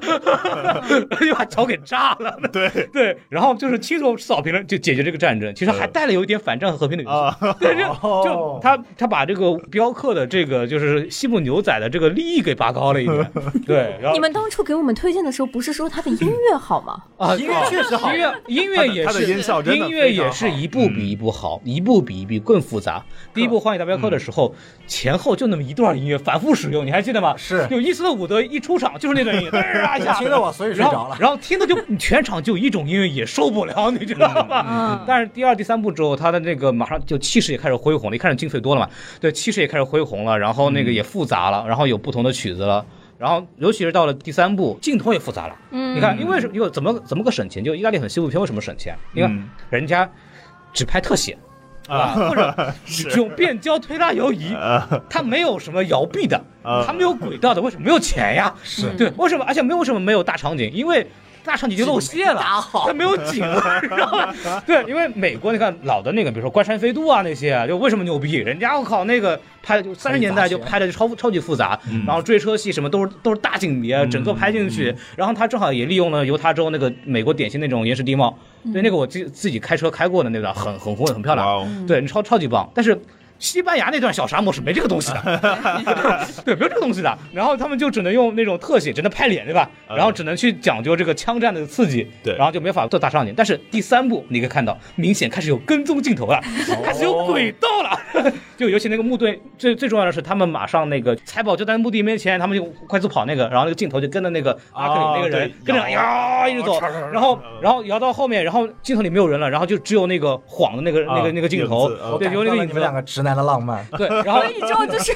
Speaker 2: 就把桥给炸了。
Speaker 6: 对
Speaker 2: 对，然后就是亲手扫平了，就解决这个战争。其实还带了有一点反战和和平的元素。
Speaker 6: 嗯啊，
Speaker 2: 对，就
Speaker 3: 哦
Speaker 2: 就他他把这个镖客的这个就是西部牛仔的这个利益给拔高了一点，对，然后
Speaker 4: 你们当初给我们推荐的时候，不是说他的音乐好 吗？
Speaker 2: 啊
Speaker 3: 音乐确实好
Speaker 2: 音乐音乐也
Speaker 6: 他的
Speaker 2: 是
Speaker 6: 音效真的
Speaker 2: 音乐
Speaker 6: 非常
Speaker 2: 也是
Speaker 6: 好嗯
Speaker 2: 一步比一步好，一步比一步更复杂。第一部《荒野大镖客》的时候，前后就那么一段音乐反复使用，你还记得吗？
Speaker 3: 是
Speaker 2: 有伊斯特伍德一出场就是那段音 乐，哒一下，
Speaker 3: 听得我所以睡
Speaker 2: 然
Speaker 3: 着
Speaker 2: 后
Speaker 3: 了。
Speaker 2: 然后听的就你全场就一种音乐也受不了，你知道
Speaker 6: 嗯
Speaker 2: 吗？ 但是第二、第三部之后，他的那个马上就气势也开始恢宏了，一开始经费多了嘛，对，气势也开始恢宏了，然后那个
Speaker 6: 嗯
Speaker 2: 也复杂了，然后有不同的曲子了。然后，尤其是到了第三部，镜头也复杂了。
Speaker 4: 嗯
Speaker 2: 你看，因为什又怎么怎么个省钱？就意大利很西部片为什么省钱？你
Speaker 7: 嗯
Speaker 2: 看人家只拍特写啊，或 者用变焦推拉摇移，它没有什么摇臂的，它没有轨道的，为什么没有钱呀？啊是对，为什么？而且没有为什么没有大场景，因为。大场景就露馅了，它没有景， 然后对，因为美国你看老的那个，比如说《关山飞渡》啊那些啊，就为什么牛逼？人家我靠那个拍的就三十年代就拍的就超超级复杂，然后追车戏什么都是都是大景别，整个拍进去。然后他正好也利用了犹他州那个美国典型那种岩石地貌，对，那个我自己自己开车开过的那段很很宏伟很漂亮，
Speaker 7: 哦，
Speaker 2: 对，超超级棒。但是西班牙那段小沙漠是没这个东西的， 对，没有这个东西的。然后他们就只能用那种特写，只能拍脸，对吧？然后只能去讲究这个枪战的刺激，
Speaker 7: 嗯对
Speaker 2: 然后就没法做大场景。但是第三部你可以看到，明显开始有跟踪镜头了，
Speaker 7: 哦
Speaker 2: 开始有轨道了。 就尤其那个木队，最最重要的是，他们马上那个财宝就在墓地面前，他们就快速跑那个，然后那个镜头就跟着那个阿克里那个人，
Speaker 7: 啊对哦
Speaker 2: 跟着呀一直走，然
Speaker 7: 嗯
Speaker 2: 后然哦后摇到后面，然后镜头里没有人了，然后就只有那个晃的那个、那
Speaker 7: 啊
Speaker 2: 个那个镜头
Speaker 7: 影子，啊
Speaker 3: 我
Speaker 2: 对，
Speaker 3: 感
Speaker 2: 有那
Speaker 3: 受到
Speaker 2: 个
Speaker 3: 了
Speaker 2: 影
Speaker 3: 你
Speaker 2: 子
Speaker 3: 们两个直男的浪 漫，
Speaker 2: 对，然后
Speaker 4: 所以之后就是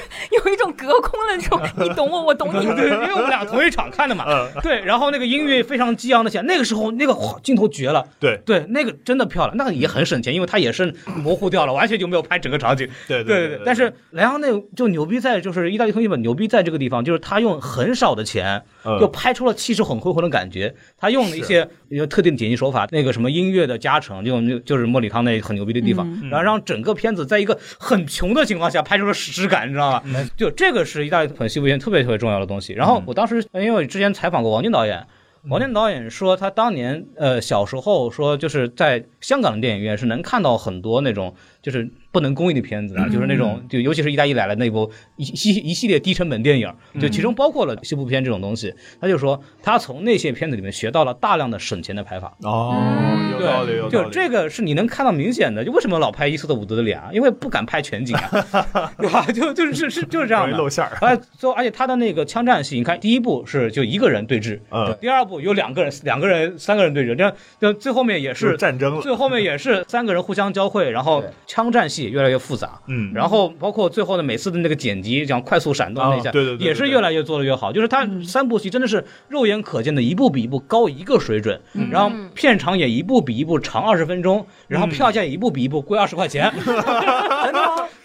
Speaker 4: 有一种隔空的那种， 你懂我，我懂你。
Speaker 2: 对，因为我们俩同一场看的嘛，
Speaker 7: 嗯
Speaker 2: 对，然后那个音乐非常激昂的响，那个时候那个哇镜头绝了，
Speaker 7: 对
Speaker 2: 对，那个真的漂亮，那个也很省钱，因为它也是模糊掉了，完全就没有拍整个场景，
Speaker 7: 对
Speaker 2: 对
Speaker 7: 对
Speaker 2: 对但是莱昂那就牛逼在就是意大利通缉本牛逼在这个地方，就是他用很少的钱
Speaker 7: 嗯
Speaker 2: 就拍出了气势很恢宏的感觉。他用了一些有特定的剪辑手法，那个什么音乐的加成，就就就是莫里康那很牛逼的地方，然后让整个片子在一个很穷的情况下拍出了史诗感，你知道吗？就这个是意大利很西部片特别特别重要的东西。然
Speaker 7: 嗯
Speaker 2: 后我当时因为我之前采访过王晶导演。王健导演说，他当年呃小时候说，就是在香港的电影院是能看到很多那种就是不能公映的片
Speaker 7: 嗯
Speaker 2: 子啊，就是那种就尤其是意大利来了那部一系一系列低成本电影，
Speaker 7: 嗯
Speaker 2: 就其中包括了西部片这种东西。他就说，他从那些片子里面学到了大量的省钱的拍法。
Speaker 7: 哦，有道理，有道
Speaker 2: 就
Speaker 7: 理，
Speaker 2: 这个是你能看到明显的，就为什么老拍伊斯特伍德的脸啊？因为不敢拍全景啊， 对吧？就就是是是就是这样
Speaker 7: 容易
Speaker 2: 的。
Speaker 7: 露馅儿，
Speaker 2: 哎，最后 而且他的那个枪战戏，你看第一部是就一个人对峙，
Speaker 7: 嗯
Speaker 2: 第二部有两个人、两个人、三个人对峙，这样就最后面也
Speaker 7: 就是
Speaker 2: 是。
Speaker 7: 战争了，
Speaker 2: 最后面也是三个人互相交汇，然后
Speaker 3: 对
Speaker 2: 枪战戏也越来越复杂，
Speaker 7: 嗯
Speaker 2: 然后包括最后的每次的那个剪辑，讲快速闪动那一下，
Speaker 7: 啊对对对对
Speaker 2: 也是越来越做的越好。就是他三部戏真的是肉眼可见的，一步比一步高一个水准，然后片长也一步比一步长二十分钟，然
Speaker 7: 嗯
Speaker 2: 后票价也一步比一步贵二十块 钱。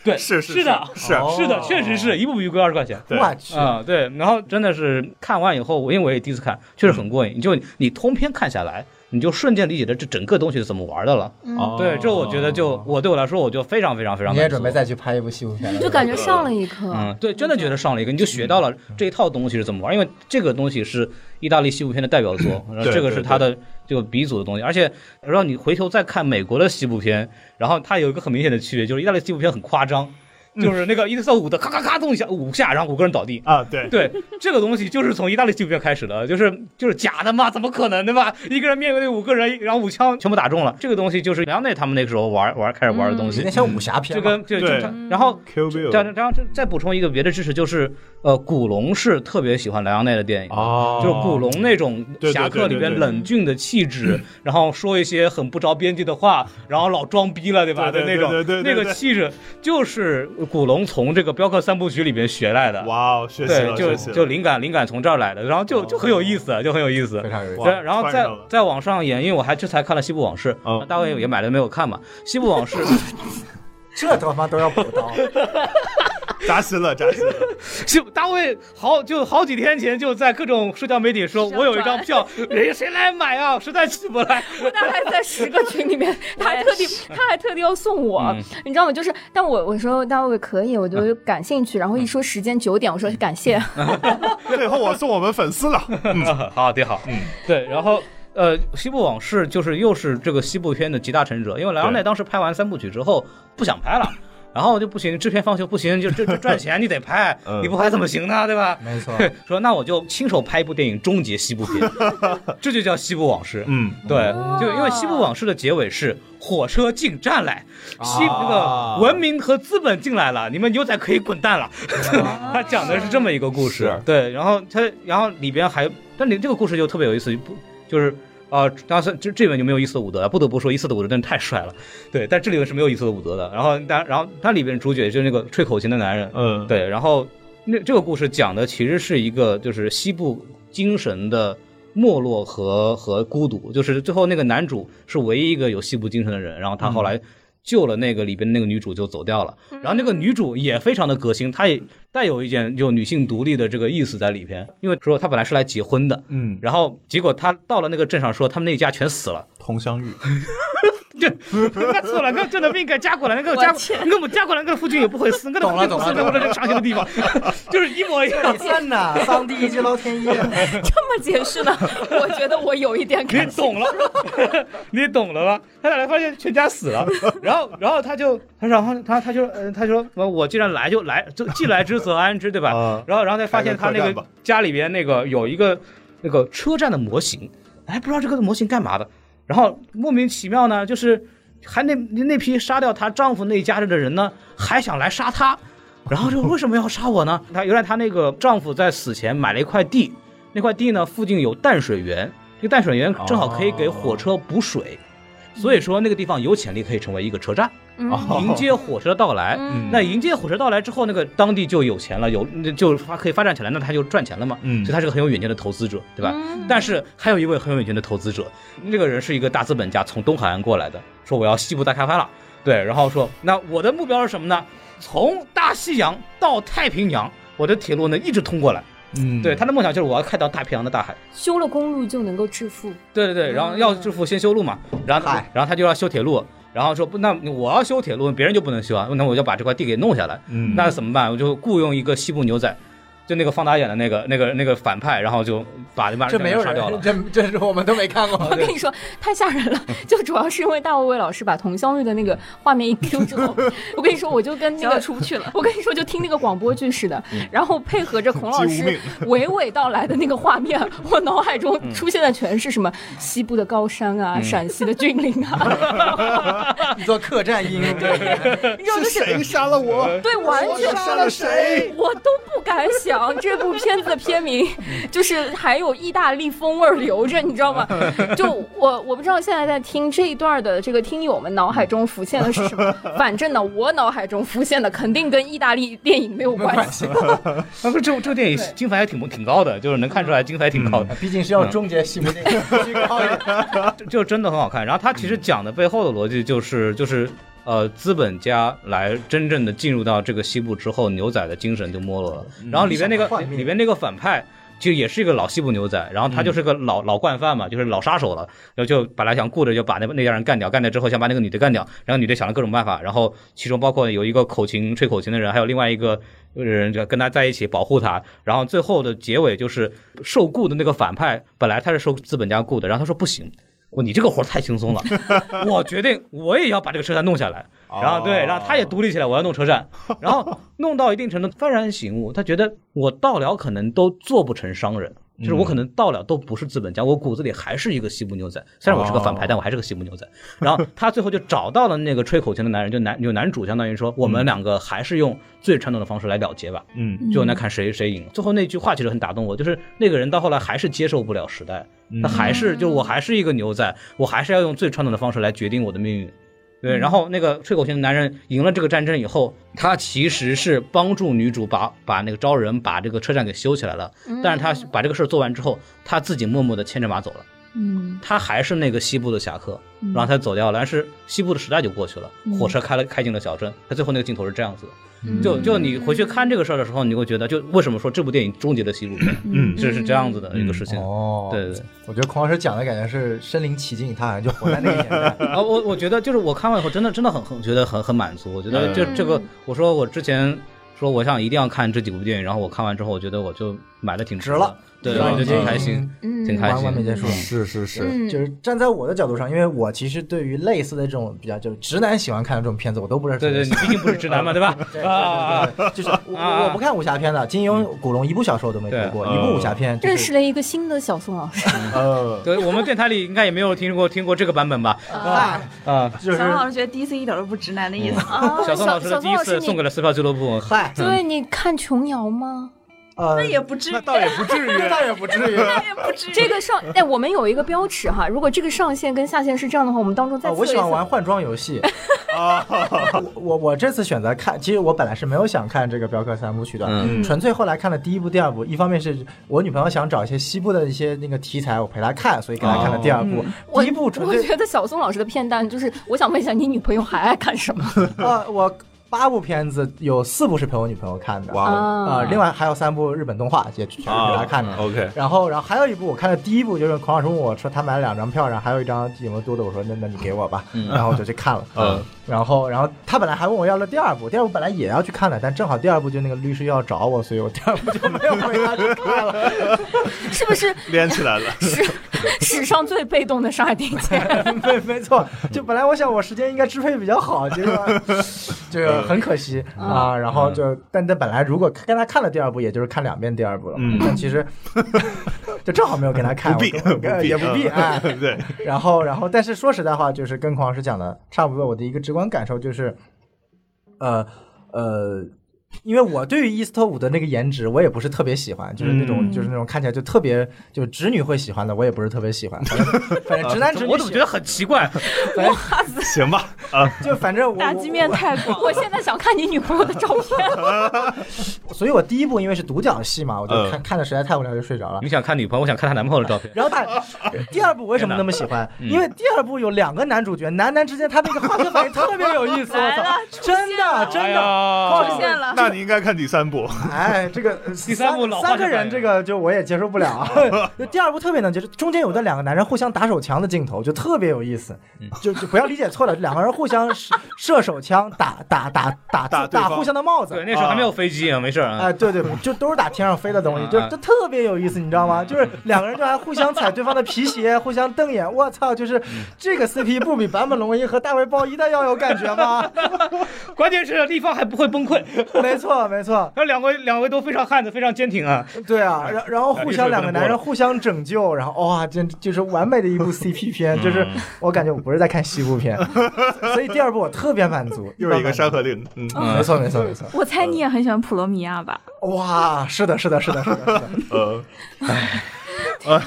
Speaker 2: 对，
Speaker 7: 是
Speaker 2: 是
Speaker 7: 是
Speaker 2: 的，哦
Speaker 7: 是哦
Speaker 2: 是的，确实是一步比一步贵二十块钱。
Speaker 7: 对
Speaker 3: 我去，
Speaker 2: 啊、对，然后真的是看完以后，我因为我也第一次看，确实很过瘾。就你通篇看下来，你就瞬间理解了这整个东西是怎么玩的了。
Speaker 7: 哦
Speaker 2: 对，这我觉得就我对我来说，我就非常非常非常。
Speaker 3: 你也准备？再去拍一部西部片了？
Speaker 4: 就感觉上了一课。
Speaker 2: 嗯，对，真的觉得上了一个，你就学到了这一套东西是怎么玩，因为这个东西是意大利西部片的代表作，然后这个是它的就鼻祖的东西，而且让你回头再看美国的西部片，然后它有一个很明显的区别，就是意大利西部片很夸张，就是那个伊特瑟伍德咔咔咔动一下五下，然后五个人倒地，
Speaker 7: 啊，对，
Speaker 2: 对，这个东西就是从意大利西部片开始的，就是就是假的嘛，怎么可能对吧？一个人面对五个人，然后五枪全部打中了，这个东西就是梁内他们那个时候玩玩开始玩的东
Speaker 3: 有
Speaker 2: 西
Speaker 7: 嗯
Speaker 3: 点，像武侠片
Speaker 2: 就
Speaker 3: 嘛，
Speaker 2: 跟就就
Speaker 7: 对
Speaker 2: 他然后。
Speaker 7: Q Bill
Speaker 2: 然后然后这再补充一个别的知识，就是呃，古龙是特别喜欢莱昂内的电影，
Speaker 7: 哦
Speaker 2: 就是古龙那种
Speaker 7: 对对
Speaker 2: 侠客里
Speaker 7: 对对
Speaker 2: 边
Speaker 7: 对嗯
Speaker 2: 冷峻的气质，然后说一些很不着边际的话，然后老装逼了，对吧？
Speaker 7: 对
Speaker 2: 的
Speaker 7: 对
Speaker 2: 那种
Speaker 7: 对对对
Speaker 2: 那
Speaker 7: 对
Speaker 2: 个气质，就是古龙从这个镖客三部曲里边学来的。
Speaker 7: 哇哦，学习
Speaker 2: 对，
Speaker 7: 了，
Speaker 2: 就
Speaker 7: 学习了哦
Speaker 2: 就灵感灵感从这儿来的，然后就就很有意思，就很有意思
Speaker 3: 非。常有意思。
Speaker 7: 哇
Speaker 2: 对，然后
Speaker 7: 穿
Speaker 2: 再
Speaker 7: 上了
Speaker 2: 再往上演，因为我还这才看了《西部往事》
Speaker 7: 哦
Speaker 2: 大卫也 买了没有看嘛，《西部往事》
Speaker 3: 这他妈都要补刀，
Speaker 7: 扎心了，扎 心了。
Speaker 2: 就大卫好就好几天前就在各种社交媒体说，
Speaker 5: 宣
Speaker 2: 我有一
Speaker 5: 传
Speaker 2: 张票，人家谁来买啊？实在起不 来。
Speaker 4: 他还在十个群里 面，他还特地，他还特地要送我，你知道吗？就是，但我我说大卫可以，我就感兴趣。然后一说时间九点，我说感谢。
Speaker 7: 最后我送我们粉丝了，
Speaker 2: 好，挺好。嗯，对，然后。呃，西部往事就是又是这个西部片的集大成者，因为莱昂内
Speaker 7: 对
Speaker 2: 当时拍完三部曲之后不想拍了，然后就不行，制片方就不行，就这这赚钱你得拍，
Speaker 7: 嗯
Speaker 2: 你不拍怎么行呢？对吧？
Speaker 3: 没错，
Speaker 2: 说那我就亲手拍一部电影终结西部 片，这就叫西部往事。
Speaker 7: 嗯，
Speaker 2: 对，就因为《西部往事》的结尾是火车进站来，
Speaker 7: 啊
Speaker 2: 西那个文明和资本进来了，你们牛仔可以滚蛋了。 他讲的是这么一个故事
Speaker 7: 是，
Speaker 2: 对，然后他，然后里边还，但你这个故事就特别有意思，不就是。啊、当时这这里面就没有伊斯特伍德了，不得不说伊斯特伍德真的太帅了，对，但这里面是没有伊斯特伍德的。然后，但然后它里边主角就是那个吹口琴的男人，
Speaker 7: 嗯，
Speaker 2: 对，然后那这个故事讲的其实是一个就是西部精神的没落和和孤独，就是最后那个男主是唯一一个有西部精神的人，然后他
Speaker 3: 嗯
Speaker 2: 后来。救了那个里边那个女主就走掉了，然后那个女主也非常的革新，她也带有一点就女性独立的这个意思在里边，因为说她本来是来结婚的，
Speaker 7: 嗯，
Speaker 2: 然后结果她到了那个镇上说他们那一家全死了，
Speaker 7: 佟湘玉，
Speaker 2: 嗯这 那错了，那这能命给嫁过来，那个嫁，那我嫁过来，那个夫君也不会死，那个
Speaker 3: 懂了
Speaker 2: 夫君不
Speaker 3: 懂
Speaker 2: 死，
Speaker 3: 了
Speaker 2: 那我这伤心的地方， 就是一模一样。
Speaker 3: 天哪，上帝一击捞 天一。
Speaker 4: 这么 解 释呢？我觉得我有一点
Speaker 2: 你
Speaker 4: 感动。
Speaker 2: 懂 了，你懂了吧？他俩来发现全家死了，然后，然后他就，他然后他他就，呃他说，呃我既然来就来，就既来之则安之，对吧？
Speaker 7: 啊
Speaker 2: 然后，然后再发现他
Speaker 7: 开个
Speaker 2: 那
Speaker 7: 客栈
Speaker 2: 个
Speaker 7: 吧
Speaker 2: 家里边那个有一个那个车站的模型，哎，不知道这个模型干嘛的，然后莫名其妙呢，就是还那那批杀掉她丈夫那一家人的人呢，还想来杀她，然后就为什么要杀我呢？她原来她那个丈夫在死前买了一块地，那块地呢附近有淡水源，这个淡水源正好可以给火车补水。所以说那个地方有潜力可以成为一个车站，
Speaker 7: 哦
Speaker 2: 迎接火车的到来。
Speaker 4: 嗯
Speaker 2: 那迎接火车到来之后，那个当地就有钱了，有那就发可以发展起来，那他就赚钱了嘛。
Speaker 7: 嗯
Speaker 2: 所以他是个很有远见的投资者，对吧？
Speaker 4: 嗯
Speaker 2: 但是还有一位很有远见的投资者，那个人是一个大资本家，从东海岸过来的，说我要西部大开发了，对，然后说那我的目标是什么呢？从大西洋到太平洋，我的铁路呢一直通过来。
Speaker 7: 嗯
Speaker 2: 对，他的梦想就是我要开到太平洋的大海。
Speaker 4: 修了公路就能够致富，
Speaker 2: 对对对，然后要致富先修路嘛，然后他
Speaker 3: 嗯嗨
Speaker 2: 然后他就要修铁路，然后说不，那我要修铁路，别人就不能修啊，那我就把这块地给弄下来，
Speaker 7: 嗯
Speaker 2: 那怎么办？我就雇佣一个西部牛仔，就那个放大眼的那个那个那个反派，然后就把把
Speaker 3: 这没有
Speaker 2: 杀掉
Speaker 3: 人，
Speaker 2: 了。
Speaker 3: 这这是我们都没看过。
Speaker 4: 我跟你说太吓人了，就主要是因为大卫老师把佟湘玉的那个画面一 Q 之 后，我跟你说我就跟那
Speaker 5: 结果
Speaker 4: 个
Speaker 5: 出不去了。
Speaker 4: 我跟你说，就听那个广播剧似的，然后配合着孔老
Speaker 7: 鸡
Speaker 4: 师
Speaker 7: 嗯无命 嗯
Speaker 4: 娓娓道来的那个画面，我脑海中出现的全是什么西部的高山啊，陕西的峻岭啊，
Speaker 3: 一座客栈 音，
Speaker 4: 你知道就是
Speaker 7: 谁杀了我？
Speaker 4: 对，完全
Speaker 7: 杀了谁？
Speaker 4: 我都不敢想这部片子的片名，
Speaker 7: 嗯
Speaker 4: 就是还有意大利风味儿留着，你知 道吗？就我我不知道现在在听这一段的这个听友们脑海中浮现的是什 么，反正呢，我脑海中浮现的肯定跟意大利电影没有关 系。
Speaker 2: 啊，不是这这个电影经费还挺挺高的，就是能看出来经费还挺高的，
Speaker 3: 毕竟是要终结西部电影，必须高一 点。
Speaker 2: 就就真的很好看。然后他其实讲的背后的逻辑就是就是。呃，资本家来真正的进入到这个西部之后，牛仔的精神就没落了。然后里边那个
Speaker 3: 想换命
Speaker 2: 里边那个反派，其实也是一个老西部牛仔，然后他就是个老、老惯犯嘛，就是老杀手了。然后就本来想顾着就把那那家人干掉，干掉之后想把那个女的干掉，然后女的想了各种办法，然后其中包括有一个口琴吹口琴的人，还有另外一个人就跟他在一起保护他，然后最后的结尾就是受雇的那个反派，本来他是受资本家雇的，然后他说不行。我你这个活儿太轻松了，我决定我也要把这个车站弄下来，然后对，然后他也独立起来，我要弄车站，然后弄到一定程度幡然醒悟，他觉得我到了可能都做不成商人，就是我可能到了都不是资本家，我骨子里还是一个西部牛仔，虽然我是个反派，
Speaker 7: 哦
Speaker 2: 但我还是个西部牛仔。然后他最后就找到了那个吹口琴的男人，就男有男主相当于说，我们两个还是用最传统的方式来了结吧，
Speaker 7: 嗯
Speaker 2: 就那看谁谁赢。最后那句话其实很打动我，就是那个人到后来还是接受不了时代，
Speaker 7: 嗯
Speaker 2: 他还是就是我还是一个牛仔，我还是要用最传统的方式来决定我的命运。对，然后那个吹口琴的男人赢了这个战争以后，他其实是帮助女主把把那个招人把这个车站给修起来了，但是他把这个事儿做完之后，他自己默默的牵着马走了。
Speaker 5: 嗯
Speaker 2: 他还是那个西部的侠客，
Speaker 5: 嗯
Speaker 2: 然后他走掉了，但是西部的时代就过去了，火车开了开进了小镇，他最后那个镜头是这样子的。就就你回去看这个事儿的时候，你会觉得，就为什么说这部电影终结了西部片，
Speaker 7: 嗯
Speaker 2: 这 是这样子的一个事情。
Speaker 3: 哦，
Speaker 2: 对对对，
Speaker 3: 我觉得孔老师讲的感觉是身临其境，他好像就活在那个年 代。
Speaker 2: 啊，我我觉得就是我看完以后，真的真的很很觉得很很满足。我觉得就这个，我说我之前说我想一定要看这几部电影，然后我看完之后，我觉得我就买的挺值
Speaker 3: 值了，
Speaker 2: 对，
Speaker 3: 然
Speaker 2: 我
Speaker 3: 后
Speaker 2: 就
Speaker 3: 就
Speaker 2: 挺开心，
Speaker 4: 嗯
Speaker 2: 挺开
Speaker 3: 完完美
Speaker 2: 心。
Speaker 3: 结束了。
Speaker 7: 是是是，
Speaker 4: 嗯，
Speaker 3: 就是站在我的角度上，因为我其实对于类似的这种比较就是直男喜欢看的这种片子，我都不是特
Speaker 2: 对
Speaker 3: 别
Speaker 2: 对，
Speaker 3: 喜
Speaker 2: 你毕竟不是直男嘛，对吧？啊，
Speaker 3: 欢，就是我
Speaker 2: 啊嗯
Speaker 3: 我我不看武侠片的，金庸、古龙一部小说我都没读过，
Speaker 7: 对
Speaker 3: 一部武侠片就
Speaker 4: 认识
Speaker 3: 是
Speaker 4: 了一个新的小宋老师，
Speaker 7: 呃，
Speaker 2: 对我们电台里应该也没有听过听过这个版本吧？
Speaker 3: 啊，
Speaker 2: 啊，
Speaker 3: 就是
Speaker 5: 小王老师觉得 DC 一点都不直男的意
Speaker 2: 嗯
Speaker 5: 思，
Speaker 4: 啊
Speaker 2: 小宋老师的
Speaker 4: 小
Speaker 2: 第一次
Speaker 4: 你
Speaker 2: 送给了撕票俱乐 部。
Speaker 3: 嗨，
Speaker 4: 对，你看琼瑶吗？
Speaker 3: 呃，
Speaker 5: 那也 不至于
Speaker 6: 那，倒也不至于，
Speaker 3: 这倒也不 至于。
Speaker 5: 那也不至于。
Speaker 4: 这个上，哎，我们有一个标尺哈，如果这个上限跟下限是这样的话，我们当中再
Speaker 2: 哦
Speaker 3: 啊，我
Speaker 4: 测一
Speaker 3: 喜欢
Speaker 4: 次。
Speaker 3: 玩换装游 戏。我我我这次选择看，其实我本来是没有想看这个《镖客三部曲》的，
Speaker 2: 嗯
Speaker 3: 纯粹后来看了第一部、第二部。一方面是我女朋友想找一些西部的一些那个题材，我陪她看，所以给她看了第二
Speaker 7: 哦
Speaker 3: 部。
Speaker 4: 嗯我
Speaker 3: 第一部纯
Speaker 4: 我
Speaker 3: 粹
Speaker 4: 觉得小宋老师的片单就是，我想问一下，你女朋友还爱看 什么？
Speaker 3: 啊，我八部片子有四部是陪我女朋友看的，
Speaker 7: 哇哦
Speaker 3: 啊、
Speaker 4: 啊，
Speaker 3: 另外还有三部日本动画也全是陪她看的。
Speaker 7: 啊，OK，
Speaker 3: 然后，然后还有一部，我看的第一部就是孔老师问我说他买了两张票，然后还有一张有没有多的，我说那那你给我吧，然后我就去看了。
Speaker 7: 嗯，
Speaker 3: 然后然后他本来还问我要了第二部，第二部本来也要去看的，但正好第二部就那个律师又要找我，所以我第二部就没有回他去看了。
Speaker 4: 是不是
Speaker 2: 呃
Speaker 6: 连起来 了。
Speaker 4: 史史上最被动的上海电 影节？
Speaker 3: 没没错，就本来我想我时间应该支配比较好，结果就很可惜
Speaker 6: 嗯
Speaker 3: 啊。然后就但但本来如果跟他看了第二部，也就是看两遍第二部了嘛
Speaker 7: 嗯，
Speaker 3: 但 其实就正好没有跟他
Speaker 2: 啊
Speaker 3: 看，
Speaker 6: 不必
Speaker 3: 我跟我
Speaker 6: 不必嗯
Speaker 3: 也不必哎。
Speaker 6: 对，
Speaker 3: 然后，然后，但是说实在话，就是跟孔老师讲的差不多。我的一个直观感受就是，呃呃，因为我对于伊斯特伍的那个颜值，我也不是特别喜欢，就是那
Speaker 6: 嗯
Speaker 3: 种、就是那种看起来就特别就直女会喜欢的，我也不是特别喜欢。反正反正 直 男直女
Speaker 2: 我怎么觉
Speaker 3: 喜，
Speaker 2: 得很奇怪？
Speaker 6: 行 吧，
Speaker 3: 就反正我
Speaker 5: 打击面太广，
Speaker 4: 我现在想看你女朋友的照 片了。
Speaker 3: 我所以我第一部因为是独角戏嘛，我就
Speaker 7: 嗯
Speaker 3: 看、看的实在太无聊就睡着了
Speaker 2: 你。想看女朋友，我想看她男朋友的照 片。
Speaker 3: 然后他第二部为什么那么 喜欢？
Speaker 2: 嗯
Speaker 3: 因为第二部有两个男主角，男男之间他那个化学反应特别有意思，我
Speaker 5: 来
Speaker 3: 操
Speaker 5: 了，
Speaker 3: 真的真
Speaker 2: 哎
Speaker 3: 的，孔老
Speaker 2: 呀
Speaker 3: 师
Speaker 5: 出现了。
Speaker 6: 那你应该看第三部。
Speaker 3: 哎，这个呃
Speaker 2: 第三部老
Speaker 3: 三
Speaker 2: 化
Speaker 3: 个
Speaker 2: 学反
Speaker 3: 人，
Speaker 2: 应
Speaker 3: 这个就我也接受不了。就第二部特别能接受，中间有的两个男人互相打手枪的镜头就特别有意思，
Speaker 2: 嗯
Speaker 3: 就就不要理解错了，两个人互相射 射手枪打打打打
Speaker 6: 打
Speaker 3: 打
Speaker 6: 对
Speaker 3: 打
Speaker 6: 方
Speaker 3: 互相的帽子
Speaker 2: 对，。那时候还没有飞机啊，没事儿
Speaker 6: 嗯
Speaker 2: 啊
Speaker 3: 哎，。对 对，就都是打天上飞的东西，就
Speaker 2: 啊
Speaker 3: 就特别有意思，你知道吗？就是两个人就还互相踩对方的皮鞋，互相瞪眼，我操！就是
Speaker 6: 嗯
Speaker 3: 这个 CP 不比坂本龙一和大卫鲍伊的要有感觉吗？
Speaker 2: 关键是立方还不会崩溃，
Speaker 3: 没错，没错。
Speaker 2: 那两位两位都非常汉子，非常坚挺啊。
Speaker 3: 对啊，
Speaker 6: 哎
Speaker 3: 然然后互相两个男人互相拯救，然后哇，真就是完美的 一部 CP 片，就是
Speaker 6: 嗯
Speaker 3: 我感觉我不是在看西部片，所以第二部我特别满足，
Speaker 6: 又是一个《山
Speaker 3: 山
Speaker 6: 河令》，嗯，
Speaker 3: 没错没错没错，
Speaker 5: 我猜你也很喜欢普罗米亚吧？
Speaker 3: 哇，是的，是的，是的，是的，是的，
Speaker 6: 呃，
Speaker 2: 哎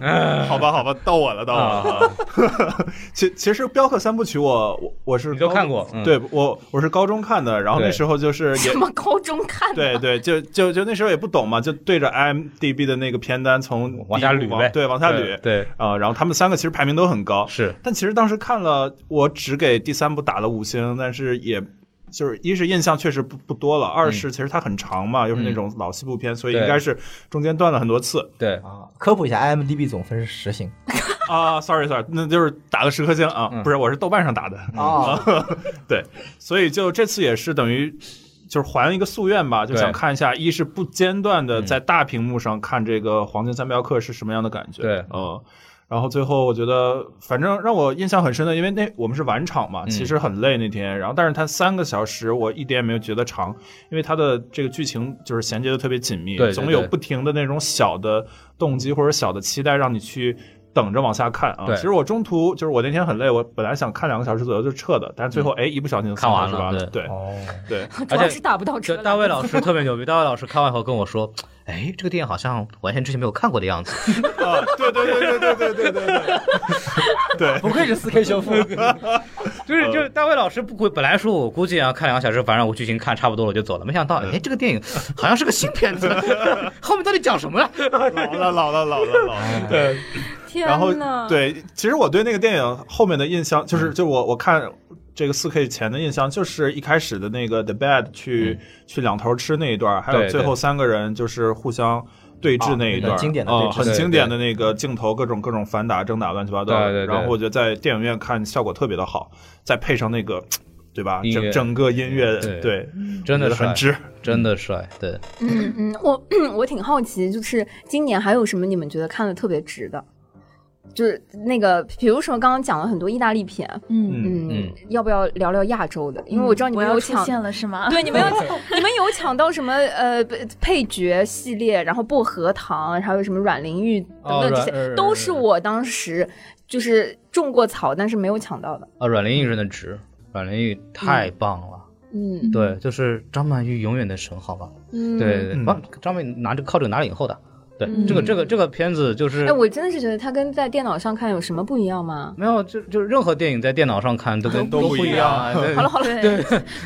Speaker 6: 呃，好吧，好吧，到我了，到我
Speaker 2: 啊
Speaker 6: 了。
Speaker 7: 其其实《镖客三部曲》我我我是
Speaker 2: 你都
Speaker 7: 高
Speaker 2: 看过嗯
Speaker 7: 对我我是高中看的，然后那
Speaker 2: 对
Speaker 7: 时候就是也
Speaker 4: 什么高中看的？
Speaker 7: 对对，就就就那时候也不懂嘛，就对着 IMDB 的那个片单从
Speaker 2: 往下
Speaker 7: 第一
Speaker 2: 捋
Speaker 7: 部
Speaker 2: 呗，
Speaker 7: 对，往下捋，
Speaker 2: 对，
Speaker 7: 啊、然后他们三个其实排名都很高，
Speaker 2: 是
Speaker 7: 但其实当时看了，我只给第三部打了五星，但是也就是一是印象确实不不多了，二是其实它很长嘛，又是那种老西部片，所
Speaker 2: 嗯
Speaker 7: 以
Speaker 2: 对
Speaker 7: 应该是中间断了很多次
Speaker 2: 对，
Speaker 3: 啊，科普一下，IMDB 总分是十星
Speaker 7: 啊。sorry sorry，那就是打了十颗星啊，
Speaker 2: 嗯
Speaker 7: 不是，我是豆瓣上打的，
Speaker 6: 嗯
Speaker 3: 啊，
Speaker 7: 所以就这次也是等于。就是还一个夙愿吧，就
Speaker 2: 对嗯
Speaker 7: 想看一下，一是不间断的在大屏幕上看这个《黄金三镖客》是什么样的感觉，
Speaker 2: 对
Speaker 7: 嗯，然后最后我觉得，反正让我印象很深的，因为那我们是晚场
Speaker 2: 嗯
Speaker 7: 嘛，其实很累那天，然后但是它三个小时我一点也没有觉得长，因为它的这个剧情就是衔接的特别紧密，
Speaker 2: 对对
Speaker 7: 总有
Speaker 2: 对
Speaker 7: 不停的那种小的动机或者小的期待让你去。等着往下看啊！
Speaker 2: 对
Speaker 7: 其实我中途就是我那天很累，我本来想看两个小时左右就撤的，但是最后
Speaker 2: 嗯
Speaker 7: 哎、一不小心
Speaker 2: 看完
Speaker 7: 三个
Speaker 2: 了
Speaker 7: 小时对
Speaker 3: 哦，
Speaker 7: 对，
Speaker 4: 主要是打不到
Speaker 2: 就
Speaker 4: 车。
Speaker 2: 大卫老师特别牛逼，大卫老师看完以后跟我说。哎，这个电影好像完全之前没有看过的样子。
Speaker 7: 啊，对对对对对对对对 对，
Speaker 3: 不愧是 4K 修复，
Speaker 2: 就是
Speaker 7: 呃
Speaker 2: 就是，大卫老师不估，本来说我估计啊，看两个小时，反正我剧情看差不多了，我就
Speaker 7: 嗯
Speaker 2: 走了。没想到，哎，这个电影好 像是个新片子，后面到底讲什么了？
Speaker 6: 老了，老了，老了，老了。
Speaker 7: 对，
Speaker 8: 天
Speaker 7: 然后
Speaker 8: 呐，
Speaker 7: 对，其实我对那个电影后面的印象就是，
Speaker 2: 嗯
Speaker 7: 就我我看这个四 K 前的印象，就是一开始的那个 The Bad 去、去两头吃那一段，还有
Speaker 2: 嗯对哦
Speaker 7: 最后三个人就是互相。对峙那一段，
Speaker 3: 啊那个经典的
Speaker 7: 嗯
Speaker 3: 对峙
Speaker 7: 很
Speaker 2: 对
Speaker 7: 经典的那个镜头，各种各种反打、正打、乱七八糟的。
Speaker 2: 对对对
Speaker 7: 然后我觉得在电影院看效果特别的好，再配上那个，对吧？
Speaker 2: 音乐
Speaker 7: 整整个音乐，
Speaker 2: 对
Speaker 7: 对，
Speaker 2: 真的
Speaker 7: 觉得
Speaker 2: 帅
Speaker 7: 很，值。
Speaker 2: 真的帅，对。
Speaker 4: 嗯嗯，我我挺好奇，就是今年还有什么你们觉得看的特别值的？就是那个，比如说刚刚讲了很多意大利片，
Speaker 5: 嗯，
Speaker 4: 嗯，
Speaker 2: 嗯
Speaker 4: 要不要聊聊亚洲的？嗯因为我知道你
Speaker 5: 我
Speaker 4: 们
Speaker 5: 要
Speaker 4: 有
Speaker 5: 出
Speaker 4: 抢，
Speaker 5: 现了是吗？
Speaker 4: 对，你们要你们有抢到什么呃配角系列，然后薄荷糖，还有什么阮玲玉等
Speaker 2: 哦
Speaker 4: 等这
Speaker 2: 阮
Speaker 4: 些，
Speaker 2: 呃
Speaker 4: 都是我当时就是种过草，但是没有抢到的。
Speaker 2: 啊，阮玲玉真的值，阮玲玉太棒了。
Speaker 4: 嗯，
Speaker 2: 对，就是张曼玉永远的神，好吧？
Speaker 4: 嗯，
Speaker 2: 对对，
Speaker 7: 嗯
Speaker 2: 帮张曼玉拿着靠这个拿了影后的。对，这个这个这个片子就是
Speaker 4: 哎，我真的是觉得它跟在电脑上看有什么不一样吗？
Speaker 2: 没有，就就是任何电影在电脑上看都跟
Speaker 7: 都
Speaker 2: 不
Speaker 7: 不一
Speaker 2: 一样啊。对
Speaker 4: 好了好了，对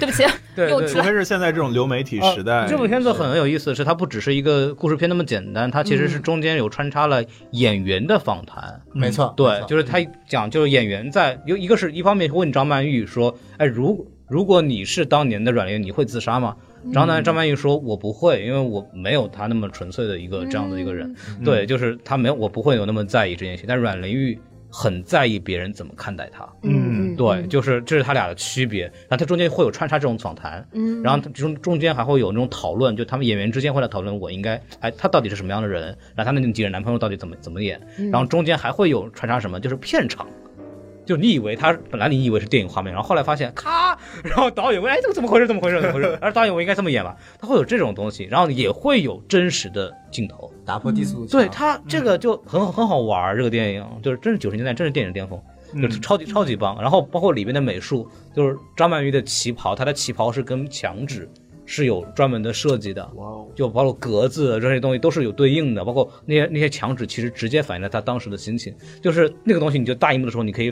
Speaker 4: 不起，
Speaker 2: 对
Speaker 4: 又
Speaker 2: 对
Speaker 4: 出
Speaker 7: 除非是现在这种流媒体时代，
Speaker 2: 啊这部片子很有意思，是它不只是一个故事片那么简单，它其实
Speaker 4: 嗯
Speaker 2: 是中间有穿插了演员的访谈。
Speaker 3: 没错，没
Speaker 2: 对，
Speaker 3: 错
Speaker 2: 就是他讲，就是演员在有一个是一方面问张曼玉说，哎，如如果你是当年的阮玲玉，你会自杀吗？然
Speaker 4: 嗯
Speaker 2: 后呢，张曼玉说，我不会，因为我没有他那么纯粹的一个这样的一个人。
Speaker 7: 嗯
Speaker 4: 嗯
Speaker 2: 对，就是他没有，我不会有那么在意这件事情。但阮玲玉很在意别人怎么看待他。
Speaker 4: 嗯，嗯
Speaker 2: 对，，就是这是他俩的区别。然后他中间会有穿插这种访谈，
Speaker 4: 嗯，
Speaker 2: 然后他中中间还会有那种讨论，就他们演员之间会来讨论我应该，哎，他到底是什么样的人，然后他那几个男朋友到底怎么怎么演，
Speaker 4: 嗯
Speaker 2: 然后中间还会有穿插什么，就是片场。就你以为他本来你以为是电影画面，然后后来发现咔，然后导演问哎这个怎么回事怎么回事怎么回事， 而导演我应该这么演吧，他会有这种东西，然后也会有真实的镜头，
Speaker 3: 打破低速墙
Speaker 2: 嗯对他这个就很好很好玩儿，这个电影就是真是九十年代，真是电影巅峰，
Speaker 3: 嗯
Speaker 2: 就是超级超级棒。然后包括里面的美术，就是张曼玉的旗袍，她的旗袍是跟墙纸是有专门的设计的，就包括格子啊这些东西都是有对应的，包括那些那些墙纸其实直接反映了她当时的心情，就是那个东西，你就大荧幕的时候，你可以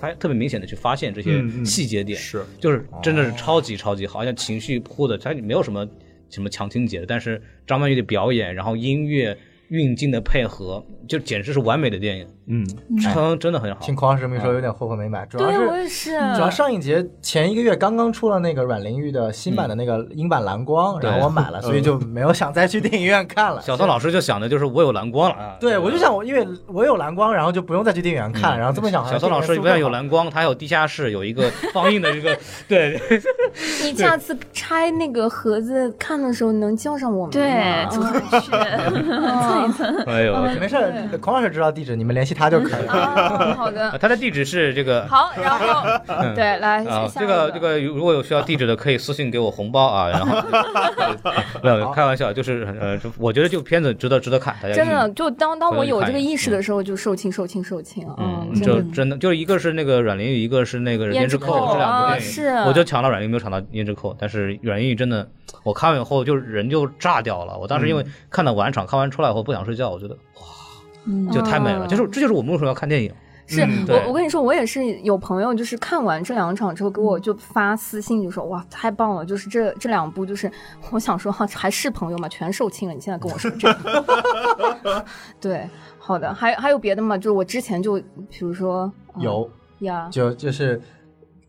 Speaker 2: 发特别明显的去发现这些
Speaker 7: 嗯嗯
Speaker 2: 细节点，
Speaker 7: 是
Speaker 2: 就是真的是超级超级好，像情绪铺的，它没有什么什么强情节的，但是张曼玉的表演，然后音乐运镜的配合，就简直是完美的电影，
Speaker 7: 嗯，
Speaker 2: 真真的很好。
Speaker 3: 听匡老师这么一
Speaker 2: 嗯
Speaker 3: 说，有点后悔没买，主要
Speaker 4: 对
Speaker 3: 是
Speaker 4: 我也是，
Speaker 3: 主要上一节前一个月刚刚出了那个阮玲玉的新版的那个英版蓝光，
Speaker 2: 嗯对嗯
Speaker 3: 然后我买了，所以就没有想再去电影院看了。
Speaker 2: 小宋老师就想的就是我有蓝光了啊，
Speaker 3: 对，我就想我因为我有蓝光，然后就不用再去电影院看，然后这么想，
Speaker 2: 嗯小宋老师不但有蓝光，他还有地下室，有一个放映的一个 对，
Speaker 4: 你下次拆那个盒子看的时候能叫上我们
Speaker 5: 对，
Speaker 4: 吗
Speaker 5: 嗯就是
Speaker 4: 嗯
Speaker 5: 蹭一蹭。
Speaker 2: 哎呦，
Speaker 3: 没事儿，孔老师知道地址，你们联系他就可以了。
Speaker 4: 啊好的，
Speaker 2: 他的地址是这 个。
Speaker 4: 好，然后
Speaker 2: 嗯
Speaker 4: 对，来
Speaker 2: 啊，
Speaker 4: 下
Speaker 2: 这
Speaker 4: 一
Speaker 2: 个这个，如果有需要地址的，可以私信给我红包啊。然后 没有开玩笑，就是呃，就我觉得这个片子值得值得看，大家
Speaker 4: 真
Speaker 2: 去
Speaker 4: 的，就当当
Speaker 2: 回头
Speaker 4: 我
Speaker 2: 去
Speaker 4: 有
Speaker 2: 看
Speaker 4: 这个
Speaker 2: 一眼
Speaker 4: 意识的时候，就售罄，售罄，售罄。
Speaker 2: 嗯，
Speaker 4: 啊真
Speaker 2: 就
Speaker 4: 的，
Speaker 2: 真的就是一个是那个阮玲玉，一个是那个
Speaker 4: 胭
Speaker 2: 胭
Speaker 4: 脂
Speaker 2: 脂
Speaker 4: 扣
Speaker 2: 扣，这两部
Speaker 4: 啊
Speaker 2: 电影，
Speaker 4: 是
Speaker 2: 我就抢到阮玲玉，没有抢到胭脂扣。但是阮玲玉真的，我看完以后就是人就炸掉了。我当时因为
Speaker 3: 嗯
Speaker 2: 看到晚场，看完出来以后不想睡觉，我觉得哇，就太美了。
Speaker 4: 嗯
Speaker 2: 就是这就是我们为什么要看电影，
Speaker 4: 是
Speaker 2: 对
Speaker 4: 我我跟你说，我也是有朋友，就是看完这两场之后，给我就发私信，就说哇，太棒了，就是这这两部，就是我想说哈，还是朋友嘛，全售罄了，你现在跟我说 这个，对，好的，还还有别的吗？就是我之前就比如说、嗯
Speaker 3: 有，
Speaker 4: 呀，
Speaker 3: 就就是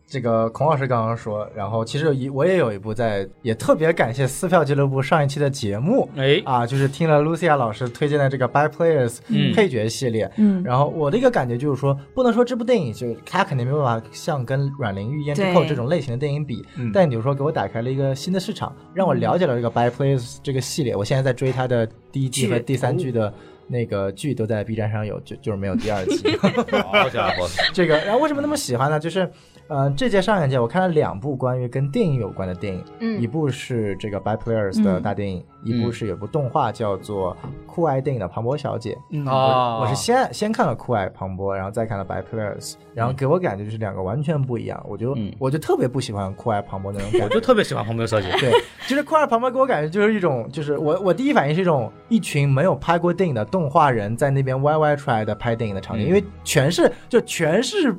Speaker 3: 这个孔老师刚刚说，然后其实有一我也有一部在，也特别感谢撕票俱乐部上一期的节目。
Speaker 2: 哎，
Speaker 3: 啊，就是听了 Lucia 老师推荐的这个《By Players
Speaker 2: 嗯》
Speaker 3: 配角系列，
Speaker 5: 嗯
Speaker 3: 然后我的一个感觉就是说，不能说这部电影就它肯定没有办法像跟《阮玲玉》《胭脂扣》
Speaker 5: 对
Speaker 3: 这种类型的电影比
Speaker 7: 嗯，
Speaker 3: 但你就说给我打开了一个新的市场，让我了解了这个《By Players》这个系列。我现在在追它的第一季和
Speaker 5: 剧哦
Speaker 3: 第三季的那个剧都在 B 站上有，就就是没有第二季。
Speaker 2: 好家伙，
Speaker 3: 这个，然后为什么那么喜欢呢？就是，呃，这届上影节我看了两部关于跟电影有关的电影，
Speaker 4: 嗯
Speaker 3: 一部是这个《By Players》的大电影，一
Speaker 2: 嗯
Speaker 3: 部是有部动画叫做《酷爱电影的庞博小姐》。
Speaker 2: 哦
Speaker 3: 我是先先看了《酷爱庞博》，然后再看了《By Players》，然后给我感觉就是两个完全不一样，我就、
Speaker 2: 嗯
Speaker 3: 我就特别不喜欢《酷爱庞博》那种感觉，
Speaker 2: 我就特别喜欢红梅小姐，
Speaker 3: 对，就是《酷爱庞博》给我感觉就是一种，就是我我第一反应是一种一群没有拍过电影的动画人在那边歪歪出来的拍电影的场景，
Speaker 2: 嗯
Speaker 3: 因为全是就全是。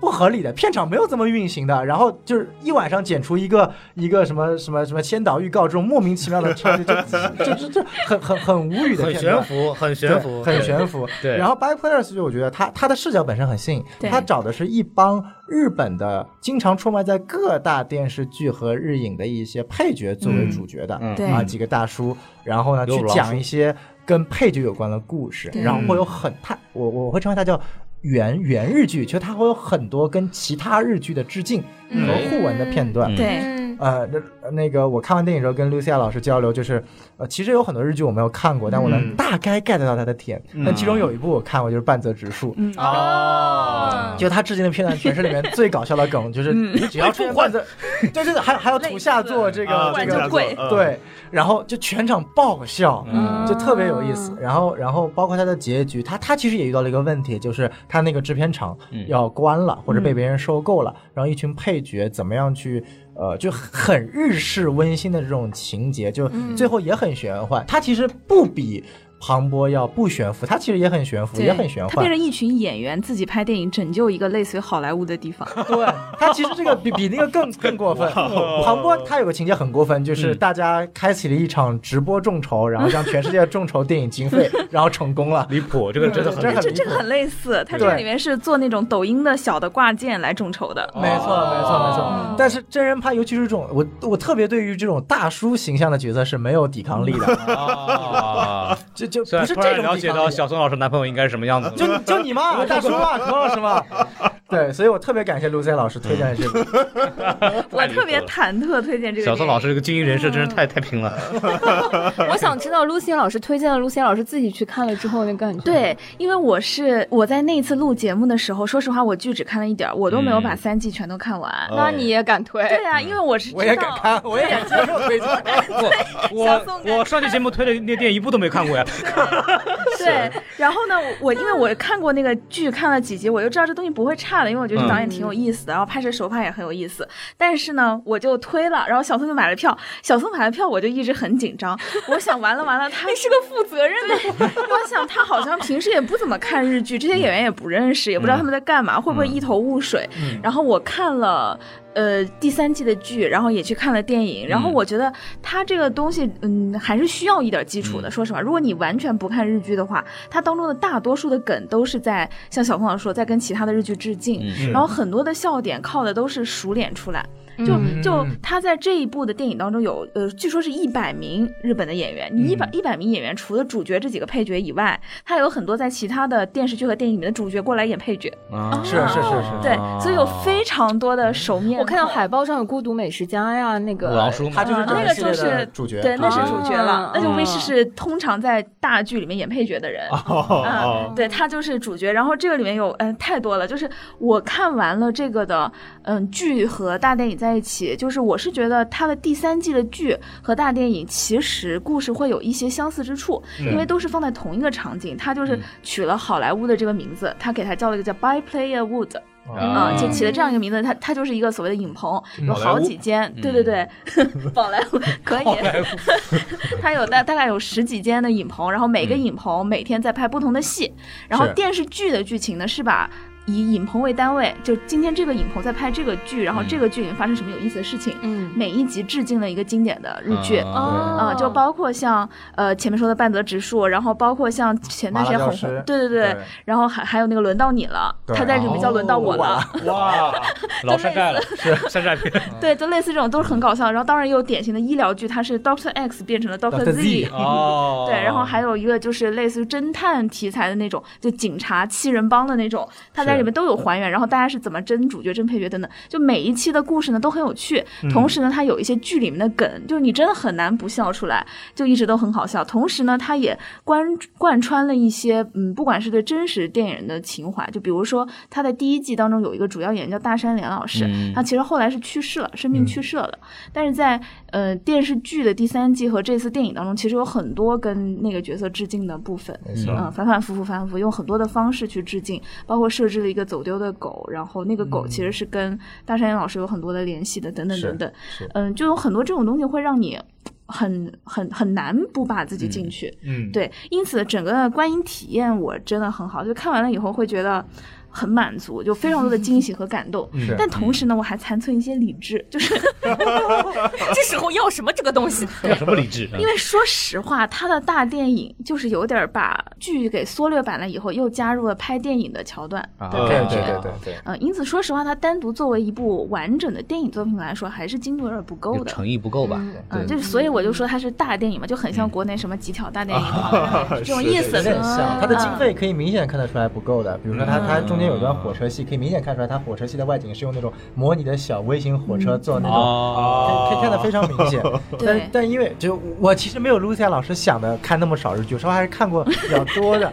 Speaker 3: 不合理的，片场没有这么运行的。然后就是一晚上剪出一个一个什么什么什么先导预告这种莫名其妙的插曲，就就就就很很很无语的
Speaker 2: 很
Speaker 3: 片
Speaker 2: 悬
Speaker 3: 段。
Speaker 2: 浮，很悬
Speaker 3: 对
Speaker 2: 浮，
Speaker 3: 很
Speaker 2: 对
Speaker 3: 悬浮。
Speaker 2: 对
Speaker 3: 然后《By Players》就我觉得他他的视角本身很新颖，
Speaker 5: 对
Speaker 3: 他找的是一帮日本的经常出没在各大电视剧和日影的一些配角作为主角的、
Speaker 2: 嗯
Speaker 5: 对
Speaker 3: 啊几个大叔，然后呢
Speaker 2: 有
Speaker 3: 去
Speaker 2: 老
Speaker 3: 讲
Speaker 2: 鼠
Speaker 3: 一些跟配角有关的故事，
Speaker 5: 对
Speaker 3: 然后会有很他我我会称为它叫。原原日剧，就它会有很多跟其他日剧的致敬
Speaker 5: 嗯
Speaker 3: 和互文的片段，
Speaker 2: 嗯
Speaker 5: 对，
Speaker 4: 嗯，
Speaker 3: 呃，那那个我看完电影之后跟 Lucia 老师交流，就是呃，其实有很多日剧我没有看过，但我能
Speaker 2: 嗯
Speaker 3: 大概 get 到它的点。但其中有一部我看过，就是《半泽直树》。
Speaker 5: 嗯，
Speaker 4: 嗯
Speaker 2: 哦，
Speaker 3: 就他致敬的片段，全是里面最搞笑的梗，就是你只要出现半泽，对对对，还有还有
Speaker 5: 类似
Speaker 3: 土下座这个
Speaker 7: 啊
Speaker 5: 不
Speaker 3: 这
Speaker 5: 然
Speaker 3: 个
Speaker 5: 就贵
Speaker 7: 嗯
Speaker 3: 对，然后就全场爆笑，
Speaker 2: 嗯
Speaker 3: 就特别有意
Speaker 5: 哦
Speaker 3: 思。然后，然后包括他的结局，他他其实也遇到了一个问题，就是他那个制片厂
Speaker 2: 嗯
Speaker 3: 要关了，或者
Speaker 5: 嗯
Speaker 3: 被别人收购了，然后一群配角怎么样去。呃，就很日式温馨的这种情节，就
Speaker 5: 嗯
Speaker 3: 最后也很玄幻。他其实不比庞博要不悬浮，他其实也很悬浮，
Speaker 5: 对
Speaker 3: 也很玄
Speaker 5: 他
Speaker 3: 幻
Speaker 5: 变。成一群演员自己拍电影，拯救一个类似于好莱坞的地方。
Speaker 3: 对他其实这个比比那个更更过分。庞博他有个情节很过分，就是大家开启了一场直播众筹，然后向全世界众筹电影经 费，然后成功了。
Speaker 2: 离谱，这个 真的
Speaker 3: 嗯这
Speaker 2: 很
Speaker 3: 很
Speaker 5: 这
Speaker 3: 离
Speaker 5: 这个
Speaker 3: 谱
Speaker 5: 很类似，他这
Speaker 3: 对
Speaker 5: 个里面是做那种抖音的小的挂件来众筹
Speaker 2: 哦
Speaker 5: 的。
Speaker 3: 没错，没错，没错。但是真人派，尤其是这种，我我特别对于这种大叔形象的角色是没有抵抗力 的，
Speaker 2: 啊！
Speaker 3: 就就不
Speaker 2: 虽然
Speaker 3: 是
Speaker 2: 突
Speaker 3: 这
Speaker 2: 然
Speaker 3: 种
Speaker 2: 了
Speaker 3: 抵
Speaker 2: 解
Speaker 3: 抗
Speaker 2: 到
Speaker 3: 力。
Speaker 2: 小宋老师男朋友应该是什么样子了，
Speaker 3: 就就你 嘛，大叔嘛，何老师嘛，对，所以我特别感谢卢 C 老师推荐这
Speaker 5: 嗯
Speaker 3: 部，
Speaker 5: 我特别忐忑推荐这个。
Speaker 2: 小宋老师，这个精英人士真是太太拼了。
Speaker 4: 我想知道 Lucy 老师推荐了 Lucy 老师自己去看了之后那感觉。，
Speaker 5: 对，因为我是我在那次录节目的时候，说实话，我剧只看了一点儿，我都没有把
Speaker 2: 嗯
Speaker 5: 三季全都看完。
Speaker 2: 哦
Speaker 4: 那你也敢推？
Speaker 5: 对啊，因为我是
Speaker 3: 我也
Speaker 5: 知
Speaker 3: 敢
Speaker 5: 道，
Speaker 3: 看，我也敢接受推荐。
Speaker 2: 不，
Speaker 5: 小宋
Speaker 2: 我
Speaker 5: 感
Speaker 2: 我上期节目推的那电影一部都没看过呀。
Speaker 5: 对。然后呢，我我因为我看过那个剧，看了几集，我就知道这东西不会差的，因为我觉得这导演挺有意思的，然后拍摄手法也很有意思。但是呢，我就推了，然后小宋就买了票，小宋买了票，我就一直很紧 张，我想完了完了，他是个负责任的，我想他好像平时也不怎么看日剧，这些演员也不认识，也不知道他们在干嘛，会不会一头雾水？
Speaker 3: 嗯
Speaker 5: 然后我看了。呃，第三季的剧，然后也去看了电影，然后
Speaker 2: 嗯
Speaker 5: 我觉得它这个东西，嗯，还是需要一点基础
Speaker 2: 嗯
Speaker 5: 的。说实话，如果你完全不看日剧的话，它当中的大多数的梗都是在像小凤老师说，在跟其他的日剧致敬，
Speaker 2: 嗯
Speaker 5: 然后很多的笑点靠的都是熟脸出来。
Speaker 4: 嗯
Speaker 5: 就就他在这一部的电影当中有，呃，据说是一百名日本的演员。你一百
Speaker 2: 嗯
Speaker 5: 一百名演员，除了主角这几个配角以外，他有很多在其他的电视剧和电影里面的主角过来演配角。
Speaker 3: 嗯啊是是是是，
Speaker 5: 对，所以有
Speaker 7: 哦
Speaker 5: 非常多的熟面孔。
Speaker 4: 我看到海报上有孤独美食家呀，那
Speaker 2: 五
Speaker 4: 个
Speaker 2: 郎叔嘛，
Speaker 3: 他就是
Speaker 5: 啊
Speaker 3: 整
Speaker 5: 那个
Speaker 3: 系列
Speaker 5: 就
Speaker 3: 的
Speaker 5: 是
Speaker 3: 主角，
Speaker 5: 对，那是主角了
Speaker 4: 啊，
Speaker 5: 那就威士是通常在大剧里面演配角的人。
Speaker 7: 嗯哦
Speaker 5: 啊，对他就是主角。然后这个里面有，嗯、太多了。就是我看完了这个的，嗯、剧和大电影在一起，就是我是觉得他的第三季的剧和大电影其实故事会有一些相似之处，
Speaker 2: 嗯
Speaker 5: 因为都是放在同一个场景。
Speaker 7: 嗯
Speaker 5: 他就是取了好莱坞的这个名字，他给他叫了一个叫 By Player Wood，啊、
Speaker 2: 啊
Speaker 5: 就起了这样一个名字。它它就是一个所谓的影棚，有
Speaker 2: 好莱坞
Speaker 5: 好几间，对对对，宝莱坞可以， 它有大大概有十几间的影棚，然后每个影棚每天在拍不同的戏，然后
Speaker 3: 是
Speaker 5: 电视剧的剧情呢是把。以影棚为单位，就今天这个影棚在拍这个剧，然后这个剧里面发生什么有意思的事情，
Speaker 4: 嗯
Speaker 5: 每一集致敬了一个经典的日剧，
Speaker 2: 啊
Speaker 4: 啊
Speaker 5: 啊、就包括像呃前面说的半泽直树，然后包括像前段时间
Speaker 3: 麻辣
Speaker 5: 很
Speaker 3: 教师
Speaker 5: 红，对对对，
Speaker 3: 对
Speaker 5: 然后还还有那个轮到你了，
Speaker 3: 对
Speaker 5: 他在里面叫轮到我了，
Speaker 2: 哇，老山 寨了，是山寨片。
Speaker 5: 对，就类似这种都是很搞笑。然后当然也有典型的医疗剧，它是 Doctor X 变成了 Doctor
Speaker 3: Dr.
Speaker 5: Z，,
Speaker 3: Z
Speaker 2: 哦，
Speaker 5: 对，然后还有一个就是类似于侦探题材的那种，就警察七人帮的那种，它在里面都有还原，然后大家是怎么争主角、争配角等等，就每一期的故事呢都很有趣，同时呢它有一些剧里面的梗，就是你真的很难不笑出来，就一直都很好笑。同时呢，它也贯贯穿了一些，嗯，不管是对真实电影人的情怀，就比如说它在第一季当中有一个主要演员叫大山连老师，
Speaker 2: 嗯
Speaker 5: 他其实后来是去世了，生病去世了的，但是在呃电视剧的第三季和这次电影当中，其实有很多跟那个角色致敬的部分，
Speaker 3: 没错
Speaker 5: 嗯、反反复复反反复复，用很多的方式去致敬，包括设置了一个走丢的狗，然后那个狗其实是跟大山岩老师有很多的联系的，等等
Speaker 3: 是
Speaker 5: 等等
Speaker 3: 是，
Speaker 5: 嗯、就有很多这种东西会让你很很很难不把自己进去，
Speaker 7: 嗯，
Speaker 5: 对，因此整个观影体验我真的很好，就看完了以后会觉得。很满足，就非常多的惊喜和感动。
Speaker 3: 是
Speaker 5: 但同时呢，我还残存一些理智， 就是
Speaker 8: 这时候要什么这个东
Speaker 3: 嗯
Speaker 8: 西？
Speaker 2: 有什么理智？
Speaker 5: 因为说实话，他的大电影就是有点把剧给缩略版了，以后又加入了拍电影的桥段的
Speaker 2: 啊
Speaker 5: 感
Speaker 3: 对
Speaker 5: 觉。
Speaker 3: 对对对对，
Speaker 5: 呃，因此说实话，它单独作为一部完整的电影作品来说，还是精度有点不够
Speaker 2: 有
Speaker 5: 的。
Speaker 2: 诚意不够吧？
Speaker 5: 嗯，就是所以我就说它是大电影嘛，就很
Speaker 3: 嗯
Speaker 5: 像国内什么几挑大电
Speaker 3: 啊
Speaker 5: 影好像是这种意思
Speaker 3: 有。点像，它的经
Speaker 5: 嗯
Speaker 3: 费可以明显看得出来不够的。比如说它，
Speaker 2: 嗯
Speaker 3: 它中间有段火车戏，可以明显看出来，它火车戏的外景是用那种模拟的小微型火
Speaker 2: 嗯
Speaker 3: 车做那种
Speaker 7: 哦
Speaker 3: 可以可以看得非常明显。 但
Speaker 5: 对
Speaker 3: 但因为就我其实没有 Lucia 老师想的看那么少日剧，我稍微还是看过比较多的。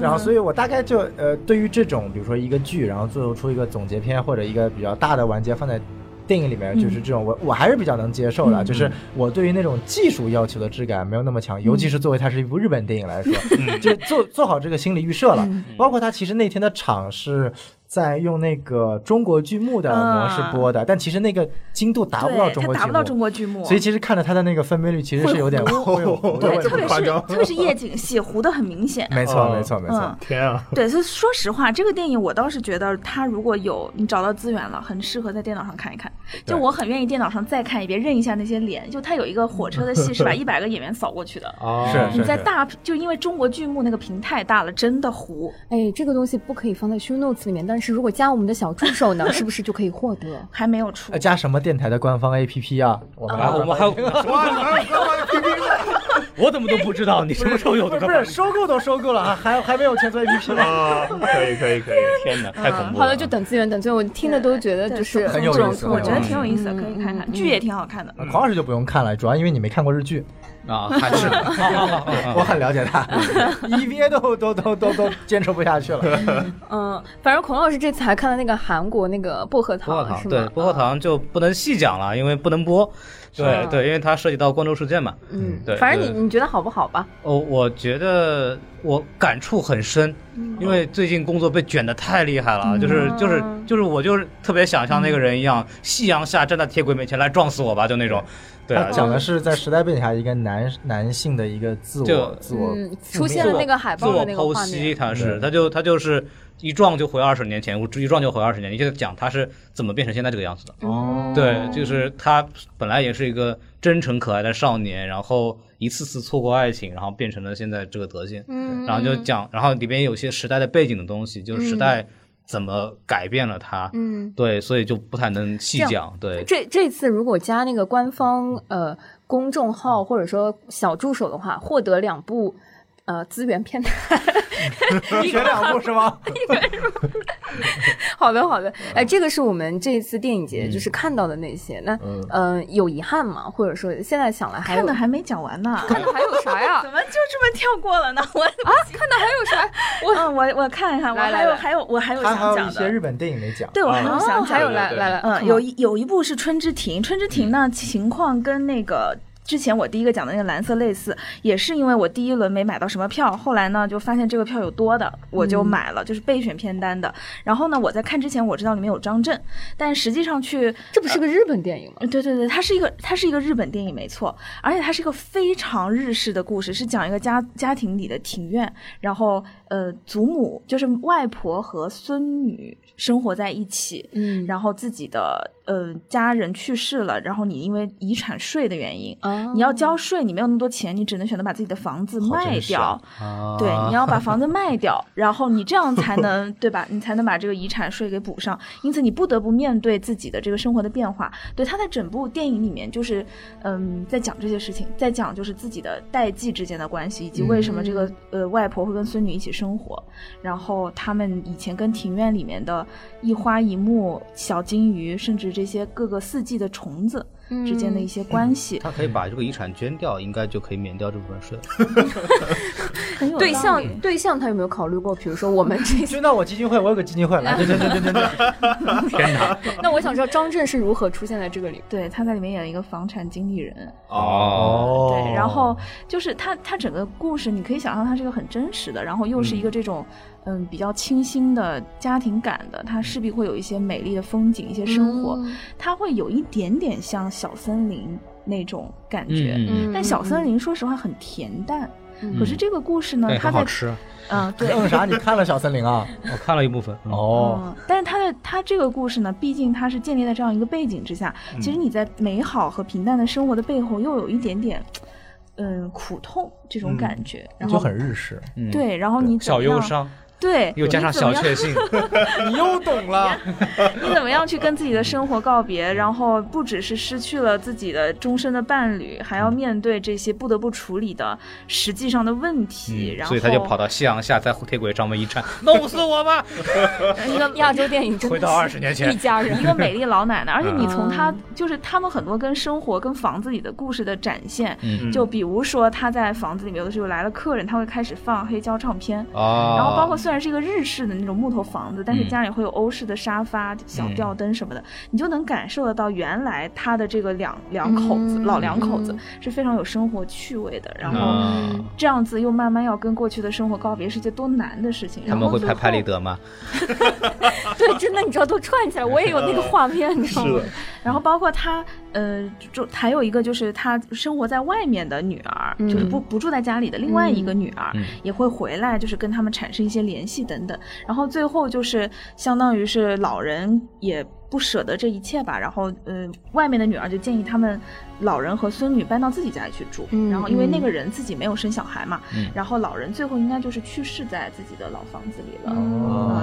Speaker 3: 然后，所以我大概就呃，对于这种比如说一个剧，然后最后出一个总结篇或者一个比较大的完结放在。电影里面就是这种，我我还是比较能接受的，啊就是我对于那种技术要求的质感没有那么强，尤其是作为它是一部日本电影来说，
Speaker 2: 嗯
Speaker 3: 就做做好这个心理预设了。包括它其实那天的场是在用那个中国剧目的模式播的，但其实那个精度达不到
Speaker 5: 对，
Speaker 3: 中
Speaker 5: 它
Speaker 3: 国剧
Speaker 5: 达不到中
Speaker 3: 目。
Speaker 5: 国剧目，
Speaker 3: 所以其实看着它的那个分辨率其实是有点会有糊的
Speaker 5: 对，
Speaker 3: 问
Speaker 5: 特
Speaker 3: 题
Speaker 5: 别是特别是夜景戏糊的很明显。
Speaker 3: 没错
Speaker 6: 哦
Speaker 3: 没错没
Speaker 5: 嗯
Speaker 3: 错，，
Speaker 6: 天啊，
Speaker 5: 对，所以说实话，这个电影我倒是觉得，它如果有你找到资源了，很适合在电脑上看一看。就我很愿意电脑上再看一遍，认一下那些脸。就它有一个火车的戏是把一百个演员扫过去的。
Speaker 7: 哦
Speaker 3: 是
Speaker 5: 你在大屏就因为中国剧目那个屏太大了，真的糊。
Speaker 4: 哎，这个东西不可以放在 show notes 里面，但是如果加我们的小助手 呢，是不是就可以获得？
Speaker 5: 还没有出
Speaker 3: 呃，加什么电台的官方 APP 啊？我们
Speaker 2: 啊，我们还有，我怎么都不知道你什么时候有
Speaker 3: 不
Speaker 2: 的
Speaker 3: 是？不是收购都收购了啊，还还没有钱做 APP 呢。
Speaker 6: 啊，可以可以可以，
Speaker 2: 天哪，太恐怖
Speaker 4: 好了，就等资源，等资源。我听的都觉得就是
Speaker 3: 很有
Speaker 4: 这种
Speaker 3: 意思
Speaker 5: 我觉得
Speaker 3: 嗯
Speaker 5: 挺有意思的，可以看看。剧也挺好看的。
Speaker 3: 狂老师就不用看了，主要因为你没看过日剧，
Speaker 2: 啊！还是好好好好
Speaker 3: 我很了解他，EVA 都都都都都坚持不下去了。
Speaker 4: 嗯，反正孔老师这次还看了那个韩国那个薄荷
Speaker 2: 薄荷
Speaker 4: 糖，
Speaker 2: 糖
Speaker 4: 是
Speaker 2: 对
Speaker 4: 吗？
Speaker 2: 薄荷糖就不能细讲了，因为不能播。对
Speaker 4: 是
Speaker 2: 对，因为它涉及到光州事件嘛。
Speaker 4: 嗯
Speaker 2: 对，
Speaker 4: 反正
Speaker 2: 对
Speaker 4: 你你觉得好不好吧？
Speaker 2: 哦，我觉得我感触很深，因为最近工作被卷得太厉害了，就是就是就是我就是特别想像那个人一样，夕阳下站在铁轨面前来撞死我吧，就那种。对啊
Speaker 3: 他，讲的是在时代背景下一个男男性的一个自
Speaker 2: 就
Speaker 3: 我自我
Speaker 4: 嗯，
Speaker 3: 负
Speaker 4: 出
Speaker 3: 面
Speaker 4: 现了那个海
Speaker 2: 自
Speaker 4: 报的
Speaker 2: 我
Speaker 4: 那个
Speaker 2: 剖
Speaker 4: 画
Speaker 2: 析，
Speaker 4: 面。
Speaker 2: 他是
Speaker 3: 对
Speaker 2: 他就他就是一撞就回二十年前，我一撞就回二十年，你就讲他是怎么变成现在这个样子
Speaker 4: 嗯
Speaker 2: 的。
Speaker 3: 哦，
Speaker 2: 对，就是他本来也是一个真诚可爱的少年，然后一次次错过爱情，然后变成了现在这个德行。
Speaker 4: 嗯，
Speaker 2: 然后就讲，然后里边有些时代的背景的东西，就是时代怎么改变了他。
Speaker 4: 嗯。
Speaker 2: 对，所以就不太能细讲。对，
Speaker 4: 这这次如果加那个官方呃公众号或者说小助手的话，获得两部呃资源片 段。
Speaker 3: 前两部是吗？
Speaker 4: 好的，好
Speaker 5: 嗯
Speaker 4: 的。哎，这个是我们这一次电影节就是看到的那些。那
Speaker 3: 嗯
Speaker 4: 呃，有遗憾吗？或者说现在想来还有
Speaker 5: 看的还没讲完呢，
Speaker 4: 看的还有啥呀？
Speaker 5: 怎么就这么跳过了呢？我啊，
Speaker 4: 看的还有啥？我
Speaker 5: 嗯，我我看一看，我
Speaker 4: 来来
Speaker 5: 还有
Speaker 4: 来
Speaker 5: 还有我还有
Speaker 3: 他还
Speaker 5: 想
Speaker 3: 有一
Speaker 5: 讲
Speaker 3: 些
Speaker 5: 的。
Speaker 3: 日本电影没讲。
Speaker 5: 对，我还有想
Speaker 4: 哦，
Speaker 5: 讲
Speaker 4: 还有
Speaker 5: 的
Speaker 4: 来来来，
Speaker 5: 嗯，有一有一部是《春之庭》，《春之庭》呢情况跟那个。之前我第一个讲的那个蓝色类似，也是因为我第一轮没买到什么票，后来呢就发现这个票有多的，我就买了，就是备选片单的。然后呢，我在看之前我知道里面有张震，但实际上去呃
Speaker 4: 这不是个日本电影吗？
Speaker 5: 对对对，它是一个它是一个日本电影没错，而且它是一个非常日式的故事，是讲一个家家庭里的庭院，然后呃祖母就是外婆和孙女生活在一起，
Speaker 4: 嗯
Speaker 5: 然后自己的呃家人去世了，然后你因为遗产税的原因。
Speaker 4: 啊
Speaker 5: 你要交税，你没有那么多钱，你只能选择把自己的房子
Speaker 3: 好
Speaker 5: 卖
Speaker 3: 真实
Speaker 5: 掉。
Speaker 3: 啊
Speaker 5: 对，你要把房子卖掉，然后你这样才能对吧？你才能把这个遗产税给补上。因此，你不得不面对自己的这个生活的变化。对，他在整部电影里面就是，嗯，在讲这些事情，在讲就是自己的代际之间的关系，以及为什么这个、呃外婆会跟孙女一起生活，然后他们以前跟庭院里面的一花一木、小金鱼，甚至这些各个四季的虫子之间的一些关系，
Speaker 2: 他可以把这个遗产捐掉，应该就可以免掉这部分税。
Speaker 5: 很有
Speaker 4: 对
Speaker 5: 道
Speaker 4: 象
Speaker 5: 理
Speaker 4: 对象他有没有考虑过？比如说我们这 次，
Speaker 3: 就那我基金会，我有个基金会，来，对对对对对对，
Speaker 4: 那我想知道张震是如何出现在这个里面。
Speaker 5: 对，他在里面演一个房产经理人。
Speaker 7: 哦，
Speaker 5: 对，然后就是它它整个故事，你可以想象它是一个很真实的，然后又是一个这种嗯比较清新的家庭感的，它势必会有一些美丽的风景，一些生
Speaker 4: 嗯
Speaker 5: 活，它会有一点点像小森林那种感觉，
Speaker 2: 嗯
Speaker 4: 嗯
Speaker 5: 但小森林说实话很恬淡。可是这个故事呢
Speaker 2: 对，，
Speaker 5: 它
Speaker 2: 哎很
Speaker 5: 在
Speaker 2: 好吃。啊
Speaker 5: 嗯对，
Speaker 3: 为啥你看了小森林 啊？
Speaker 2: 我看了一部分，
Speaker 3: 哦，
Speaker 5: 嗯，但是它的它这个故事呢，毕竟它是建立在这样一个背景之下，
Speaker 2: 嗯
Speaker 5: 其实你在美好和平淡的生活的背后，又有一点点，嗯，苦痛这种感觉，然
Speaker 3: 就
Speaker 5: 后
Speaker 3: 很日式。
Speaker 2: 嗯，
Speaker 5: 对，然后你怎
Speaker 2: 小
Speaker 5: 么样
Speaker 2: 忧，伤，
Speaker 5: 对，
Speaker 2: 又加上
Speaker 5: 你怎
Speaker 2: 小
Speaker 5: 么样
Speaker 2: 确幸，
Speaker 3: 你又懂了，
Speaker 5: 你怎么样去跟自己的生活告
Speaker 2: 嗯
Speaker 5: 别？然后不只是失去了自己的终身的伴侣，还
Speaker 2: 嗯
Speaker 5: 要面对这些不得不处理的实际上的问题。然
Speaker 2: 嗯
Speaker 5: 后，
Speaker 2: 所以他就跑到夕阳下，在铁轨上面一站，弄死我 吧！
Speaker 5: 一个
Speaker 4: 亚洲电影真的
Speaker 2: 回到二十年
Speaker 4: 是一
Speaker 2: 前，
Speaker 4: 家 人
Speaker 5: 一。个美丽老奶奶，而且你从她
Speaker 4: 嗯
Speaker 5: 就是他们很多跟生活、跟房子里的故事的展现，
Speaker 2: 嗯
Speaker 5: 就比如说她在房子里面有的时候来了客人，她会开始放黑胶唱片。
Speaker 2: 啊，
Speaker 5: 然后包括虽然是一个日式的那种木头房子，但是
Speaker 2: 嗯
Speaker 5: 家里会有欧式的沙发、小吊灯什么的，你就能感受得到原来他的这个两两口子、
Speaker 4: 嗯
Speaker 5: 老两口子是非常有生活趣味的。然后
Speaker 2: 啊，
Speaker 5: 这样子又慢慢要跟过去的生活告别，是一件多难的事情。
Speaker 2: 他们会
Speaker 5: 然
Speaker 2: 拍
Speaker 5: 后
Speaker 2: 拍
Speaker 5: 最
Speaker 2: 立
Speaker 5: 后
Speaker 2: 得吗？
Speaker 4: 对，真的，你知道都串起来，我也有那个画面，你知道吗？
Speaker 5: 然后包括他，呃，就还有一个就是他生活在外面的女儿，
Speaker 4: 嗯
Speaker 5: 就是不不住在家里的另外一个女儿、
Speaker 2: 嗯
Speaker 5: 也会回来，就是跟他们产生一些联系等等。然后最后就是相当于是老人也不舍得这一切吧，然后呃，外面的女儿就建议他们老人和孙女搬到自己家里去住。
Speaker 4: 嗯
Speaker 5: 然后因为那个人自己没有生小孩嘛，
Speaker 2: 嗯
Speaker 5: 然后老人最后应该就是去世在自己的老房子里了。
Speaker 3: 哦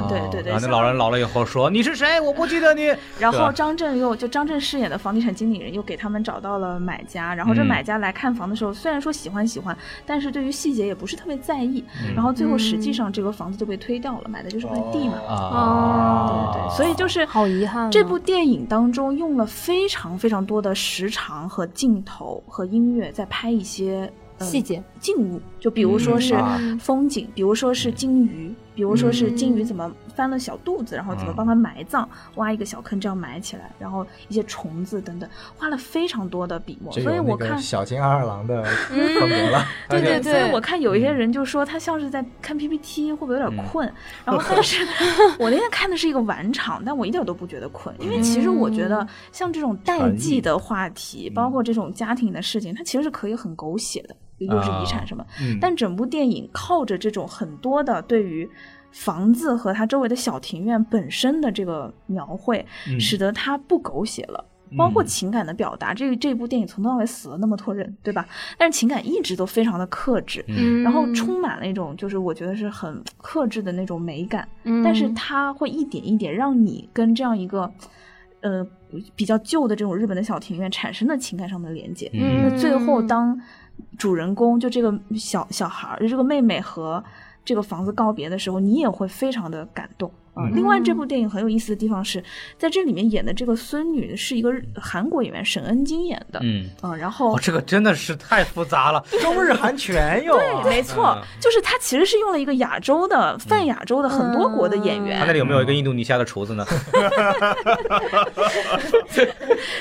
Speaker 5: 嗯，对对嗯对，
Speaker 2: 啊然后那
Speaker 5: 像
Speaker 2: 老人老了以后说：“你是谁？我不记得你。对
Speaker 5: 然
Speaker 2: 吧
Speaker 5: 后张震又就张震饰演的房地产经理人又给他们找到了买家，然后这
Speaker 2: 嗯
Speaker 5: 买家来看房的时候，虽然说喜欢喜欢，但是对于细节也不是特别在意，
Speaker 2: 嗯
Speaker 5: 然后最后实际上这个房子就被推掉了，买的就是块地嘛。
Speaker 2: 哦
Speaker 3: 啊，
Speaker 5: 哦对对，所以就是
Speaker 4: 好遗憾啊
Speaker 5: 这部电影当中用了非常非常多的时长和镜头和音乐，在拍一些、呃
Speaker 4: 细节嗯
Speaker 5: 静物，就比如说是
Speaker 3: 啊
Speaker 5: 风景，比如说是鲸鱼，比如说是鲸鱼怎么翻了小肚子，然后怎
Speaker 3: 嗯
Speaker 5: 么帮它埋葬，挖一个小坑这样埋起来，然后一些虫子等等，花了非常多的笔墨，
Speaker 3: 这
Speaker 5: 所以
Speaker 3: 有那
Speaker 5: 我
Speaker 3: 个
Speaker 5: 看。
Speaker 3: 小金二郎 的风格了。
Speaker 4: 对对
Speaker 5: 所以
Speaker 4: 对，
Speaker 5: 我看有一些人就说他像是在看 PPT，会不会有点困？然后，但是我那天看的是一个晚场，但我一点都不觉得困，因为其实我觉得
Speaker 4: 嗯
Speaker 5: 像这种代际的话题，包括这种家庭的事情，它其实是可以很狗血的，又是遗产什么。
Speaker 7: 嗯
Speaker 5: 但整部电影靠着这种很多的对于。房子和它周围的小庭院本身的这个描绘，使得它不狗血了，包括情感的表达。这这部电影从头到尾死了那么多人，对吧？但是情感一直都非常的克制，
Speaker 4: 嗯，
Speaker 5: 然后充满了一种就是我觉得是很克制的那种美感，
Speaker 4: 嗯，
Speaker 5: 但是它会一点一点让你跟这样一个，呃，比较旧的这种日本的小庭院产生的情感上的连接。
Speaker 2: 嗯
Speaker 5: 那最后当主人公就这个小小孩儿，就这个妹妹和这个房子告别的时候，你也会非常的感动。啊、
Speaker 2: 嗯
Speaker 5: 另外，这部电影很有意思的地方是，在这里面演的这个孙女是一个日韩国演员沈恩京演的，嗯、
Speaker 2: 嗯，
Speaker 5: 然后
Speaker 2: 哦，这个真的是太复杂了。
Speaker 3: 中日韩全有啊，
Speaker 5: 没错
Speaker 2: 嗯，
Speaker 5: 就是他其实是用了一个亚洲的、泛亚洲的很多国的演
Speaker 2: 他
Speaker 5: 员，
Speaker 2: 那里有没有一个印度尼西亚的厨 子呢？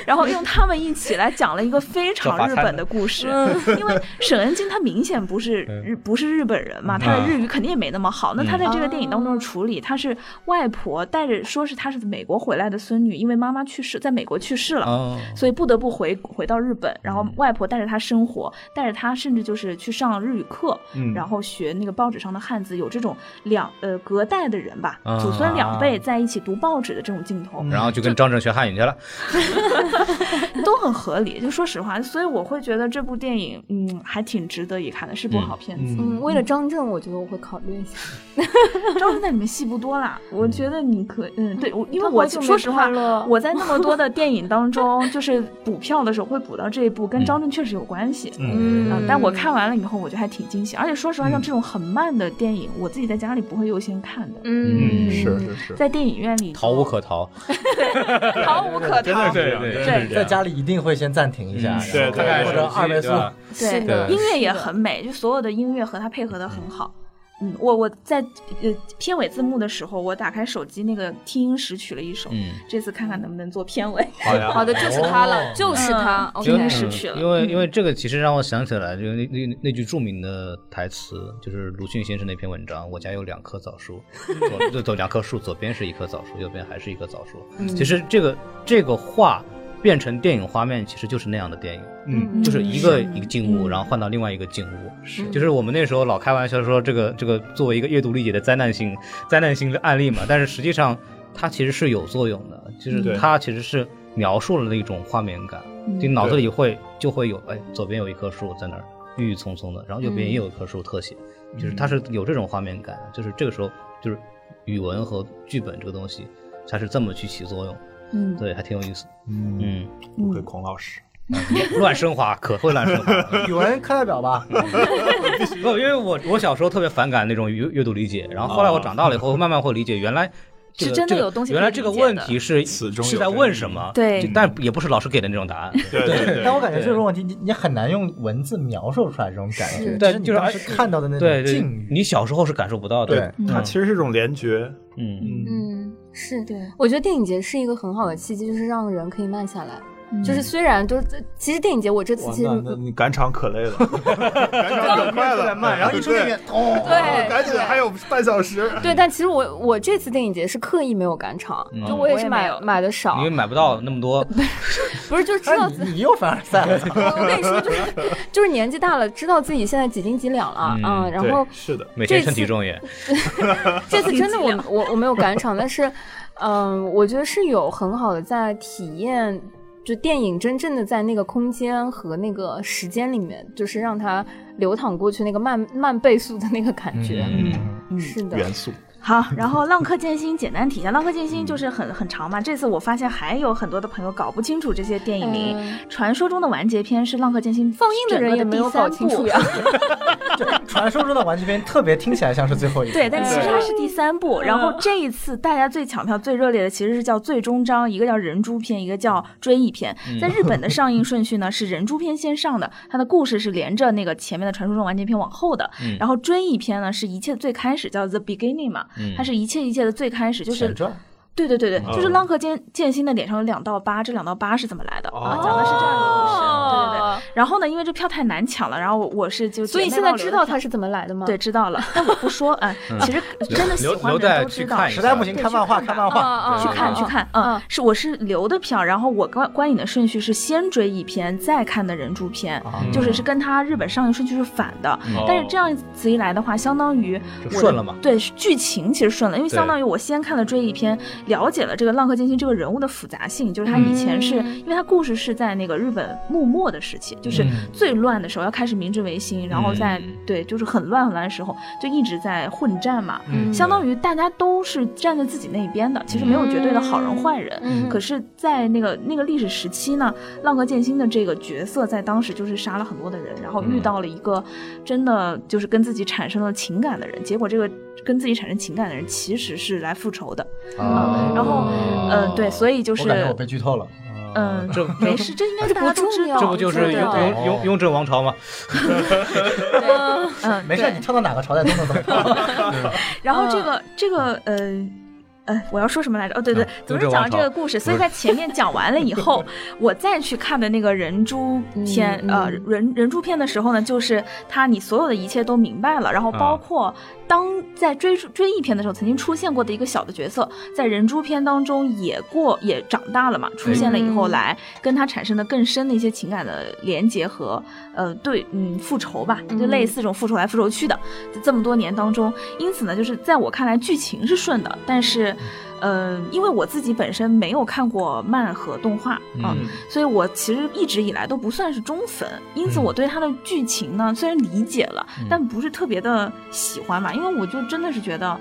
Speaker 5: 然后用他们一起来讲了一个非常日本的故事。 因为沈恩京他明显不是日不是日本人嘛，他的日语肯定也没那么好。那他在这个电影当中的处理，他是外婆带着说是他是美国回来的孙女，因为妈妈去世，在美国去世了。
Speaker 2: 哦，
Speaker 5: 所以不得不回回到日本，然后外婆带着他生活，带着他甚至就是去上日语课，然后学那个报纸上的汉字，有这种两呃隔代的人吧，
Speaker 2: 啊
Speaker 5: 祖孙两辈在一起读报纸的这种镜头，
Speaker 2: 然后就跟张震学汉语去了。
Speaker 5: 都很合理。就说实话，所以我会觉得这部电影，嗯，还挺值得一看的，是部好片子。
Speaker 4: 嗯，为了张震，我觉得我会考虑一下。
Speaker 5: 张震在里面戏不多啦，我觉得你可，嗯，对，我因为
Speaker 4: 他好
Speaker 5: 我
Speaker 4: 久没
Speaker 5: 说实话
Speaker 4: 拍了，
Speaker 5: 我在那么多的电影当中，就是补票的时候会补到这一部，跟张震确实有关系。嗯，但我看完了以后，我觉得还挺惊喜。而且说实话，像这种很慢的电影，我自己在家里不会优先看的，
Speaker 4: 嗯，
Speaker 7: 是是是，
Speaker 5: 在电影院里就
Speaker 2: 逃无可逃，
Speaker 5: 逃无可
Speaker 7: 真的
Speaker 5: 逃。
Speaker 7: 是这样，
Speaker 2: 对对
Speaker 7: 真的是这
Speaker 3: 在
Speaker 7: 样。
Speaker 3: 家里一定会先暂停一下，
Speaker 7: 对
Speaker 3: 然后
Speaker 7: 对对
Speaker 3: 或者二倍速
Speaker 2: 对。吧
Speaker 4: 是的
Speaker 5: 音乐也很美，就所有的音乐和它配合的很好。嗯，我我在呃片尾字幕的时候，我打开手机那个听音识取了一首，
Speaker 2: 嗯
Speaker 5: 这次看看能不能做片尾。
Speaker 7: 好呀，
Speaker 8: 好的，就是他
Speaker 2: 哦
Speaker 8: 了，就是他。
Speaker 5: 嗯
Speaker 8: OK，
Speaker 5: 听音识取
Speaker 2: 因
Speaker 5: 了，
Speaker 2: 为因为这个其实让我想起来，就那那那句著名的台词，就是鲁迅先生那篇文章《我家有两棵枣树》，左就走两棵树，左边是一棵枣树，右边还是一棵枣树。其实这个这个话变成电影画面，其实就是那样的电影，
Speaker 7: 嗯，
Speaker 2: 就是一个一个静物，然后换到另外一个静物。是，就是我们那时候老开玩笑说这个这个作为一个阅读理解的灾难性灾难性的案例嘛，但是实际上它其实是有作用的，就是
Speaker 7: 对
Speaker 2: 它其实是描述了那种画面感，就脑子里会就会有哎左边有一棵树在那儿郁郁葱葱的，然后右边也有一棵树特写，就是它
Speaker 7: 嗯
Speaker 2: 是有这种画面感，就是这个时候就是语文和剧本这个东西它是这么去起作用。
Speaker 5: 嗯
Speaker 2: 对，还挺有意思。
Speaker 7: 嗯，
Speaker 2: 嗯，啊
Speaker 7: 不愧孔老师，
Speaker 2: 乱升华可会乱升华了。
Speaker 3: 语文课代表吧，
Speaker 2: 不，哦因为我我小时候特别反感那种阅阅读理解，然后后
Speaker 7: 哦
Speaker 2: 来我长大了以 后，慢慢会理解原来、这个。
Speaker 5: 是真的
Speaker 2: 这个
Speaker 5: 有东西可以
Speaker 2: 原来这个
Speaker 5: 理解的
Speaker 2: 问题是
Speaker 7: 此中有
Speaker 2: 是在
Speaker 7: 真
Speaker 2: 问
Speaker 7: 理
Speaker 2: 什么？
Speaker 5: 对
Speaker 2: 就但也不是老师给的那种答案。
Speaker 7: 对对对
Speaker 3: 但我感觉这种问题，你你很难用文字描述出来这种感觉，但是你当时看到的那
Speaker 2: 对
Speaker 3: 种
Speaker 2: 对
Speaker 3: 境遇，，
Speaker 2: 你小时候是感受不到的。
Speaker 7: 对，它其实是一种联觉，
Speaker 2: 嗯，
Speaker 7: 嗯，
Speaker 4: 嗯，是
Speaker 5: 对
Speaker 4: 我觉得电影节是一个很好的契机，就是让人可以慢下来。就是虽然就是，其实电影节我这次
Speaker 7: 哇
Speaker 4: 其实
Speaker 7: 那那你赶场可累了，赶场可快了，
Speaker 3: 慢，然后一出那边，哦咚，
Speaker 4: 对
Speaker 7: 赶紧还有半小时，
Speaker 4: 对，但其实我我这次电影节是刻意没有赶场，
Speaker 2: 嗯
Speaker 4: 就我也
Speaker 5: 我也
Speaker 4: 是
Speaker 5: 没
Speaker 4: 买
Speaker 5: 有
Speaker 4: 买的少
Speaker 2: 因为，买不到那么 多。
Speaker 4: 不是就知道
Speaker 3: 哎，你你又凡尔赛了，
Speaker 4: 我我跟你说，就是就是年纪大了，知道自己现在几斤几两了，
Speaker 2: 嗯啊
Speaker 4: 嗯，然
Speaker 7: 对
Speaker 4: 后
Speaker 7: 是的，
Speaker 2: 每天
Speaker 4: 这
Speaker 2: 称体
Speaker 4: 次
Speaker 2: 重 也，
Speaker 4: 这次真的我我我没有赶场，但是，嗯，我觉得是有很好的在体验，就电影真正的在那个空间和那个时间里面，就是让它流淌过去那个慢慢倍速的那个感觉，
Speaker 7: 嗯，
Speaker 4: 是的，
Speaker 7: 元素，
Speaker 5: 好，然后浪客剑心简单提一下，浪客剑
Speaker 2: 嗯
Speaker 5: 心就是很很长嘛。这次我发现还有很多的朋友搞不清楚这些电影里，
Speaker 4: 嗯
Speaker 5: 传说中的完结篇是浪客剑心
Speaker 4: 放映的人也
Speaker 5: 整
Speaker 4: 没
Speaker 5: 个
Speaker 4: 有
Speaker 5: 第三
Speaker 4: 搞清 楚
Speaker 5: 部
Speaker 4: 呀，
Speaker 3: 传说中的玩具片特别听起来像是最后一个，
Speaker 5: 对，但其实它是第三部。然
Speaker 4: 嗯
Speaker 5: 后这一次大家最抢票、最热烈的其实是叫《最终章》，一个叫《人猪篇》，一个叫《追忆篇》。
Speaker 4: 嗯
Speaker 5: 在日本 的上映顺序呢是《人猪篇》先上的，它的故事是连着那个前面的《传说中完结篇》往后的。
Speaker 4: 嗯
Speaker 5: 然后《追忆篇》呢是一切的最开始，叫 The Beginning 嘛，
Speaker 2: 嗯
Speaker 4: 嗯
Speaker 5: 它是一切一切的最开始，就是
Speaker 3: 前传，
Speaker 5: 对对对对，就是浪客剑剑心的脸上有两道疤，这两道疤是怎么来的啊？
Speaker 7: 哦
Speaker 5: 讲的是这样一个故事。对对
Speaker 4: 哦
Speaker 5: 对。然后呢，因为这票太难抢了，然后我我是就
Speaker 4: 所以
Speaker 5: 姐妹
Speaker 4: 现在
Speaker 5: 帮我留
Speaker 4: 知
Speaker 5: 的
Speaker 4: 道
Speaker 5: 票
Speaker 4: 它是怎么来的吗？
Speaker 5: 对，，知道 了，但我不说啊。其实真的
Speaker 2: 嗯
Speaker 5: 喜
Speaker 2: 留
Speaker 5: 欢
Speaker 2: 留
Speaker 5: 的人
Speaker 2: 待
Speaker 5: 都
Speaker 2: 去
Speaker 5: 知道。
Speaker 2: 看一
Speaker 3: 实
Speaker 2: 下。
Speaker 3: 在不行看漫画，看漫画，
Speaker 4: 啊
Speaker 2: 对
Speaker 5: 去看去看，嗯，是我是留的票，然后我观观影的顺序是先追一篇，再看的人猪
Speaker 2: 嗯
Speaker 5: 篇，
Speaker 3: 啊
Speaker 5: 就是是跟它日本上映顺序是反的。但是这样子一来的话，相当于
Speaker 2: 哦就
Speaker 5: 我的
Speaker 2: 顺了嘛
Speaker 5: 对，剧情其实顺了，因为
Speaker 2: 对
Speaker 5: 相当于我先看了追忆篇，了解了这个浪客剑心这个人物的复杂性，就是他以前是、
Speaker 4: 嗯
Speaker 5: 因为他故事是在那个日本幕末的时期，就是最乱的时候，要开始明治维新，然后在、
Speaker 2: 嗯
Speaker 5: 对，就是很乱很乱的时候，就一直在混战嘛，嗯
Speaker 2: 嗯
Speaker 7: 嗯
Speaker 5: 相当于大家都是站在自己那一边的，其实没有绝对的好人坏人。
Speaker 4: 嗯，
Speaker 5: 可是，在那个那个历史时期呢，浪客剑心的这个角色在当时就是杀了很多的人，然后遇到了一个真的就是跟自己产生了情感的人，结果这个跟自己产生情感的人其实是来复仇的。
Speaker 7: 哦
Speaker 3: 啊
Speaker 5: 然后，
Speaker 2: 哦
Speaker 5: 嗯、呃，对，所以就
Speaker 3: 我
Speaker 5: 是，
Speaker 3: 感觉我被剧透了，
Speaker 5: 嗯、
Speaker 2: 这
Speaker 5: 没事，这应该是大家都知道，
Speaker 2: 这不就是
Speaker 4: 对
Speaker 2: 雍
Speaker 4: 对
Speaker 2: 雍雍雍正王朝吗？
Speaker 5: 嗯，
Speaker 3: 没事，
Speaker 5: 对
Speaker 3: 你跳到哪个朝代都能怎么 跳，
Speaker 5: 然后这个这个呃。呃，我要说什么来着？哦，对对，总
Speaker 2: 雍
Speaker 5: 是
Speaker 2: 正
Speaker 5: 讲
Speaker 2: 王
Speaker 5: 了
Speaker 2: 朝
Speaker 5: 这个故事，所以在前面讲完了以后， 我再去看的那个人猪篇，
Speaker 4: 嗯
Speaker 5: 呃，人人猪篇的时候呢，就是他你所有的一切都明白了，然后包括当在追逐追忆篇的时候曾经出现过的一个小的角色，在人猪篇当中也过也长大了嘛，出现了以后
Speaker 4: 嗯
Speaker 5: 来跟他产生的更深的一些情感的连结和呃对嗯复仇吧，就类似这种复仇来复仇去的，这么多年当中，因此呢，就是在我看来剧情是顺的，但是，呃，因为我自己本身没有看过漫和动画啊、
Speaker 2: 嗯
Speaker 5: 所以我其实一直以来都不算是忠粉，因此我对它的剧情呢虽然理解了，但不是特别的喜欢嘛，因为我就真的是觉得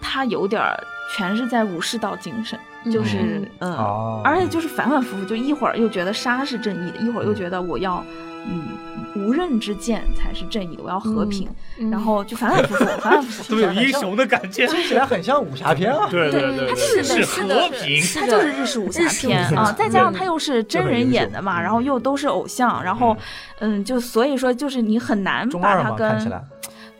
Speaker 5: 它有点儿全是在武士道精神，就是嗯。
Speaker 3: 哦
Speaker 5: 而且就是反反复复，就一会儿又觉得杀是正义的，一会儿又觉得我要，嗯，无刃之剑才是正义的，我要和平，然后
Speaker 3: 嗯
Speaker 5: 就反反复复，反反复复，
Speaker 2: 怎么有英雄的感觉？
Speaker 3: 听 起来很像武侠片啊，
Speaker 7: 对
Speaker 5: 对
Speaker 7: 对
Speaker 5: 它就是
Speaker 2: 是和平，
Speaker 5: 它就是日式武侠片 啊，再加上它又是真人演的
Speaker 2: 嗯
Speaker 5: 嘛，然后又都是偶像，然后，嗯，就所以说就是你很难
Speaker 3: 中
Speaker 5: 把
Speaker 3: 二
Speaker 5: 它
Speaker 3: 嘛，看起
Speaker 5: 跟
Speaker 3: 来，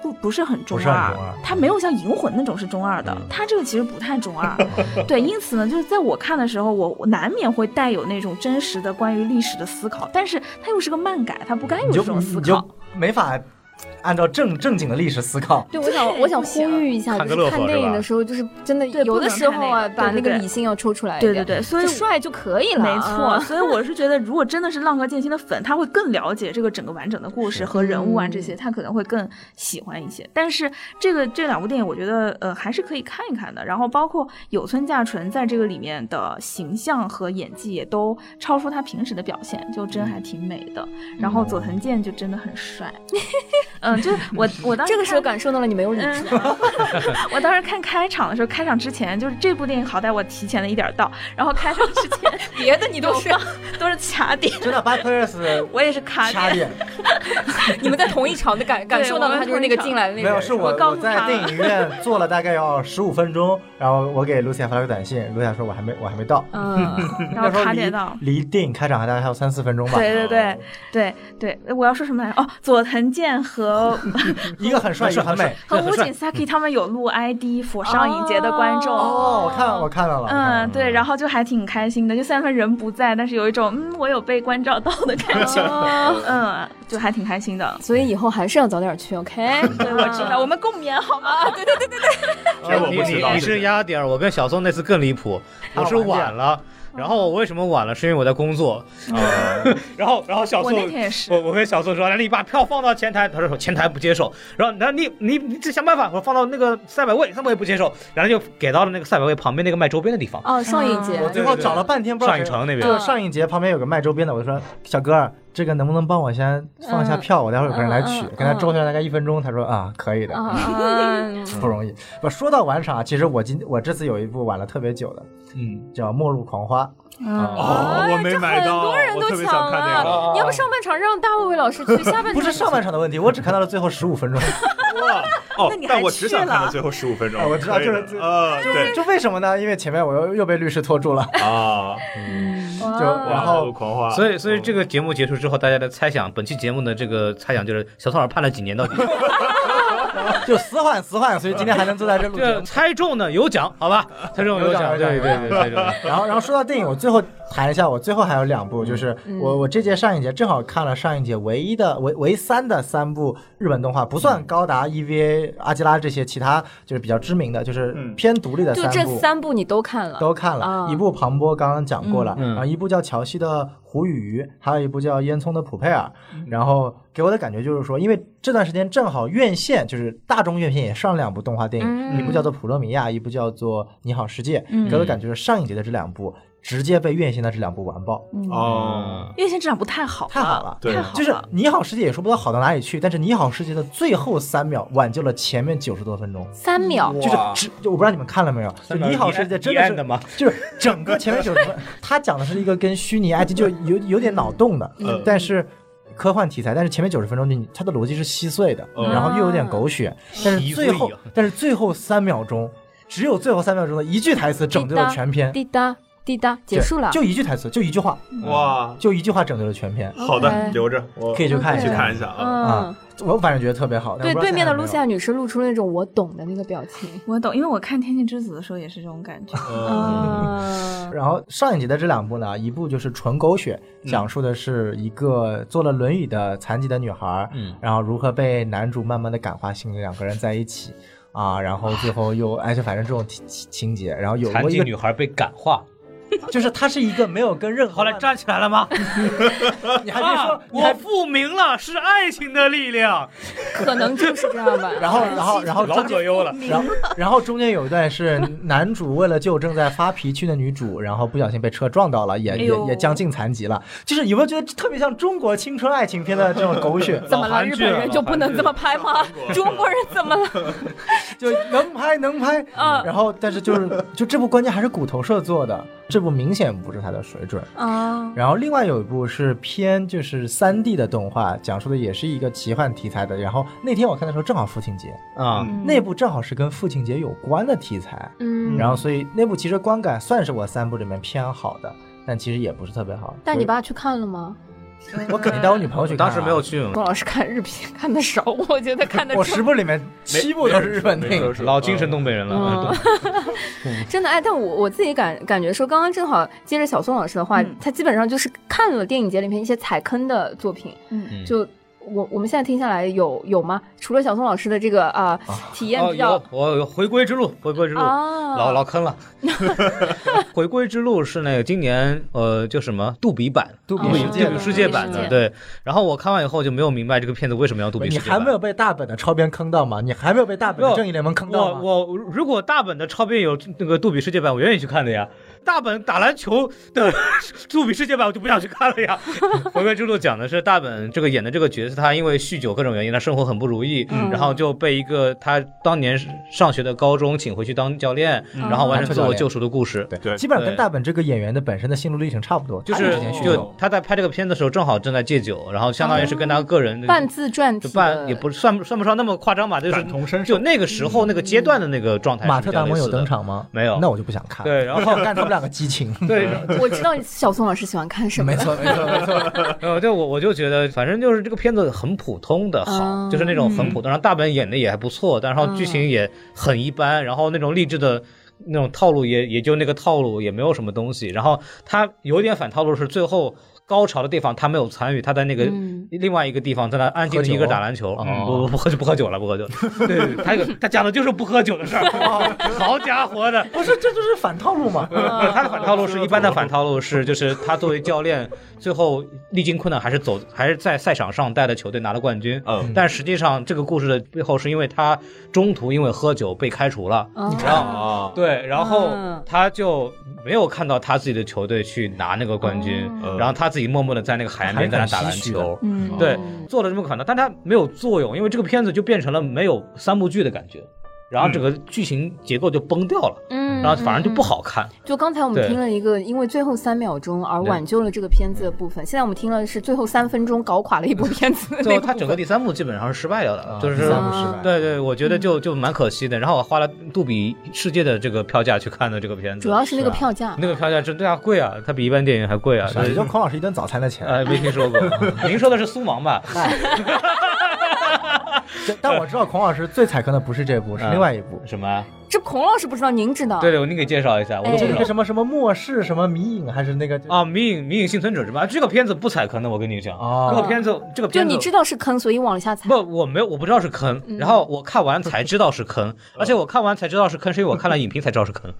Speaker 5: 不不是很中
Speaker 3: 不是很
Speaker 5: 二
Speaker 3: 中二，嗯
Speaker 5: 它没有像《银魂》那种是中二的，它这个其实不太 中二，对，因此呢，就是在我看的时候，我我难免会带有那种真实的关于历史的思考，但是它又是个漫改，它不该有
Speaker 3: 你
Speaker 5: 这
Speaker 3: 就
Speaker 5: 种思
Speaker 3: 你
Speaker 5: 考
Speaker 3: 就。没法按照正正经的历史思考。
Speaker 4: 对，我 想我想呼吁一下，
Speaker 2: 看
Speaker 4: 就
Speaker 2: 个乐
Speaker 4: 是看
Speaker 2: 呵
Speaker 4: 电
Speaker 2: 是
Speaker 4: 影
Speaker 2: 吧
Speaker 4: 的时候，就是真的
Speaker 5: 对
Speaker 4: 有
Speaker 5: 不
Speaker 4: 的
Speaker 5: 能
Speaker 4: 时
Speaker 5: 看
Speaker 4: 候
Speaker 5: 那
Speaker 4: 啊，
Speaker 5: 个
Speaker 4: 把
Speaker 5: 对
Speaker 4: 那
Speaker 5: 对
Speaker 4: 个
Speaker 5: 对
Speaker 4: 理性要抽出来一
Speaker 5: 对
Speaker 4: 点。
Speaker 5: 对对，所以
Speaker 4: 就帅就可以了。
Speaker 5: 没错，
Speaker 4: 啊
Speaker 5: 所以我是觉得，如果真的是浪客剑心的粉，他会更了解这个整个完整的故事和人物啊这些，他可能会更喜欢一些。但是这个这两部电影，我觉得呃还是可以看一看的。然后包括有村架纯在这个里面的形象和演技也都超出他平时的表现，就真还挺美的。然后佐藤健就真的很帅， 嗯，就是 我我当时
Speaker 4: 这个时候
Speaker 5: 看
Speaker 4: 感受到了你没有理智。
Speaker 5: 我当时看开场的时候，开场之前就是这部电影，好歹我提前了一点儿到，然后开场之前别 的你都是都是 卡点，
Speaker 3: 真的 b a c k e r s
Speaker 5: 我也是卡
Speaker 3: 掐
Speaker 5: 点。
Speaker 3: 点，
Speaker 8: 你们在同一场的感感受到的，他就是那个进来的那
Speaker 3: 没
Speaker 8: 个
Speaker 3: 有，
Speaker 8: 人。
Speaker 3: 是我
Speaker 5: 我告诉
Speaker 3: 在
Speaker 5: 他
Speaker 3: 电影院坐了大概要十五分钟，然后我给露西亚发了个短信，露西亚说我还没我还没到，
Speaker 8: 嗯，
Speaker 5: 然后
Speaker 3: 那时候
Speaker 5: 卡
Speaker 3: 离
Speaker 5: 点到。
Speaker 3: 离电影开场还大概还有三四分钟吧。
Speaker 5: 对对对对对，哎我要说什么 来着？哦，佐藤健和
Speaker 3: 一个很帅，一个很美。
Speaker 5: 和 武井 Saki 他们有录 ID 府上影节的观众。
Speaker 3: 哦，我看我看到了。
Speaker 5: 嗯，对，
Speaker 3: 后
Speaker 5: 然后就还挺开心的，就虽然说人不在，但是有一种嗯，我有被关照到的感 觉，嗯，就还挺开心的。
Speaker 4: 所以以后还是要早点去，OK？
Speaker 5: 对，我知道，我们共勉好吗？对对对对
Speaker 3: 哎
Speaker 7: 这我
Speaker 2: 你
Speaker 7: 不知道
Speaker 2: 你你
Speaker 7: 这
Speaker 2: 是压点儿，我跟小宋那次更离谱，
Speaker 3: 啊
Speaker 2: 我是
Speaker 3: 晚点
Speaker 2: 晚了。然后我为什么晚了？是因为我在工作。哦 然后然后小
Speaker 5: 我
Speaker 2: 宋
Speaker 5: 那天也是
Speaker 2: 我我跟小宋说，那你把票放到前台，他说前台不接受。然后那你你你自己想办法，我放到那个赛百味，赛百味不接受，然后就给到了那个赛百味旁边那个卖周边的地方，
Speaker 4: 哦，上一节
Speaker 3: 我最后找了半天，不知
Speaker 2: 上
Speaker 3: 道谁呃
Speaker 2: 影城那边。
Speaker 3: 就上一节旁边有个卖周边的，我就说小哥儿，这个能不能帮我先放下票？我待会儿有个人来取
Speaker 4: 嗯嗯，
Speaker 3: 跟他
Speaker 4: 嗯
Speaker 3: 周旋了大概一分钟，他说啊，可以的，
Speaker 4: 嗯，
Speaker 3: 不容易。不说到晚场啊，其实我今我这次有一部晚了特别久的，
Speaker 2: 嗯，
Speaker 3: 叫《末路狂花》。
Speaker 4: 嗯
Speaker 3: 啊
Speaker 7: 哦，我没买到，
Speaker 4: 很多人
Speaker 7: 我
Speaker 4: 都
Speaker 7: 特别想
Speaker 4: 抢
Speaker 7: 看那
Speaker 4: 了。
Speaker 7: 个。
Speaker 2: 哦
Speaker 4: 你要不上半场让大卫卫老师去，下半场
Speaker 3: 不是上半场的问题，我只看到了最后十五分钟。
Speaker 7: 哦
Speaker 5: 你，还
Speaker 7: 但我只想
Speaker 5: 去了
Speaker 7: 看到最后十五分钟
Speaker 3: 啊。我知道
Speaker 7: 可以的
Speaker 3: 就是这
Speaker 7: 呃，对
Speaker 3: 就为什么呢？因为前面我又又被律师拖住了，
Speaker 7: 啊，
Speaker 3: 就然
Speaker 7: 哇
Speaker 3: 后
Speaker 7: 我狂花，
Speaker 2: 所以所以这个节目结束之后，大家的猜想，本期节目的这个猜想就是小宋老师判了几年到底？
Speaker 3: 就死缓死缓，所以今天还能坐在这录 节
Speaker 2: 这
Speaker 3: 目。
Speaker 2: 猜中呢有奖，好吧？ 猜中
Speaker 3: 有奖
Speaker 2: 奖，对
Speaker 3: 有
Speaker 2: 对
Speaker 3: 奖
Speaker 2: 对，猜中了。
Speaker 3: 然后，然后说到电影，我最后谈一下，我最后还有两部，就是
Speaker 4: 嗯
Speaker 3: 我我这届上一届正好看了上一届唯一的唯唯三的三部日本动画，不算高达、EVA、阿基拉这些，其他就是比较知名的，就是
Speaker 7: 嗯
Speaker 3: 偏独立的
Speaker 4: 就这
Speaker 3: 部。
Speaker 4: 三部你都看了，
Speaker 3: 都看
Speaker 4: 啊
Speaker 5: 嗯
Speaker 3: 了，一部庞波刚刚讲过了，
Speaker 2: 嗯嗯
Speaker 3: 然后一部叫乔西的胡雨鱼，还有一部叫烟囱的普佩尔。
Speaker 5: 嗯
Speaker 3: 然后给我的感觉就是说，因为这段时间正好院线就是大众院线也上了两部动画电影，
Speaker 4: 嗯
Speaker 3: 一部叫做《普罗米亚》，一部叫做《你好世界》。
Speaker 5: 嗯
Speaker 3: 给我的感觉是上一节的这两部直接被院线的这两部完爆，
Speaker 7: 哦，
Speaker 5: 院线质量不太好了，啊
Speaker 3: 太好了。
Speaker 7: 对
Speaker 5: 嗯太好了，
Speaker 3: 就是《你好世界》也说不到好到哪里去，但是《你好世界》的最后三秒挽救了前面九十多分钟。
Speaker 4: 三秒，
Speaker 3: 就是只，就我不知道你们看了没有，就
Speaker 2: 三秒
Speaker 3: 《你好
Speaker 2: 一
Speaker 3: 世界》
Speaker 2: 按
Speaker 3: 真
Speaker 2: 一
Speaker 3: 的
Speaker 2: 按
Speaker 3: 是
Speaker 2: 的吗？
Speaker 3: 就是整个前面九十分，它讲的是一个跟虚拟 IT 就有有点脑洞的，
Speaker 7: 嗯
Speaker 3: 但是科幻题材，但是前面九十分钟就你它的逻辑是稀碎的，
Speaker 7: 嗯啊
Speaker 3: 然后又有点狗血，但是最后
Speaker 2: 稀碎啊
Speaker 3: 但是最后三秒钟，只有最后三秒钟的一句台词拯救了全篇，
Speaker 4: 滴答滴答，
Speaker 3: 对
Speaker 4: 结束了。
Speaker 3: 就一句台词，就一句话，
Speaker 7: 嗯
Speaker 2: 嗯
Speaker 7: 哇，
Speaker 3: 就一句话拯救了全篇，
Speaker 7: 好的，留着我
Speaker 3: 可以去看一
Speaker 7: 去
Speaker 3: 下。
Speaker 7: 看一下啊。
Speaker 4: 嗯
Speaker 3: 啊，我反正觉得特别好。但
Speaker 4: 对，
Speaker 3: 我不知
Speaker 4: 对
Speaker 3: 道现在
Speaker 4: 面的
Speaker 3: 有没
Speaker 4: 露
Speaker 3: 有
Speaker 4: 西亚女士露出了那种我懂的那个表情。
Speaker 5: 我懂，因为我看《天气之子》的时候也是这种感觉。
Speaker 7: 嗯
Speaker 4: 嗯，
Speaker 3: 然后上一集的这两部呢，一部就是纯狗血，
Speaker 2: 嗯
Speaker 3: 讲述的是一个坐了轮椅的残疾的女孩，
Speaker 2: 嗯，
Speaker 3: 然后如何被男主慢慢的感化心理，两个人在一起啊，然后最后又哎，就反正这种情情节，然后有
Speaker 2: 啊残
Speaker 3: 过一
Speaker 2: 疾
Speaker 3: 个，
Speaker 2: 女孩被感化，
Speaker 3: 就是她是一个没有跟任何，
Speaker 2: 后来站起来了吗？
Speaker 3: 你还别说
Speaker 2: 啊，
Speaker 3: 你
Speaker 2: 我
Speaker 3: 还。
Speaker 2: 复明了，是爱情的力量。
Speaker 4: 可能就是这样吧。
Speaker 3: 然后，然后，然后
Speaker 2: 老
Speaker 3: 中
Speaker 2: 左右了，
Speaker 3: 然后，然后中间有一段是 男主为了救正在发脾气的女主，然后不小心被车撞到了，也
Speaker 5: 哎
Speaker 3: 也
Speaker 5: 呦
Speaker 3: 也将近残疾了。就是有没有觉得特别像中国青春爱情片的这种狗血？
Speaker 4: 怎么
Speaker 2: 老
Speaker 4: 了？
Speaker 2: 韩
Speaker 4: 日
Speaker 2: 剧啊
Speaker 4: 本
Speaker 2: 了
Speaker 4: 人就不能这么拍吗？中国人怎么了？
Speaker 3: 就能拍能拍，
Speaker 4: 嗯
Speaker 3: 然后但是就是 就这部关键还是骨头社做的，这部明显不是它的水准。
Speaker 4: 啊，
Speaker 3: 然后另外有一部是偏就是三 D 的动画，讲述的也是一个奇幻题材的。然后那天我看的时候正好父亲节，嗯
Speaker 2: 啊，
Speaker 3: 那部正好是跟父亲节有关的题材，
Speaker 4: 嗯。
Speaker 3: 然后所以那部其实观感算是我三部里面偏好的，但其实也不是特别好。
Speaker 4: 但你爸去看了吗？
Speaker 3: 我肯定带我女朋友去
Speaker 2: 我
Speaker 3: 看啊、
Speaker 2: 当时没有去。
Speaker 4: 龚老师看日片看的少，我觉得看的
Speaker 3: 我十部里面七部都是日本电影，
Speaker 2: 老精神东北人了，嗯
Speaker 4: 真的哎，但我我自己感感觉说，刚刚正好接着小宋老师的话，他基本上就是看了电影节里面一些踩坑的作品，
Speaker 5: 嗯
Speaker 4: 就我我们现在听下来有有吗？除了小宋老师的这个啊、体验
Speaker 2: 哦，
Speaker 4: 比较
Speaker 2: 有我有回归之路，回归之路，
Speaker 4: 啊
Speaker 2: 老老 坑了。 回归之路是那个今年呃叫什么杜比版、
Speaker 3: 杜
Speaker 2: 杜比
Speaker 3: 比世界
Speaker 2: 杜比世界版
Speaker 4: 杜比
Speaker 2: 的
Speaker 4: 世界
Speaker 2: 对。然后我看完以后就没有明白这个片子为什么要杜比世
Speaker 3: 你
Speaker 2: 界
Speaker 3: 还
Speaker 2: 版。
Speaker 3: 没有被大本的超编坑到吗？你还没有被大本的正义联盟坑到吗？
Speaker 2: 我我如果大本的超编有那个杜比世界版，我愿意去看的呀。大本打篮球的 杜比世界版，我就不想去看了 呀。回归之路讲的是大本这个演的这个角色，他因为酗酒各种原因，他生活很不如意，
Speaker 4: 嗯
Speaker 2: 然后就被一个他当年上学的高中请回去当教练，
Speaker 4: 嗯
Speaker 2: 然后完成自我救赎的故事。
Speaker 3: 嗯对
Speaker 7: 对
Speaker 3: 基本上跟
Speaker 2: 对
Speaker 3: 大本这个演员的本身的心路历程差不多，
Speaker 2: 就
Speaker 3: 他也
Speaker 2: 是
Speaker 3: 之前酗
Speaker 2: 就
Speaker 3: 酒，
Speaker 2: 他在拍这个片子的时候，正好正在戒酒，然后相当于是跟他个人的
Speaker 4: 哦半自传体
Speaker 2: 就
Speaker 4: 的，
Speaker 2: 半也不是算不算不上那么夸张吧，就是
Speaker 7: 感同身受
Speaker 2: 就那个时候那个阶段的那个状态。
Speaker 3: 马特达蒙有登。场吗？
Speaker 2: 没有
Speaker 3: 那我就不想看。
Speaker 2: 对然后
Speaker 3: 我想看他们两个激情。
Speaker 2: 对，
Speaker 4: 我知道小宋老师喜欢看什么
Speaker 3: 没
Speaker 4: 了。
Speaker 3: 错，没错，没错。
Speaker 2: 呃，对我我就觉得，反正就是这个片子很普通的好，
Speaker 4: 啊
Speaker 2: 就是那种很
Speaker 3: 嗯
Speaker 2: 普通，然后大本演的也还不错，但然后剧情也很一般，然后那种励志的。那种套路也也就那个套路，也没有什么东西。然后他有点反套路是最后高潮的地方他没有参与，他在那个
Speaker 4: 嗯
Speaker 2: 另外一个地方在那安静的一个打篮球。
Speaker 3: 喝酒
Speaker 2: 嗯不不
Speaker 3: 哦
Speaker 2: 不喝酒不喝酒了不 喝酒。对，他有他讲的就是不喝酒的事儿。
Speaker 3: 哦
Speaker 2: 好家伙的，
Speaker 3: 不是，这就是反套路嘛。
Speaker 2: 不 他的反套路是一般的反套路是，就是他作为教练，最后历经困难还是走，还是在赛场上带着球队拿了冠军。
Speaker 7: 嗯，
Speaker 2: 但实际上，这个故事的背后是因为他中途因为喝酒被开除了，
Speaker 4: 啊
Speaker 2: 然后
Speaker 7: 啊，
Speaker 2: 对，然后
Speaker 4: 嗯
Speaker 2: 他就没有看到他自己的球队去拿那个冠军，
Speaker 4: 哦
Speaker 7: 嗯
Speaker 2: 然后他自己默默的在那个海岸边在那打篮球，
Speaker 5: 嗯
Speaker 4: 哦
Speaker 2: 对，做了这么个反套，但他没有作用，因为这个片子就变成了没有三部剧的感觉，然后整个剧情结构就崩掉了，
Speaker 4: 嗯，
Speaker 2: 然后反而就
Speaker 4: 嗯
Speaker 2: 不。好看。
Speaker 4: 就刚才我们
Speaker 2: 对
Speaker 4: 听了一个，因为最后三秒钟而
Speaker 2: 对
Speaker 4: 挽救了这个片子的部分。现在我们听了是最后三分钟搞垮了一部片子的
Speaker 2: 最 后
Speaker 4: 那部
Speaker 2: 他整个
Speaker 4: 分
Speaker 2: 第三部基本上是失败掉的，就
Speaker 3: 啊第
Speaker 2: 是
Speaker 3: 三部失败
Speaker 2: 对对，我
Speaker 4: 嗯
Speaker 2: 觉得就就蛮可惜的。然后我花了杜比世界的这个票价去看的这个片子，
Speaker 4: 主要是那个
Speaker 3: 是啊
Speaker 4: 票价。
Speaker 2: 那个票价真对啊贵啊，它比一般电影还贵啊。
Speaker 3: 是啊
Speaker 2: 对
Speaker 3: 也就孔老师一顿早餐的钱。
Speaker 2: 呃，没听 说过，您说的是苏芒吧？
Speaker 4: 哎
Speaker 3: 这但我知道孔老师最踩坑的不是这部，是
Speaker 2: 嗯
Speaker 3: 另外一部。
Speaker 2: 什么？
Speaker 4: 这孔老师不知道，您知道？
Speaker 2: 对对，您给介绍一下，我都不
Speaker 3: 就是
Speaker 2: 知
Speaker 3: 一
Speaker 4: 哎
Speaker 3: 个
Speaker 2: 道。
Speaker 3: 什么什么末世什么迷影还是那个
Speaker 2: 啊，《迷影迷影幸存者》是吧？这个片子不踩坑的，我跟你讲，
Speaker 3: 哦
Speaker 2: 这个片子这个
Speaker 4: 就
Speaker 2: 片子
Speaker 4: 你知嗯道是坑，所以往下踩。
Speaker 2: 不，我没有，我不知道是坑。然后我看完才知道是 坑，而且我看完才知道是坑，是因为我看了影评才知道是坑，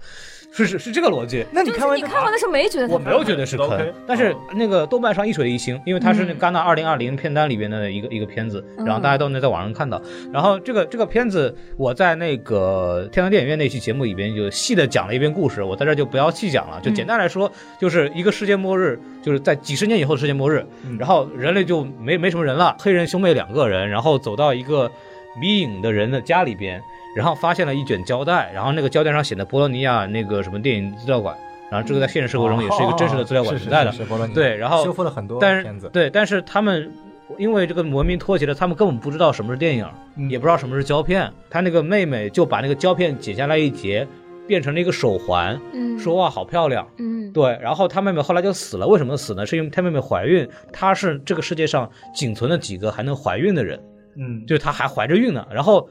Speaker 2: 是是是这个逻辑。
Speaker 3: 那你
Speaker 4: 就是
Speaker 3: 看完
Speaker 4: 你
Speaker 3: 这
Speaker 4: 看完的时候没觉得
Speaker 2: 我
Speaker 4: 它
Speaker 2: 没有觉得是
Speaker 7: 都 OK
Speaker 2: 坑，但是那个豆瓣上一锤一星，因为它是那
Speaker 4: 嗯
Speaker 2: 戛纳二零二零片单里边的一个一个片子，然后大家都能在网上看到。然后这个这个片子，我在那个天堂电影院那期节目里边有细的讲了一遍故事，我在这儿就不要细讲了，
Speaker 4: 嗯
Speaker 2: 就简单来说，就是一个世界末日，就是在几十年以后的世界末日，然后人类就没没什么人了，黑人兄妹两个人，然后走到一个迷影的人的家里边。然后发现了一卷胶带，然后那个胶带上写的博洛尼亚那个什么电影资料馆，然后这个在现实生活中也是一个真实的资料馆存在的
Speaker 3: 是。是是博洛尼亚
Speaker 2: 对，然后
Speaker 3: 修复了很多
Speaker 2: 但
Speaker 3: 片
Speaker 2: 是
Speaker 3: 子。
Speaker 2: 对，但是他们因为这个文明脱节了，他们根本不知道什么是电影，也不知道什么是胶片。他那个妹妹就把那个胶片剪下来一截，变成了一个手环，
Speaker 4: 嗯
Speaker 2: 说哇好漂亮。
Speaker 4: 嗯
Speaker 2: 对，然后他妹妹后来就死了，为什么死呢？是因为他妹妹怀孕，她是这个世界上仅存的几个还能怀孕的人。
Speaker 7: 嗯，
Speaker 2: 就是她还怀着孕呢。然后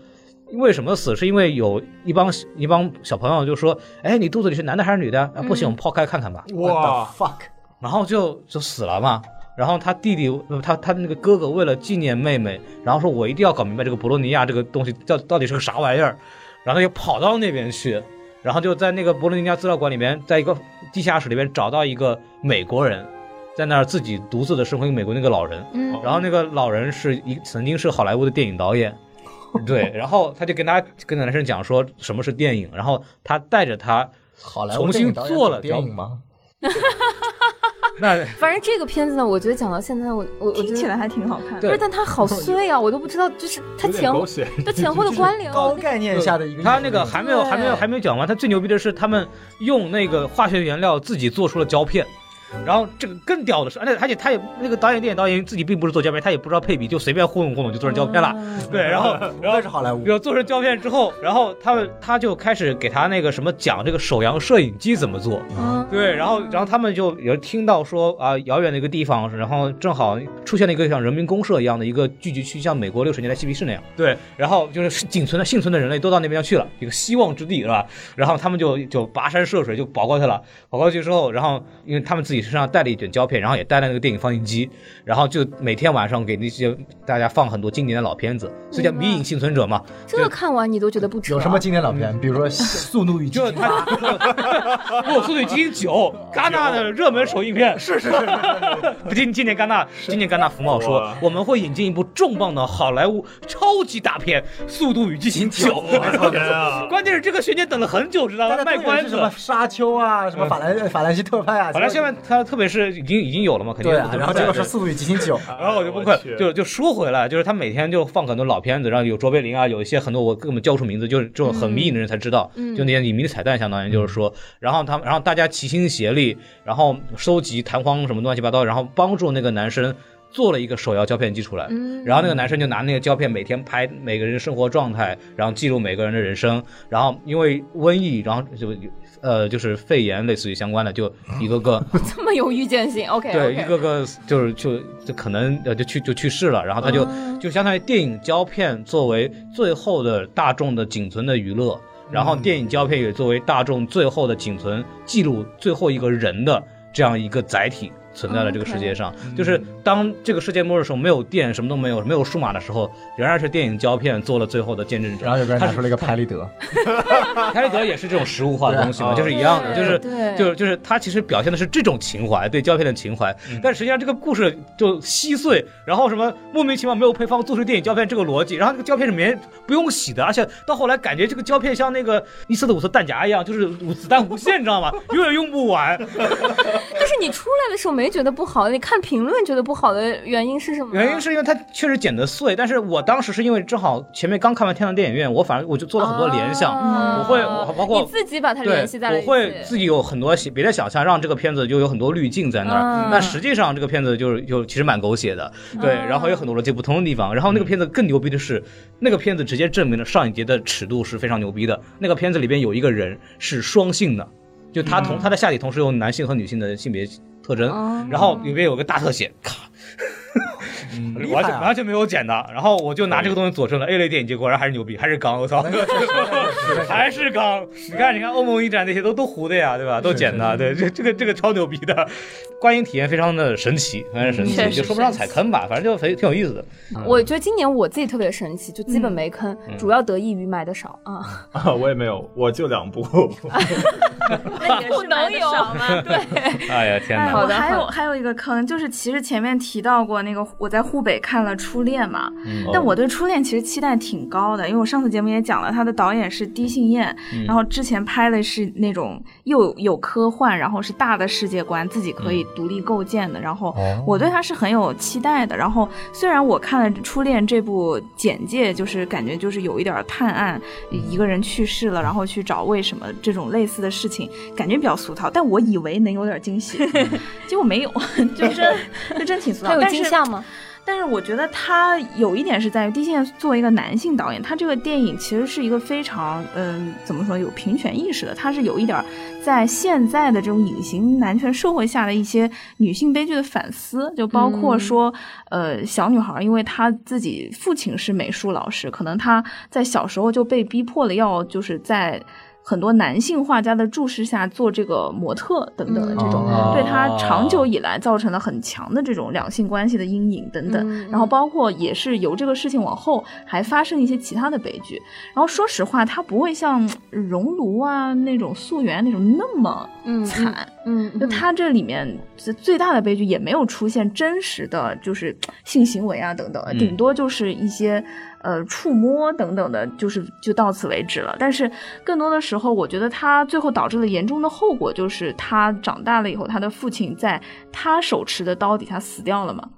Speaker 2: 为什么死？是因为有一帮一帮小朋友就说：“哎，你肚子里是男的还是女的？”啊，不
Speaker 4: 嗯
Speaker 2: 行，我们剖开看看吧。
Speaker 7: 嗯哇
Speaker 3: What the，fuck，
Speaker 2: 然后就就死了嘛。然后他弟弟，呃他他那个哥哥为了纪念妹妹，然后说我一定要搞明白这个博洛尼亚这个东西到到底是个啥玩意儿，然后就跑到那边去，然后就在那个博洛尼亚资料馆里面，在一个地下室里面找到一个美国人，在那儿自己独自的生活，一个美国那个老人，
Speaker 4: 嗯
Speaker 2: 然后那个老人是一曾经是好莱坞的电影导演，对，然后他就跟他跟那男生讲说什么是电影，然后他带着他，
Speaker 3: 好莱
Speaker 2: 重
Speaker 3: 坞电影
Speaker 2: 新
Speaker 3: 导演
Speaker 2: 做
Speaker 3: 搞
Speaker 2: 了
Speaker 3: 电
Speaker 2: 条
Speaker 3: 影吗？
Speaker 2: 那
Speaker 4: 反正这个片子呢，我觉得讲到现在，我我我觉
Speaker 5: 听起
Speaker 4: 得。
Speaker 5: 来还挺好看
Speaker 4: 不
Speaker 2: 对
Speaker 5: 的。
Speaker 4: 是，但 它好碎啊！我都不知道，就是它
Speaker 7: 有点
Speaker 4: 前
Speaker 7: 狗血，
Speaker 4: 它前后的关联
Speaker 3: 高
Speaker 4: 哦。
Speaker 3: 概念下的一个
Speaker 2: 他那个还没有
Speaker 4: 对
Speaker 2: 还没有还没有讲完，他最牛逼的是他们用那个化学原料自己做出了胶片。然后这个更屌的是，而且而且他也那个导演电影导演自己并不是做胶片，他也不知道配比，就随便糊弄糊弄就做成胶片了。对，然后
Speaker 3: 然后是好莱坞，
Speaker 2: 有做成胶片之后，然后他们他就开始给他那个什么讲这个手摇摄影机怎么做，
Speaker 4: 嗯
Speaker 2: 对，然后然后他们就有听到说啊，遥远的一个地方，然后正好出现了一个像人民公社一样的一个聚集区，像美国六十年代嬉皮士那样。对，然后就是仅存的幸存的人类都到那边去了，一个希望之地是吧？然后他们就就跋山涉水就跑过去了，跑过去之后，然后因为他们自己身上带了一卷胶片，然后也带了那个电影放映机，然后就每天晚上给那些大家放很多经典的老片子，所以叫迷影幸存者嘛。
Speaker 4: 这个看完你都觉得不值。
Speaker 3: 有什么经典老片？比如说《速度与激
Speaker 2: 就
Speaker 3: 情》啊
Speaker 2: 他，我速度与激情九，戛纳的热门首映片。是是是，今今年戛纳，今年戛纳福茂说
Speaker 7: 哇
Speaker 2: 我们会引进一部重磅的好莱坞超级大片《速度与激情九》。
Speaker 7: 天啊！
Speaker 2: 关键是这个学姐等了很久，知道
Speaker 3: 大
Speaker 2: 吗？
Speaker 3: 家
Speaker 2: 卖
Speaker 3: 都以为
Speaker 2: 关
Speaker 3: 是
Speaker 2: 子
Speaker 3: 什。么沙丘啊，什么法兰法兰西特派啊，
Speaker 2: 本来现在它特别是已经已经有了嘛，肯定
Speaker 3: 对
Speaker 2: 不
Speaker 3: 啊
Speaker 2: 可，能
Speaker 3: 然后结果
Speaker 2: 再
Speaker 3: 是《速度与激情九》，
Speaker 2: 然后我就崩溃，就就说回来，就是他每天就放很多老片子，然后有卓别林啊，有一些很多我根本叫不出名字，就是这种很迷影的人才知道，就那些影迷的彩蛋，相当于就是说，然后他们，然后大家齐心协力，然后收集弹簧什么乱七八糟，然后帮助那个男生。做了一个手摇胶片机出来，然后那个男生就拿那个胶片每天拍每个人生活状态，然后记录每个人的人生，然后因为瘟疫，然后就呃就是肺炎类似于相关的，就一个个
Speaker 4: 这么有预见性？OK，
Speaker 2: 对，一个个就是就就可能呃就去就去世了，然后他就、就相当于电影胶片作为最后的大众的仅存的娱乐，然后电影胶片也作为大众最后的仅存记录最后一个人的这样一个载体。存在了这个世界上就是当这个世界末日的时候，没有电，什么都没有，没有数码的时候，仍然是电影胶片做了最后的见 证者。
Speaker 3: 然后有个人
Speaker 2: 他
Speaker 3: 拿
Speaker 2: 是
Speaker 3: 出了一个拍立得，
Speaker 2: 凯立德也是这种实物化的东西嘛，就是一样
Speaker 1: 哦
Speaker 2: 的，就是
Speaker 4: 对
Speaker 2: 就是就是他其实表现的是这种情怀，对胶片的情怀，但实际上这个故事就稀碎，然后什么莫名其妙没有配方做出电影胶片这个逻辑，然后这个胶片是没不用洗的，而且到后来感觉这个胶片像那个伊斯特伍德弹夹一样，就是子弹无限，你知道吗？ 永远用不完。
Speaker 4: 就是你出来的时候没觉得不好，你看评论觉得不好的原因是什么呢？
Speaker 2: 原因是因为它确实剪得碎，但是我当时是因为正好前面刚看完《天堂电影院》，我反正我就做了很多联想，
Speaker 4: 啊
Speaker 2: 我会我包括
Speaker 4: 你自己把它
Speaker 2: 对，
Speaker 4: 联系在了一
Speaker 2: 我会
Speaker 4: 起。
Speaker 2: 自己有很多想别的想象，让这个片子就有很多滤镜在那儿。
Speaker 4: 嗯
Speaker 2: 但实际上这个片子就是就其实蛮狗血的，对，然后有很多逻辑不通的地方。然后那个片子更牛逼的是，那个片子直接证明了上一节的尺度是非常牛逼的。那个片子里边有一个人是双性的，就他同、他的下体同时有男性和女性的性别特征，
Speaker 4: 嗯哦
Speaker 2: 然后里边有个大特写，咔。嗯完
Speaker 3: 厉害
Speaker 2: 全
Speaker 3: 啊
Speaker 2: 完全没有剪的，然后我就拿这个东西佐证了 A 类电影节，果然还是牛逼，还是刚，我操！还是刚，你看，你看，欧盟一展那些都都糊的呀，对吧？都剪的，对，这这个这个超牛逼的，观影体验非常的神奇，非常神奇，
Speaker 8: 确实
Speaker 2: 就说不上踩坑吧，反正就挺挺有意思的。
Speaker 4: 我觉得今年我自己特别神奇，就基本
Speaker 2: 嗯
Speaker 4: 没坑，主要得益于买的少啊。
Speaker 7: 啊我也没有，我就两部。
Speaker 8: 不能有
Speaker 5: 吗？对，
Speaker 2: 哎呀，天
Speaker 5: 哎，
Speaker 2: 哪！
Speaker 5: 我
Speaker 4: 好的
Speaker 5: 还
Speaker 4: 好
Speaker 5: 有还有一个坑，就是其实前面提到过那个我在湖北看了《初恋》嘛，
Speaker 2: 嗯
Speaker 5: 但我对《初恋》其实期待挺高的，因为我上次节目也讲了，他的导演是低信彦，
Speaker 2: 嗯
Speaker 5: 然后之前拍的是那种又有科幻，然后是大的世界观，自己可
Speaker 2: 嗯
Speaker 5: 以独立构建的，然后
Speaker 2: 哦
Speaker 5: 我对他是很有期待的。然后虽然我看了《初恋》这部简介，就是感觉就是有一点探案，一个人去世了，然后去找为什么这种类似的事情，感觉比较俗套，但我以为能有点 惊喜， 结果没有， 就真就真挺俗
Speaker 4: 它
Speaker 5: 套。
Speaker 4: 有
Speaker 5: 但
Speaker 4: 惊
Speaker 5: 是
Speaker 4: 吓吗？
Speaker 5: 但是我觉得他有一点是在于，毕竟作为一个男性导演，他这个电影其实是一个非常，嗯、怎么说，有平权意识的。他是有一点儿在现在的这种隐形男权社会下的一些女性悲剧的反思，就包括说，呃，小女孩儿因为她自己父亲是美术老师，可能她在小时候就被逼迫了要就是在。很多男性画家的注视下做这个模特等等的这种，
Speaker 3: 嗯
Speaker 5: 对她长久以来造成了很强的这种两性关系的阴影等等。
Speaker 4: 嗯
Speaker 5: 然后包括也是由这个事情往后还发生一些其他的悲剧。然后说实话，它不会像呃熔炉啊那种溯源那种那么
Speaker 4: 嗯
Speaker 5: 惨。
Speaker 4: 嗯，嗯
Speaker 5: 就它这里面最最大的悲剧也没有出现真实的就是性行为啊等等，
Speaker 3: 嗯
Speaker 5: 顶多就是一些呃触摸等等的，就是就到此为止了。但是更多的时候，我觉得它最后导致了严重的后果，就是他长大了以后，他的父亲在他手持的刀底下死掉了嘛。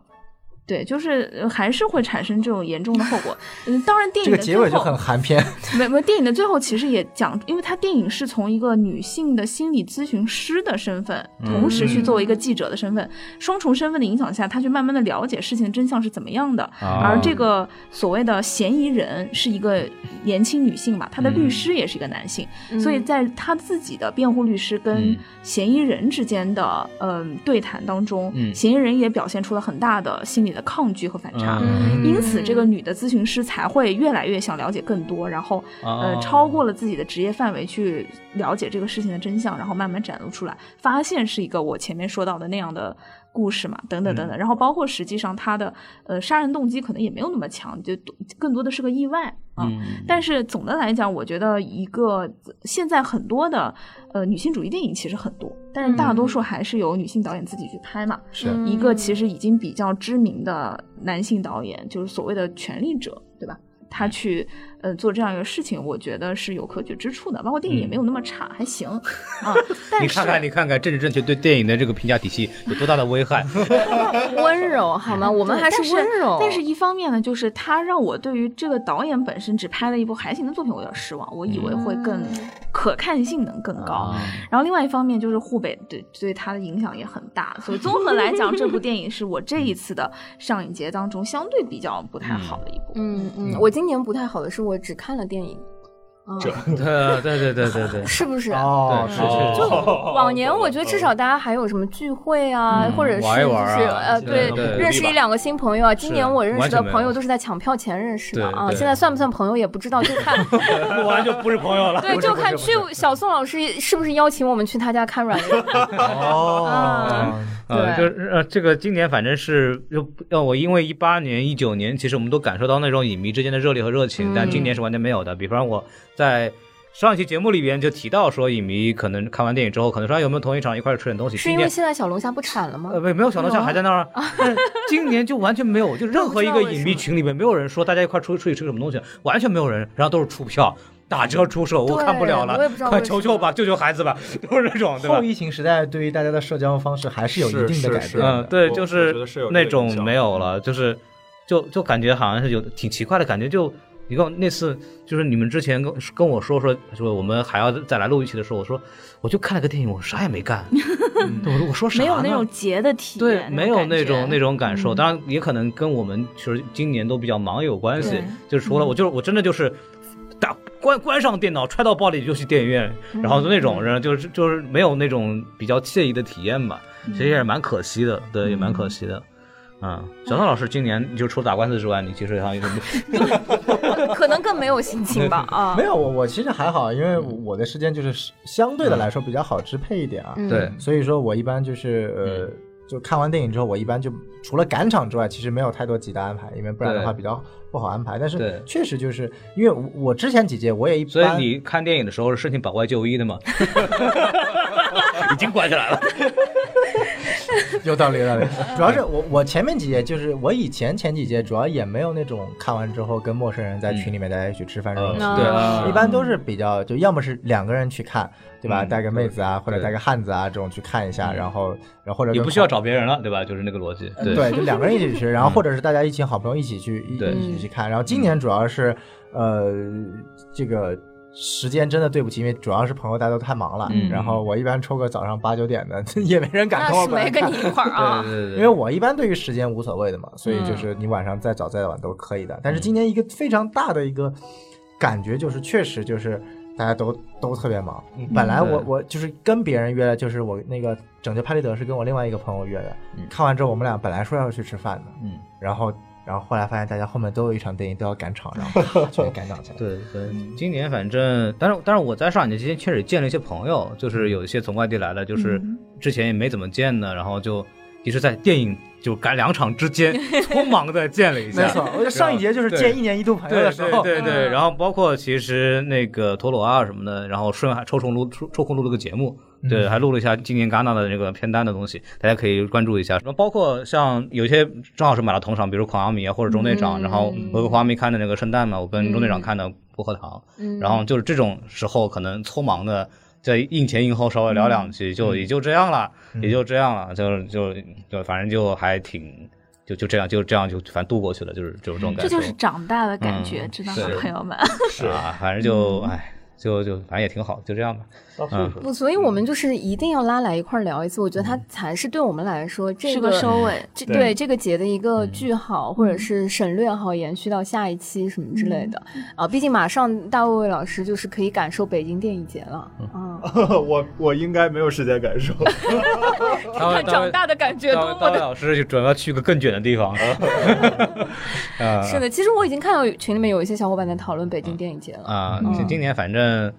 Speaker 5: 对，就是呃还是会产生这种严重的后果。嗯，当然电
Speaker 3: 这
Speaker 5: 影
Speaker 3: 个
Speaker 5: 的
Speaker 3: 结尾
Speaker 5: 最
Speaker 3: 就
Speaker 5: 后
Speaker 3: 很含片。
Speaker 5: 没没，电影的最后其实也讲，因为他电影是从一个女性的心理咨询师的身份，同时
Speaker 2: 嗯
Speaker 5: 去作为一个记者的身份，双重身份的影响下，他去慢慢的了解事情的真相是怎么样的。
Speaker 2: 哦
Speaker 5: 而这个所谓的嫌疑人是一个年轻女性嘛，她的
Speaker 2: 嗯
Speaker 5: 律师也是一个男性，所以在他自己的辩护律师跟
Speaker 2: 嗯
Speaker 5: 嫌疑人之间的嗯、对谈当中，
Speaker 2: 嗯
Speaker 5: 嫌疑人也表现出了很大的心理的的抗拒和反差。
Speaker 2: 嗯
Speaker 5: 因此，这个女的咨询师才会越来越想了解更多，然后呃
Speaker 2: 哦，
Speaker 5: 超过了自己的职业范围去了解这个事情的真相，然后慢慢展露出来，发现是一个我前面说到的那样的故事嘛，等等等等。然后包括实际上他的呃杀人动机可能也没有那么强，就更多的是个意外啊。
Speaker 2: 嗯
Speaker 5: 但是总的来讲，我觉得一个现在很多的呃女性主义电影其实很多，但是大多数还是由女性导演自己去拍嘛。
Speaker 3: 是
Speaker 4: 嗯
Speaker 5: 一个其实已经比较知名的男性导演，就是所谓的权力者，对吧？他去呃做这样一个事情，我觉得是有可取之处的，包括电影也没有那么差，还行啊。但是
Speaker 2: 你看看，你看看，政治正确对电影的这个评价体系有多大的危害？
Speaker 4: 温柔好吗？我们
Speaker 5: 对
Speaker 4: 还
Speaker 5: 但
Speaker 4: 是温柔，
Speaker 2: 哦
Speaker 5: 但是一方面呢，就是他让我对于这个导演本身只拍了一部还行的作品，我有点失望，我以为会更
Speaker 2: 嗯
Speaker 5: 可看性能更高。
Speaker 2: 啊
Speaker 5: 然后另外一方面就是湖北对对他的影响也很大，所以综合来讲，这部电影是我这一次的上影节当中相对比较不太好的一部。
Speaker 4: 嗯嗯，我今年不太好的是我只看了电影，啊，
Speaker 2: 对对对对对对，
Speaker 4: 是不是？
Speaker 3: 哦，
Speaker 2: 对
Speaker 3: 是
Speaker 2: 是啊是
Speaker 3: 是，
Speaker 7: 哦
Speaker 4: 往年我 觉得至少大家还有什么聚会啊，
Speaker 2: 嗯
Speaker 4: 或者是
Speaker 2: 玩一
Speaker 4: 就
Speaker 2: 玩啊
Speaker 4: 是呃，
Speaker 2: 现在
Speaker 4: 对
Speaker 2: 都不鼓励，吧
Speaker 4: 认识一两个新朋友啊。今年我认识
Speaker 2: 完
Speaker 4: 的
Speaker 2: 全没有
Speaker 4: 朋友都是在抢票前认识的啊，
Speaker 2: 对对
Speaker 4: 现在算不算朋友也不知道，就看
Speaker 2: 录完就不是朋友了
Speaker 4: 对，就看去小宋老师是不是邀请我们去他家看软硬。
Speaker 3: 哦，
Speaker 2: 呃，就
Speaker 4: 对
Speaker 2: 是呃，这个今年反正是就呃，我因为一八年、一九年，其实我们都感受到那种影迷之间的热烈和热情，
Speaker 4: 嗯
Speaker 2: 但今年是完全没有的。比方我在上一期节目里边就提到说，影迷可能看完电影之后，可能说、哎、有没有同一场一块儿吃点东西。
Speaker 4: 是
Speaker 2: 今
Speaker 4: 因为哦
Speaker 2: 年
Speaker 4: 现在小龙虾不产了吗
Speaker 2: 呃，？没没有想到像还在那儿啊，但是今年就完全没 有，就任何一个影迷群里面没有人说大家一块出去出去吃个什么东西，完全没有人，然后都是出票打折出售，我
Speaker 4: 对
Speaker 2: 看不了了
Speaker 4: 我也不知，道
Speaker 2: 快
Speaker 4: 为什
Speaker 2: 求求吧，
Speaker 4: 么
Speaker 2: 救救孩子吧， 都是那种对吧
Speaker 3: 后？疫情时代对于大家的社交方式还是有一定的改
Speaker 7: 是是
Speaker 3: 变
Speaker 7: 是
Speaker 3: 的。
Speaker 2: 嗯，对，
Speaker 7: 我
Speaker 2: 就
Speaker 7: 我觉得是有这
Speaker 2: 那
Speaker 7: 个影
Speaker 2: 种
Speaker 7: 响
Speaker 2: 没有了，就是就就感觉好像是有挺奇怪的感觉。就你跟我那次，就是你们之前跟跟我说说说我们还要再来录一期的时候，我说我就看了个电影，我啥也没 干，对我我说啥
Speaker 5: 没
Speaker 2: 呢？
Speaker 5: 有那种节的体
Speaker 2: 对，
Speaker 5: 验，
Speaker 2: 没有那种那
Speaker 5: 种
Speaker 2: 种感受。当然，也可能跟我们其实今年都比较忙有关系
Speaker 5: 对。
Speaker 2: 就是除了我，就是我真的就是打关关上电脑，揣到包里就去电影院，然后就那种，然后就是就是没有那种比较惬意的体验吧。其实也是蛮可惜的，对，也蛮可惜的。嗯，小宋老师今年就除了打官司之外，你其实好像有什么？
Speaker 4: 可能更没有心 情吧啊
Speaker 3: 没。有，我我其实还好，因为
Speaker 2: 嗯
Speaker 3: 我的时间就是相对的来说比较好支配一点啊。
Speaker 4: 嗯
Speaker 2: 对，
Speaker 3: 所以说我一般就是
Speaker 2: 嗯
Speaker 3: 呃，就看完电影之后，我一般就除了赶场之外，其实没有太多急的安排，因为不然的话
Speaker 2: 对
Speaker 3: 比较不好安排。但
Speaker 2: 对
Speaker 3: 是确实就是因为我我之前几届我也一
Speaker 2: 所以
Speaker 3: 般，
Speaker 2: 你看电影的时候是申请保外就医的吗？已经关起来了。
Speaker 3: 有道理 有道理。主要是我我前面几届就是我以前前几届主要也没有那种看完之后跟陌生人在
Speaker 2: 嗯
Speaker 3: 群里面大家一起吃饭这种习惯。
Speaker 4: 嗯
Speaker 2: 对
Speaker 4: 啊
Speaker 2: 啊，
Speaker 3: 一般都是比较，就要么是两个人去看，对吧？
Speaker 2: 嗯
Speaker 3: 带个妹子啊，或者
Speaker 2: 对
Speaker 3: 带个汉子啊，这种去看一下，然后，然后或者
Speaker 2: 也
Speaker 3: 跟
Speaker 2: 不需要
Speaker 3: 好
Speaker 2: 找别人了，对吧？就是那个逻辑。对
Speaker 3: 对，就两个人一起去，然后或者是大家一起好朋友一起去一
Speaker 2: 对嗯
Speaker 3: 一起去看。然后今年主要是，呃，这个时间真的对不起，因为主要是朋友大家都太忙了。
Speaker 2: 嗯
Speaker 3: 然后我一般抽个早上八九点的， 也没人敢跟
Speaker 4: 那
Speaker 3: 我
Speaker 4: 是
Speaker 3: 过来
Speaker 4: 没跟
Speaker 3: 看
Speaker 4: 你一块 儿啊。
Speaker 2: 对对对，
Speaker 3: 因为我一般对于时间无所谓的嘛，所以
Speaker 2: 嗯
Speaker 3: 就是你晚上再早再晚都可以的。但是今年一个非常大的一个感觉就是，确实就是大家都都特别忙。本来我
Speaker 2: 嗯对
Speaker 3: 我就是跟别人约的，就是我那个《拯救派立德》是跟我另外一个朋友约的，看完之后我们俩本来说要去吃饭的，
Speaker 2: 嗯，
Speaker 3: 然后然后后来发现大家后面都有一场电影都要赶场，然后 全赶场去了。
Speaker 2: 对对，
Speaker 3: 嗯
Speaker 2: 今年反正，但是但是我在上海期间确实见了一些朋友，就是有一些从外地来的，就是
Speaker 3: 嗯
Speaker 2: 之前也没怎么见的，然后就也是在电影就赶两场之 间匆忙的见了一下。
Speaker 3: 没错，我觉得上一节就是
Speaker 2: 对
Speaker 3: 见一年一度朋友
Speaker 2: 对
Speaker 3: 的时
Speaker 2: 对
Speaker 3: 候，嗯
Speaker 2: 对对，然后包括其实那个陀螺啊什么的，然后顺还抽空录抽抽空录了个节目，
Speaker 3: 嗯
Speaker 2: 对，还录了一下今年戛纳的那个片单的东西，大家可以关注一下。然后包括像有些正好是买了同场，比如孔阿米啊或者中队
Speaker 3: 嗯
Speaker 2: 长，然后我跟黄阿米看的那个圣诞嘛，我跟中队长看的薄荷糖，
Speaker 8: 嗯
Speaker 3: 嗯
Speaker 2: 然后就是这种时候可能匆忙的。在应前应后稍微聊两
Speaker 3: 嗯
Speaker 2: 句，就也就这样了，也就这样了，就就就反正就还挺，就就这样就这样就反正度过去了，就是就是这种感
Speaker 5: 这
Speaker 2: 受。
Speaker 5: 就是长大的感觉，知道吗
Speaker 2: 是，
Speaker 5: 朋友们？
Speaker 8: 嗯
Speaker 2: 啊，反正就哎，就就反正也挺好，就这样吧。
Speaker 9: 到岁
Speaker 2: 嗯
Speaker 9: 数了
Speaker 4: 不，所以我们就是一定要拉来一块儿聊一次，我觉得它才是对我们来说这
Speaker 5: 是个收尾。
Speaker 4: 这
Speaker 9: 对
Speaker 4: 对这个节的一个
Speaker 2: 嗯
Speaker 4: 句号，或
Speaker 8: 嗯
Speaker 4: 者是省略号，延续到下一期什么之类的
Speaker 8: 嗯
Speaker 4: 啊。毕竟马上大卫老师就是可以感受北京电影节了，嗯，
Speaker 6: 我我应该没有时间感受。
Speaker 2: 大
Speaker 8: 看
Speaker 2: 卫大
Speaker 8: 长
Speaker 2: 卫
Speaker 8: 大的感觉
Speaker 2: 大
Speaker 8: 多
Speaker 2: 卫
Speaker 8: 么
Speaker 2: 大卫
Speaker 8: 的
Speaker 2: 老师就准备要去个更卷的地方。啊，
Speaker 4: 是的。其实我已经看到有群里面有一些小伙伴在讨论北京电影节了，
Speaker 2: 啊，
Speaker 8: 嗯
Speaker 2: 今今年反正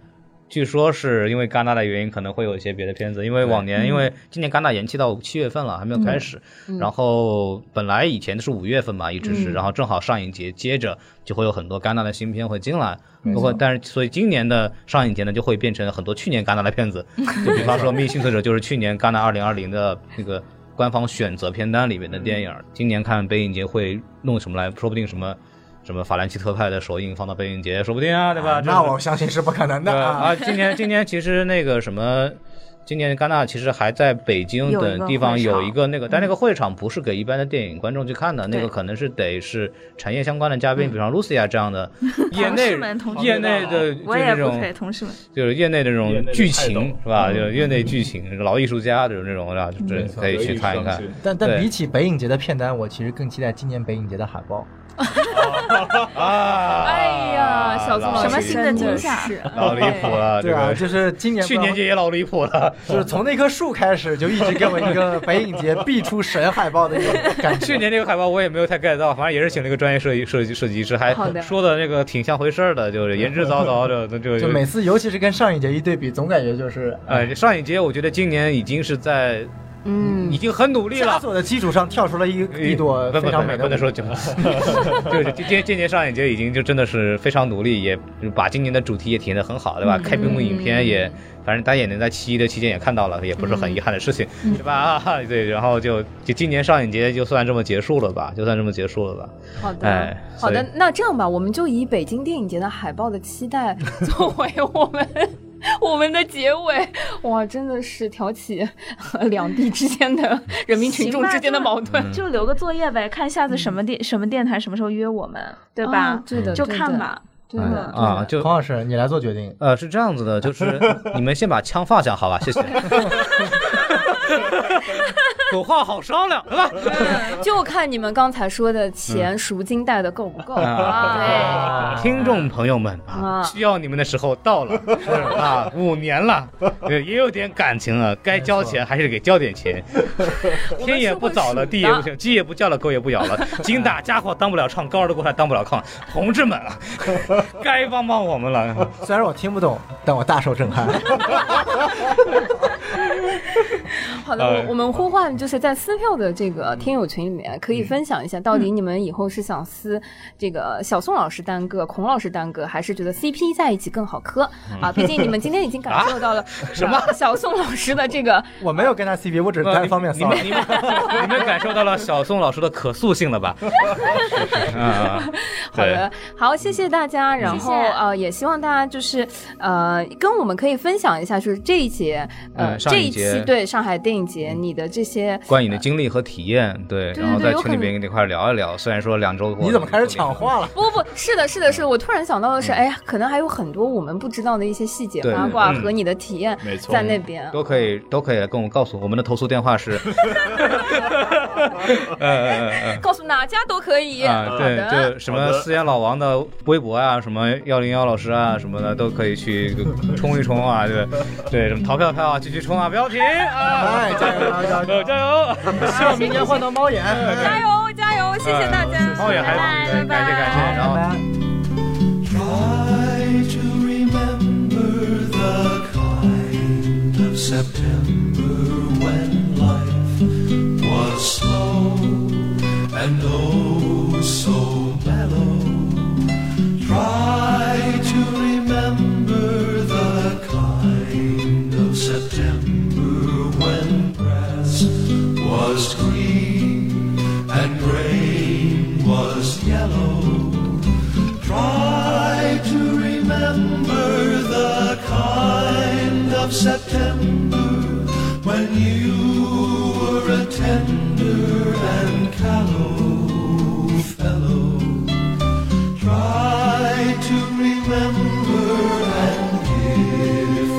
Speaker 2: 据说是因为戛纳的原因，可能会有一些别的片子。因为往年，因
Speaker 8: 嗯
Speaker 2: 为今年戛纳延期到七月份了，还没有开始。然后本来以前是五月份嘛，一直
Speaker 8: 嗯
Speaker 2: 是，然后正好上影节接着就会有很多戛纳的新片会进来。包括，但是所以今年的上影节呢，就会变成很多去年戛纳的 片子，就比方说《命运幸存者》就是去年戛纳二零二零的那个官方选择片单里面的电影
Speaker 3: 嗯
Speaker 2: 儿。今年看北影节会弄什么来，说不定什么什么法兰奇特派的首映放到北影节，说不定啊，对吧？这
Speaker 3: 那我相信是不可能的
Speaker 2: 对
Speaker 3: 啊。
Speaker 2: 啊，今 年今年其实那个什么。今年戛纳其实还在北京
Speaker 5: 有一
Speaker 2: 等
Speaker 5: 个
Speaker 2: 地方
Speaker 5: 会
Speaker 2: 有
Speaker 5: 场嗯
Speaker 2: 一个那个，但那个会场不是给一般的电影观众去看的，那个可能是得是产业相关的嘉宾，比方 Lucia 这样 的业内
Speaker 5: 嗯同事们同事们
Speaker 2: 业内的就
Speaker 5: 我
Speaker 2: 是这
Speaker 5: 也不
Speaker 2: 种
Speaker 5: 推，同事们，
Speaker 2: 就是业内的这
Speaker 7: 业
Speaker 2: 种
Speaker 7: 内的
Speaker 2: 剧
Speaker 7: 泰斗嗯
Speaker 2: 情是吧？就是业内剧情，老艺术家这种这种啊，
Speaker 5: 嗯
Speaker 2: 这
Speaker 7: 没错
Speaker 2: 可以去看一看。。
Speaker 3: 但但
Speaker 2: 对
Speaker 3: 比起北影节的片单，我其实更期待今年北影节的海报。
Speaker 2: 啊！
Speaker 8: 哎呀小宗老
Speaker 5: 什
Speaker 8: 师
Speaker 5: 么新的惊
Speaker 8: 真
Speaker 5: 吓？
Speaker 2: 老离谱了，这
Speaker 3: 对啊，
Speaker 2: 个
Speaker 3: 就是今年
Speaker 2: 去年就也老离谱了。
Speaker 3: 就是从那棵树开始，就一直给我一个北影节必出神海报的一种感觉。
Speaker 2: 去年这个海报我也没有太 get 到，反正也是请了一个专业设计设计设计师，还
Speaker 4: 好的
Speaker 2: 说的那个挺像回事儿的，就是言之凿凿的， 那就
Speaker 3: 就每次，尤其是跟上一节一对比，总感觉就是哎
Speaker 2: 呃上一节我觉得今年已经是在
Speaker 4: 嗯
Speaker 2: 已，经很努力
Speaker 3: 枷
Speaker 2: 了。嗯
Speaker 3: 锁的基础上跳出了一一朵
Speaker 2: 不不
Speaker 3: 非常美的
Speaker 2: 不
Speaker 3: 舞。
Speaker 2: 能说就就是 今今今年上一节已经就真的是非常努力，也就把今年的主题也体现的很好，对
Speaker 4: 嗯
Speaker 2: 吧？开屏幕影片也，反正大家也能在七一的期间也看到了，也不是很遗憾的事情，
Speaker 4: 嗯
Speaker 2: 对吧？ 啊，对，然后就就今年上影节就算这么结束了吧，就算这么结束了吧。
Speaker 4: 好的
Speaker 2: 哎，
Speaker 4: 好的
Speaker 2: 所以，
Speaker 4: 那这样吧，我们就以北京电影节的海报的期待 作为我们。 我们的结尾，哇，真的是挑起呃两地之间的人民群众之间的矛盾，
Speaker 5: 就留个作业呗，看下次什么电什么电台什么时候约我们，对
Speaker 4: 啊
Speaker 5: 吧？
Speaker 4: 嗯对的，
Speaker 5: 就
Speaker 4: 对
Speaker 5: 看
Speaker 4: 的，
Speaker 5: 吧。
Speaker 4: 嗯对
Speaker 2: 哎
Speaker 4: 的
Speaker 2: 啊，就
Speaker 3: 孔老师，你来做决定。
Speaker 2: 呃，是这样子的，就是你们先把枪放下，好吧？谢谢。有话好商量，是吧？
Speaker 4: 就看你们刚才说的
Speaker 2: 嗯
Speaker 4: 钱赎金带的够不够
Speaker 2: 啊
Speaker 4: 啊？
Speaker 2: 听众朋友们啊，
Speaker 4: 啊
Speaker 2: 需要你们的时候到了 啊，五年 了，对也有点感情了，该交钱还是给交点 钱。天也不早了，地也不行，鸡也不叫了，狗也不咬了， 精打家伙当不了唱，高二的过来当不了炕，同志们啊， 该帮帮我们了。
Speaker 3: 虽然我听不懂，但我大受震撼。
Speaker 4: 好的，
Speaker 2: 呃嗯
Speaker 4: 我我们呼唤就是在撕票的这个听友群里面，可以分享一下，到底你们以后是想撕这个小宋老师单个、孔老师单个，还是觉得 CP 在一起更好磕
Speaker 2: 嗯
Speaker 4: 啊？毕竟你们今天 已经
Speaker 2: 啊
Speaker 4: 感受到了什么 小宋老师的这个
Speaker 3: 我没有跟他 CP，我只是单方面
Speaker 2: 你
Speaker 3: 骚
Speaker 2: 们你们你们感受到了小宋老师的可塑性了吧？啊，
Speaker 4: 好的，好，谢谢大家。
Speaker 2: 嗯
Speaker 4: 然后
Speaker 5: 谢谢
Speaker 4: 呃，也希望大家就是呃，跟我们可以分享一下，就是这一节呃
Speaker 2: 嗯上
Speaker 4: 这
Speaker 2: 一
Speaker 4: 一期
Speaker 2: 节
Speaker 4: 对上海电影节你的这些
Speaker 2: 关于你的经历和体验，对，
Speaker 4: 对
Speaker 2: 然后
Speaker 4: 对
Speaker 2: 在
Speaker 4: 有
Speaker 2: 群里
Speaker 4: 可能
Speaker 2: 边跟你一块儿聊一聊。虽然说两周过了，
Speaker 3: 你怎么开始抢 话了？
Speaker 4: 不不，不是的，是的，是的我突然想到的是，哎呀，可能还有很多我们不知道的一些细节
Speaker 2: 嗯对
Speaker 4: 八卦
Speaker 2: 嗯
Speaker 4: 和你的体验
Speaker 7: 没错
Speaker 4: 在那边。
Speaker 2: 都可以都可以来跟我告诉我们的投诉电话是，呃呃呃
Speaker 4: 告诉哪家都可以。
Speaker 2: 呃啊，
Speaker 4: 好
Speaker 2: 对，
Speaker 4: 的，
Speaker 2: 就什么四眼老王的微博啊，什么幺零幺老师啊，什么的都可以去冲一冲啊，对对，什么逃票票啊，继续冲啊，不要停啊，
Speaker 3: 哎，加油加油加 油！
Speaker 2: 加油！
Speaker 3: 希望明年换到 猫眼。
Speaker 4: 加油加油，嗯谢谢大家，
Speaker 2: 猫眼还
Speaker 4: 拜拜
Speaker 2: 感谢感谢，然后。
Speaker 3: 拜拜
Speaker 10: Try to remember the kind of September when life was slow and oh so mellow. Try to remember the kind of September when grass was green and rain was yellow. Try to remember the kind of September when you were a tender and callow fellow. Try to remember and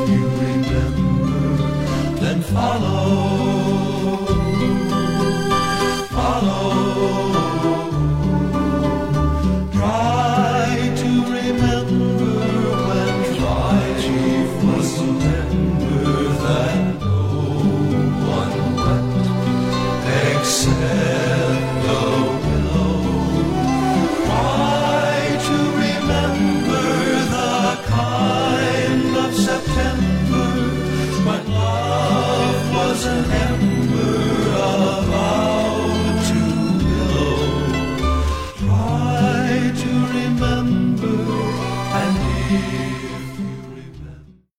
Speaker 10: love was an ember.